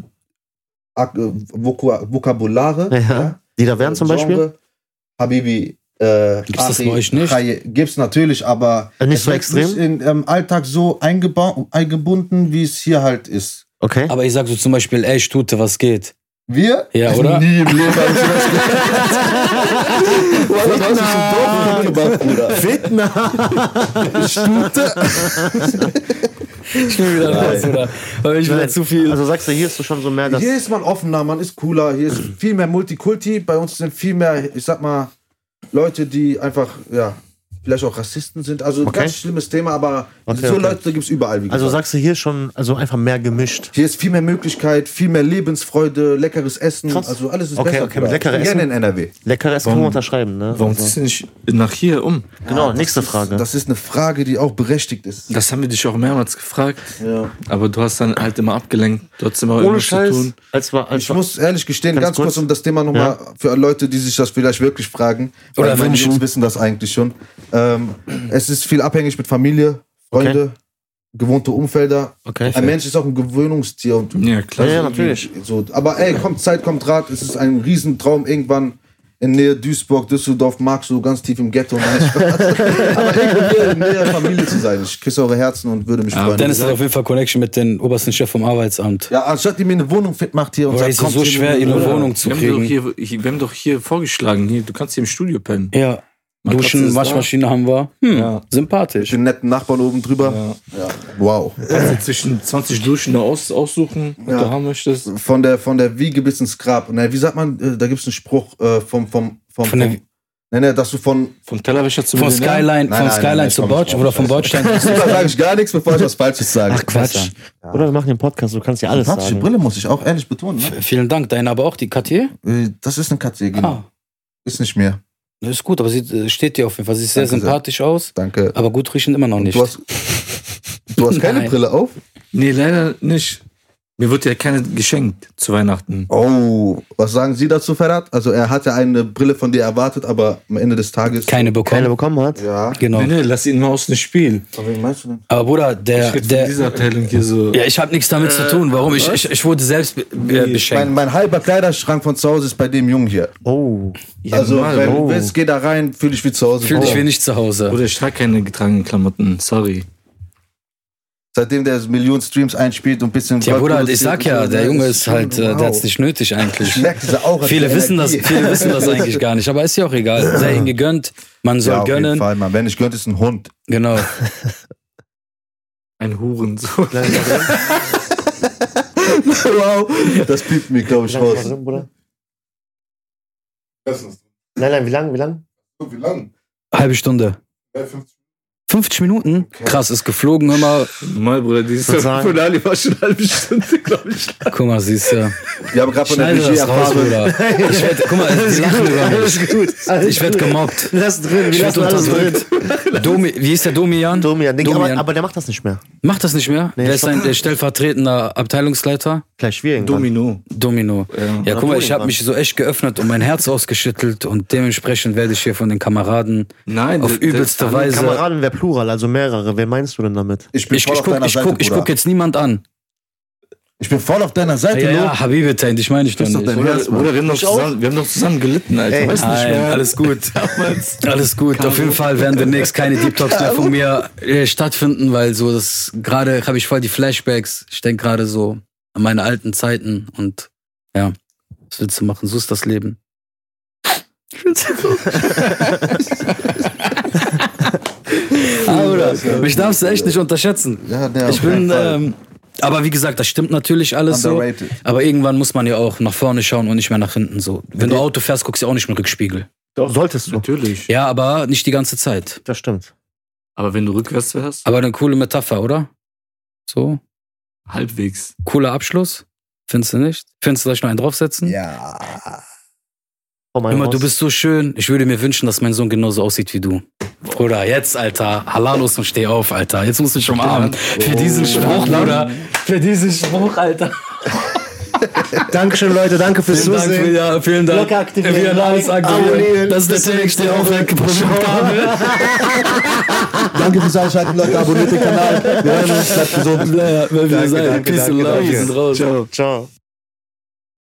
[SPEAKER 2] Ak- äh, Voku- Vokabulare. Äh,
[SPEAKER 3] Ja, die da wären zum Beispiel,
[SPEAKER 2] Genre. Habibi. Äh,
[SPEAKER 1] Gibt's das bei euch nicht?
[SPEAKER 2] Haye, gibt's natürlich, aber
[SPEAKER 3] Äh, nicht
[SPEAKER 2] es
[SPEAKER 3] so
[SPEAKER 2] wird
[SPEAKER 3] extrem?
[SPEAKER 2] nicht in ähm, Alltag so eingeba- eingebunden, wie es hier halt ist.
[SPEAKER 3] okay,
[SPEAKER 1] Aber ich sag so zum Beispiel, ey Stute, was geht?
[SPEAKER 2] Wir?
[SPEAKER 1] Ja, oder?
[SPEAKER 2] Nie im Leben habe ich sowas gehört. Wallah, du hast es so doof gemacht, Bruder.
[SPEAKER 1] Ich bin wieder raus, oder? Weil ich wieder
[SPEAKER 3] Nein.
[SPEAKER 1] zu viel.
[SPEAKER 3] also sagst du, hier ist du schon so mehr, dass,
[SPEAKER 2] Hier ist man offener, man ist cooler, hier ist viel mehr Multikulti. Bei uns sind viel mehr, ich sag mal, Leute, die einfach, ja, vielleicht auch Rassisten sind. Also ein
[SPEAKER 3] Okay.
[SPEAKER 2] ganz schlimmes Thema, aber
[SPEAKER 3] Okay,
[SPEAKER 2] so
[SPEAKER 3] okay.
[SPEAKER 2] Leute gibt es überall. Wie
[SPEAKER 3] also
[SPEAKER 2] gesagt.
[SPEAKER 3] sagst du hier schon, also einfach mehr gemischt.
[SPEAKER 2] hier ist viel mehr Möglichkeit, viel mehr Lebensfreude, leckeres Essen.
[SPEAKER 3] Krass.
[SPEAKER 2] Also alles ist
[SPEAKER 3] Okay,
[SPEAKER 2] besser.
[SPEAKER 3] okay,
[SPEAKER 2] Bruder.
[SPEAKER 3] leckere
[SPEAKER 2] Ich bin
[SPEAKER 3] Essen.
[SPEAKER 2] Gerne in NRW.
[SPEAKER 3] Leckeres kann man unterschreiben, ne?
[SPEAKER 6] Warum
[SPEAKER 3] Also,
[SPEAKER 6] ziehst du nicht nach hier um?
[SPEAKER 3] genau, nächste Frage.
[SPEAKER 2] Das ist eine Frage, die auch berechtigt ist.
[SPEAKER 6] Das haben wir dich auch mehrmals gefragt. Aber du hast dann halt immer abgelenkt. Du hast immer
[SPEAKER 3] Ohne
[SPEAKER 6] irgendwas zu
[SPEAKER 3] Scheiß,
[SPEAKER 6] tun.
[SPEAKER 3] als war, als
[SPEAKER 2] Ich muss ehrlich gestehen,
[SPEAKER 3] Ganz
[SPEAKER 2] ganz kurz,
[SPEAKER 3] kurz,
[SPEAKER 2] um das Thema nochmal für Leute, die sich das vielleicht wirklich fragen,
[SPEAKER 1] Oder
[SPEAKER 2] weil meine
[SPEAKER 1] wünschen.
[SPEAKER 2] Jungs wissen das eigentlich schon. Ähm, es ist viel abhängig mit Familie, Freunde, gewohnte Umfelder.
[SPEAKER 3] okay,
[SPEAKER 2] Ein Mensch ist auch ein Gewöhnungstier und
[SPEAKER 6] Ja, klar.
[SPEAKER 3] Ja, ja, natürlich.
[SPEAKER 2] so. Aber ey, kommt Zeit, kommt Rat. Es ist ein Riesentraum irgendwann. In Nähe Duisburg, Düsseldorf, magst du ganz tief im Ghetto. Nein, Spaß. Aber irgendwie hier in Nähe Familie zu sein. Ich küsse eure Herzen und würde mich freuen.
[SPEAKER 1] Dennis hat auf jeden Fall Connection mit dem obersten Chef vom Arbeitsamt.
[SPEAKER 2] ja, anstatt ihr mir eine Wohnung fit macht hier und
[SPEAKER 1] Oder
[SPEAKER 2] sagt,
[SPEAKER 1] ist es
[SPEAKER 2] kommt
[SPEAKER 1] so
[SPEAKER 2] hier
[SPEAKER 1] schwer,
[SPEAKER 2] mit-
[SPEAKER 1] ihre
[SPEAKER 2] Bruder.
[SPEAKER 1] Wohnung zu
[SPEAKER 6] Wir haben, dir doch
[SPEAKER 1] kriegen?
[SPEAKER 6] hier, hier- wir haben doch hier vorgeschlagen, hier, du kannst hier im Studio pennen.
[SPEAKER 1] Ja.
[SPEAKER 6] Matratze
[SPEAKER 1] Duschen,
[SPEAKER 6] ist da.
[SPEAKER 1] Waschmaschine haben wir. Hm, sympathisch.
[SPEAKER 2] Den netten Nachbarn oben drüber. Ja. Wow.
[SPEAKER 6] Du kannst dir zwischen 20 Duschen da aus, aussuchen, was
[SPEAKER 2] Ja.
[SPEAKER 6] du haben möchtest.
[SPEAKER 2] Von der, von der Wiege bis ins Grab. Na, wie sagt man, äh, da gibt es einen Spruch äh, vom, vom, vom,
[SPEAKER 1] Von der-
[SPEAKER 2] vom, Nee, nee, dass du von.
[SPEAKER 6] Vom Tellerwäscher zum
[SPEAKER 1] Von
[SPEAKER 6] Millionär?
[SPEAKER 1] Skyline,
[SPEAKER 2] nein,
[SPEAKER 1] von
[SPEAKER 2] nein,
[SPEAKER 1] Skyline
[SPEAKER 2] nein,
[SPEAKER 1] zu
[SPEAKER 2] komm,
[SPEAKER 1] Bordstein
[SPEAKER 2] komm,
[SPEAKER 1] oder vom Bordstein.
[SPEAKER 2] Da sage ich gar nichts, bevor ich was Falsches sage.
[SPEAKER 1] Ach Quatsch.
[SPEAKER 3] Oder wir machen den Podcast, du kannst ja alles
[SPEAKER 2] Quatsch, die
[SPEAKER 3] sagen.
[SPEAKER 2] Brille muss ich auch ehrlich betonen. Ne?
[SPEAKER 1] Vielen Dank. Deine aber auch, die Cartier?
[SPEAKER 2] Äh, Das ist eine Katze, genau.
[SPEAKER 1] Ah,
[SPEAKER 2] Ist nicht mehr.
[SPEAKER 1] das ist gut, aber sie steht dir auf jeden Fall. Sie sieht sehr
[SPEAKER 2] Danke sehr.
[SPEAKER 1] sympathisch aus,
[SPEAKER 2] Danke.
[SPEAKER 1] aber gut riechen immer noch nicht.
[SPEAKER 2] Du hast, du hast keine
[SPEAKER 1] Nein.
[SPEAKER 2] Brille auf?
[SPEAKER 6] Nee, leider nicht. Mir wird ja keine geschenkt zu Weihnachten.
[SPEAKER 2] Oh, was sagen Sie dazu, Ferhat? Also er hatte eine Brille von dir erwartet, aber am Ende des Tages.
[SPEAKER 1] Keine bekommen.
[SPEAKER 3] Keine bekommen hat.
[SPEAKER 2] Ja.
[SPEAKER 1] Genau.
[SPEAKER 6] Nee, nee, lass ihn mal aus dem Spiel.
[SPEAKER 2] Wen meinst du denn?
[SPEAKER 1] Aber Bruder, der.
[SPEAKER 6] Jetzt
[SPEAKER 1] der
[SPEAKER 6] in dieser Abteilung hier so.
[SPEAKER 1] ja, ich habe nichts damit zu tun. Warum? Ich, ich, ich wurde selbst be äh,
[SPEAKER 2] Mein,
[SPEAKER 1] beschenkt.
[SPEAKER 2] mein halber Kleiderschrank von zu Hause ist bei dem Jungen hier.
[SPEAKER 3] Oh.
[SPEAKER 2] also,
[SPEAKER 6] normal,
[SPEAKER 2] wenn
[SPEAKER 3] oh.
[SPEAKER 2] du willst, geh da rein, fühl dich wie zu Hause.
[SPEAKER 1] Fühl
[SPEAKER 2] Oh.
[SPEAKER 1] dich wie nicht zu Hause.
[SPEAKER 6] Oder ich trage keine getragenen Klamotten. Sorry.
[SPEAKER 2] Seitdem der Millionen Streams einspielt und ein bisschen.
[SPEAKER 1] Ja,
[SPEAKER 2] Gold
[SPEAKER 1] Bruder, ich
[SPEAKER 2] produziert
[SPEAKER 1] sag
[SPEAKER 2] und
[SPEAKER 1] ja,
[SPEAKER 2] so,
[SPEAKER 1] der
[SPEAKER 2] ne,
[SPEAKER 1] Junge
[SPEAKER 2] das
[SPEAKER 1] ist halt, äh,
[SPEAKER 2] wow.
[SPEAKER 1] der hat's nicht nötig eigentlich.
[SPEAKER 2] Ich merke das auch.
[SPEAKER 1] Viele
[SPEAKER 2] die
[SPEAKER 1] wissen das,
[SPEAKER 2] Energie.
[SPEAKER 1] viele wissen das eigentlich gar nicht, aber ist ja auch egal. Sei ihm gegönnt, man soll
[SPEAKER 2] Ja, auf jeden
[SPEAKER 1] gönnen.
[SPEAKER 2] Fall, Mann. Wenn ich gönnt, ist ein Hund.
[SPEAKER 1] Genau.
[SPEAKER 6] Ein Hurensohn.
[SPEAKER 2] wow, das piept mir, glaube ich,
[SPEAKER 3] Wie lange
[SPEAKER 2] raus.
[SPEAKER 3] ist drin, Bruder? Nein, nein, wie lang, wie lang?
[SPEAKER 7] Wie lang?
[SPEAKER 1] Halbe Stunde.
[SPEAKER 7] Bei 50
[SPEAKER 1] 50 Minuten? Krass, ist geflogen immer.
[SPEAKER 6] Mal, Bruder, dieses
[SPEAKER 3] Ich würd sagen-
[SPEAKER 6] von Ali war schon eine halbe Stunde, glaube ich.
[SPEAKER 1] Guck mal, siehst du.
[SPEAKER 2] Wir haben gerade von der
[SPEAKER 1] Schneide
[SPEAKER 2] Regie
[SPEAKER 1] das raus,
[SPEAKER 2] erfahren.
[SPEAKER 1] Bruder. Ich werd, guck mal, die lachen über mich.
[SPEAKER 3] gut. Alles
[SPEAKER 1] Ich werd
[SPEAKER 3] gut.
[SPEAKER 1] gemobbt.
[SPEAKER 3] Lass drin, wir
[SPEAKER 1] Ich werd
[SPEAKER 3] lassen alles drin.
[SPEAKER 1] unterdrückt. Domi, wie ist der Domian?
[SPEAKER 3] Domian, Ding,
[SPEAKER 1] Domian.
[SPEAKER 3] aber, aber der macht das nicht mehr.
[SPEAKER 1] Macht das nicht mehr?
[SPEAKER 3] Nee,
[SPEAKER 1] Wer
[SPEAKER 3] ich
[SPEAKER 1] ist sein der stellvertretender Abteilungsleiter?
[SPEAKER 3] Gleich schwierig.
[SPEAKER 6] Domino.
[SPEAKER 1] Domino.
[SPEAKER 6] Ja.
[SPEAKER 1] Ja, guck mal, ich habe
[SPEAKER 3] Domian.
[SPEAKER 1] mich so echt geöffnet und mein Herz ausgeschüttelt und dementsprechend werde ich hier von den Kameraden
[SPEAKER 6] Nein,
[SPEAKER 1] auf
[SPEAKER 6] der- der-
[SPEAKER 1] übelste
[SPEAKER 6] Kameraden-
[SPEAKER 1] Weise.
[SPEAKER 3] Kameraden wäre Plural, also mehrere. Wen meinst du denn damit?
[SPEAKER 2] Ich bin
[SPEAKER 1] Ich,
[SPEAKER 2] voll
[SPEAKER 1] ich,
[SPEAKER 2] auf
[SPEAKER 1] guck,
[SPEAKER 2] deiner
[SPEAKER 1] ich,
[SPEAKER 2] Seite,
[SPEAKER 1] guck, ich
[SPEAKER 2] Bruder.
[SPEAKER 1] guck jetzt niemand an.
[SPEAKER 2] Ich bin voll auf deiner Seite,
[SPEAKER 1] Ja,
[SPEAKER 2] Lo.
[SPEAKER 1] ja Habibi Tent, ich meine ich doch
[SPEAKER 2] Ist doch
[SPEAKER 1] nicht.
[SPEAKER 2] dein
[SPEAKER 6] Oder,
[SPEAKER 2] Herz, Mann.
[SPEAKER 6] oder wir, haben doch zusammen, wir haben doch zusammen gelitten, Alter.
[SPEAKER 3] Ey.
[SPEAKER 6] Weißt du?
[SPEAKER 1] Nein, alles gut. alles gut. Auf jeden Fall werden demnächst keine Deep Talks mehr von mir äh, stattfinden, weil so das gerade habe ich voll die Flashbacks. Ich denke gerade so an meine alten Zeiten und ja, was willst du machen? So ist das Leben. ah, Bruder, mich darfst du echt nicht unterschätzen.
[SPEAKER 2] Ja, der
[SPEAKER 1] Ich
[SPEAKER 2] auf
[SPEAKER 1] bin,
[SPEAKER 2] jeden Fall.
[SPEAKER 1] ähm, aber wie gesagt, das stimmt natürlich alles so.
[SPEAKER 2] äh, Underrated.
[SPEAKER 1] Aber irgendwann muss man ja auch nach vorne schauen und nicht mehr nach hinten so. Wenn du Auto fährst, guckst du ja auch nicht mehr in den Rückspiegel.
[SPEAKER 3] Solltest du.
[SPEAKER 6] Natürlich.
[SPEAKER 1] Ja, aber nicht die ganze Zeit.
[SPEAKER 3] Das stimmt.
[SPEAKER 6] Aber wenn du rückwärts wärst,
[SPEAKER 1] Aber eine coole Metapher, oder? So,
[SPEAKER 6] halbwegs.
[SPEAKER 1] cooler Abschluss. Findest du nicht? Findest du, dass ich noch einen draufsetzen?
[SPEAKER 2] Ja.
[SPEAKER 3] Komm mal
[SPEAKER 1] Immer,
[SPEAKER 3] raus.
[SPEAKER 1] du bist so schön. Ich würde mir wünschen, dass mein Sohn genauso aussieht wie du. Bruder, jetzt, Alter. Halalos und steh auf, Alter. Jetzt musst du mich umarmen. Für diesen Spruch, Bruder. Für diesen Spruch, Alter.
[SPEAKER 3] Dankeschön, Leute, danke fürs
[SPEAKER 1] Vielen Dank,
[SPEAKER 3] Zusehen.
[SPEAKER 1] ja, vielen Dank.
[SPEAKER 3] Glocke aktivieren,
[SPEAKER 1] Wir haben alles
[SPEAKER 3] Like
[SPEAKER 1] aktiviert.
[SPEAKER 3] abonnieren.
[SPEAKER 1] Das ist der Tag, steh auf, weg.
[SPEAKER 2] Danke fürs Einschalten, Leute. Abonniert den Kanal. Wir hören uns. Bleibt gesund.
[SPEAKER 1] Ja, ja, wenn wir
[SPEAKER 2] Danke,
[SPEAKER 1] sein.
[SPEAKER 2] danke,
[SPEAKER 1] Peace and
[SPEAKER 2] danke,
[SPEAKER 1] love.
[SPEAKER 2] danke.
[SPEAKER 1] Wir sind raus.
[SPEAKER 3] Ciao.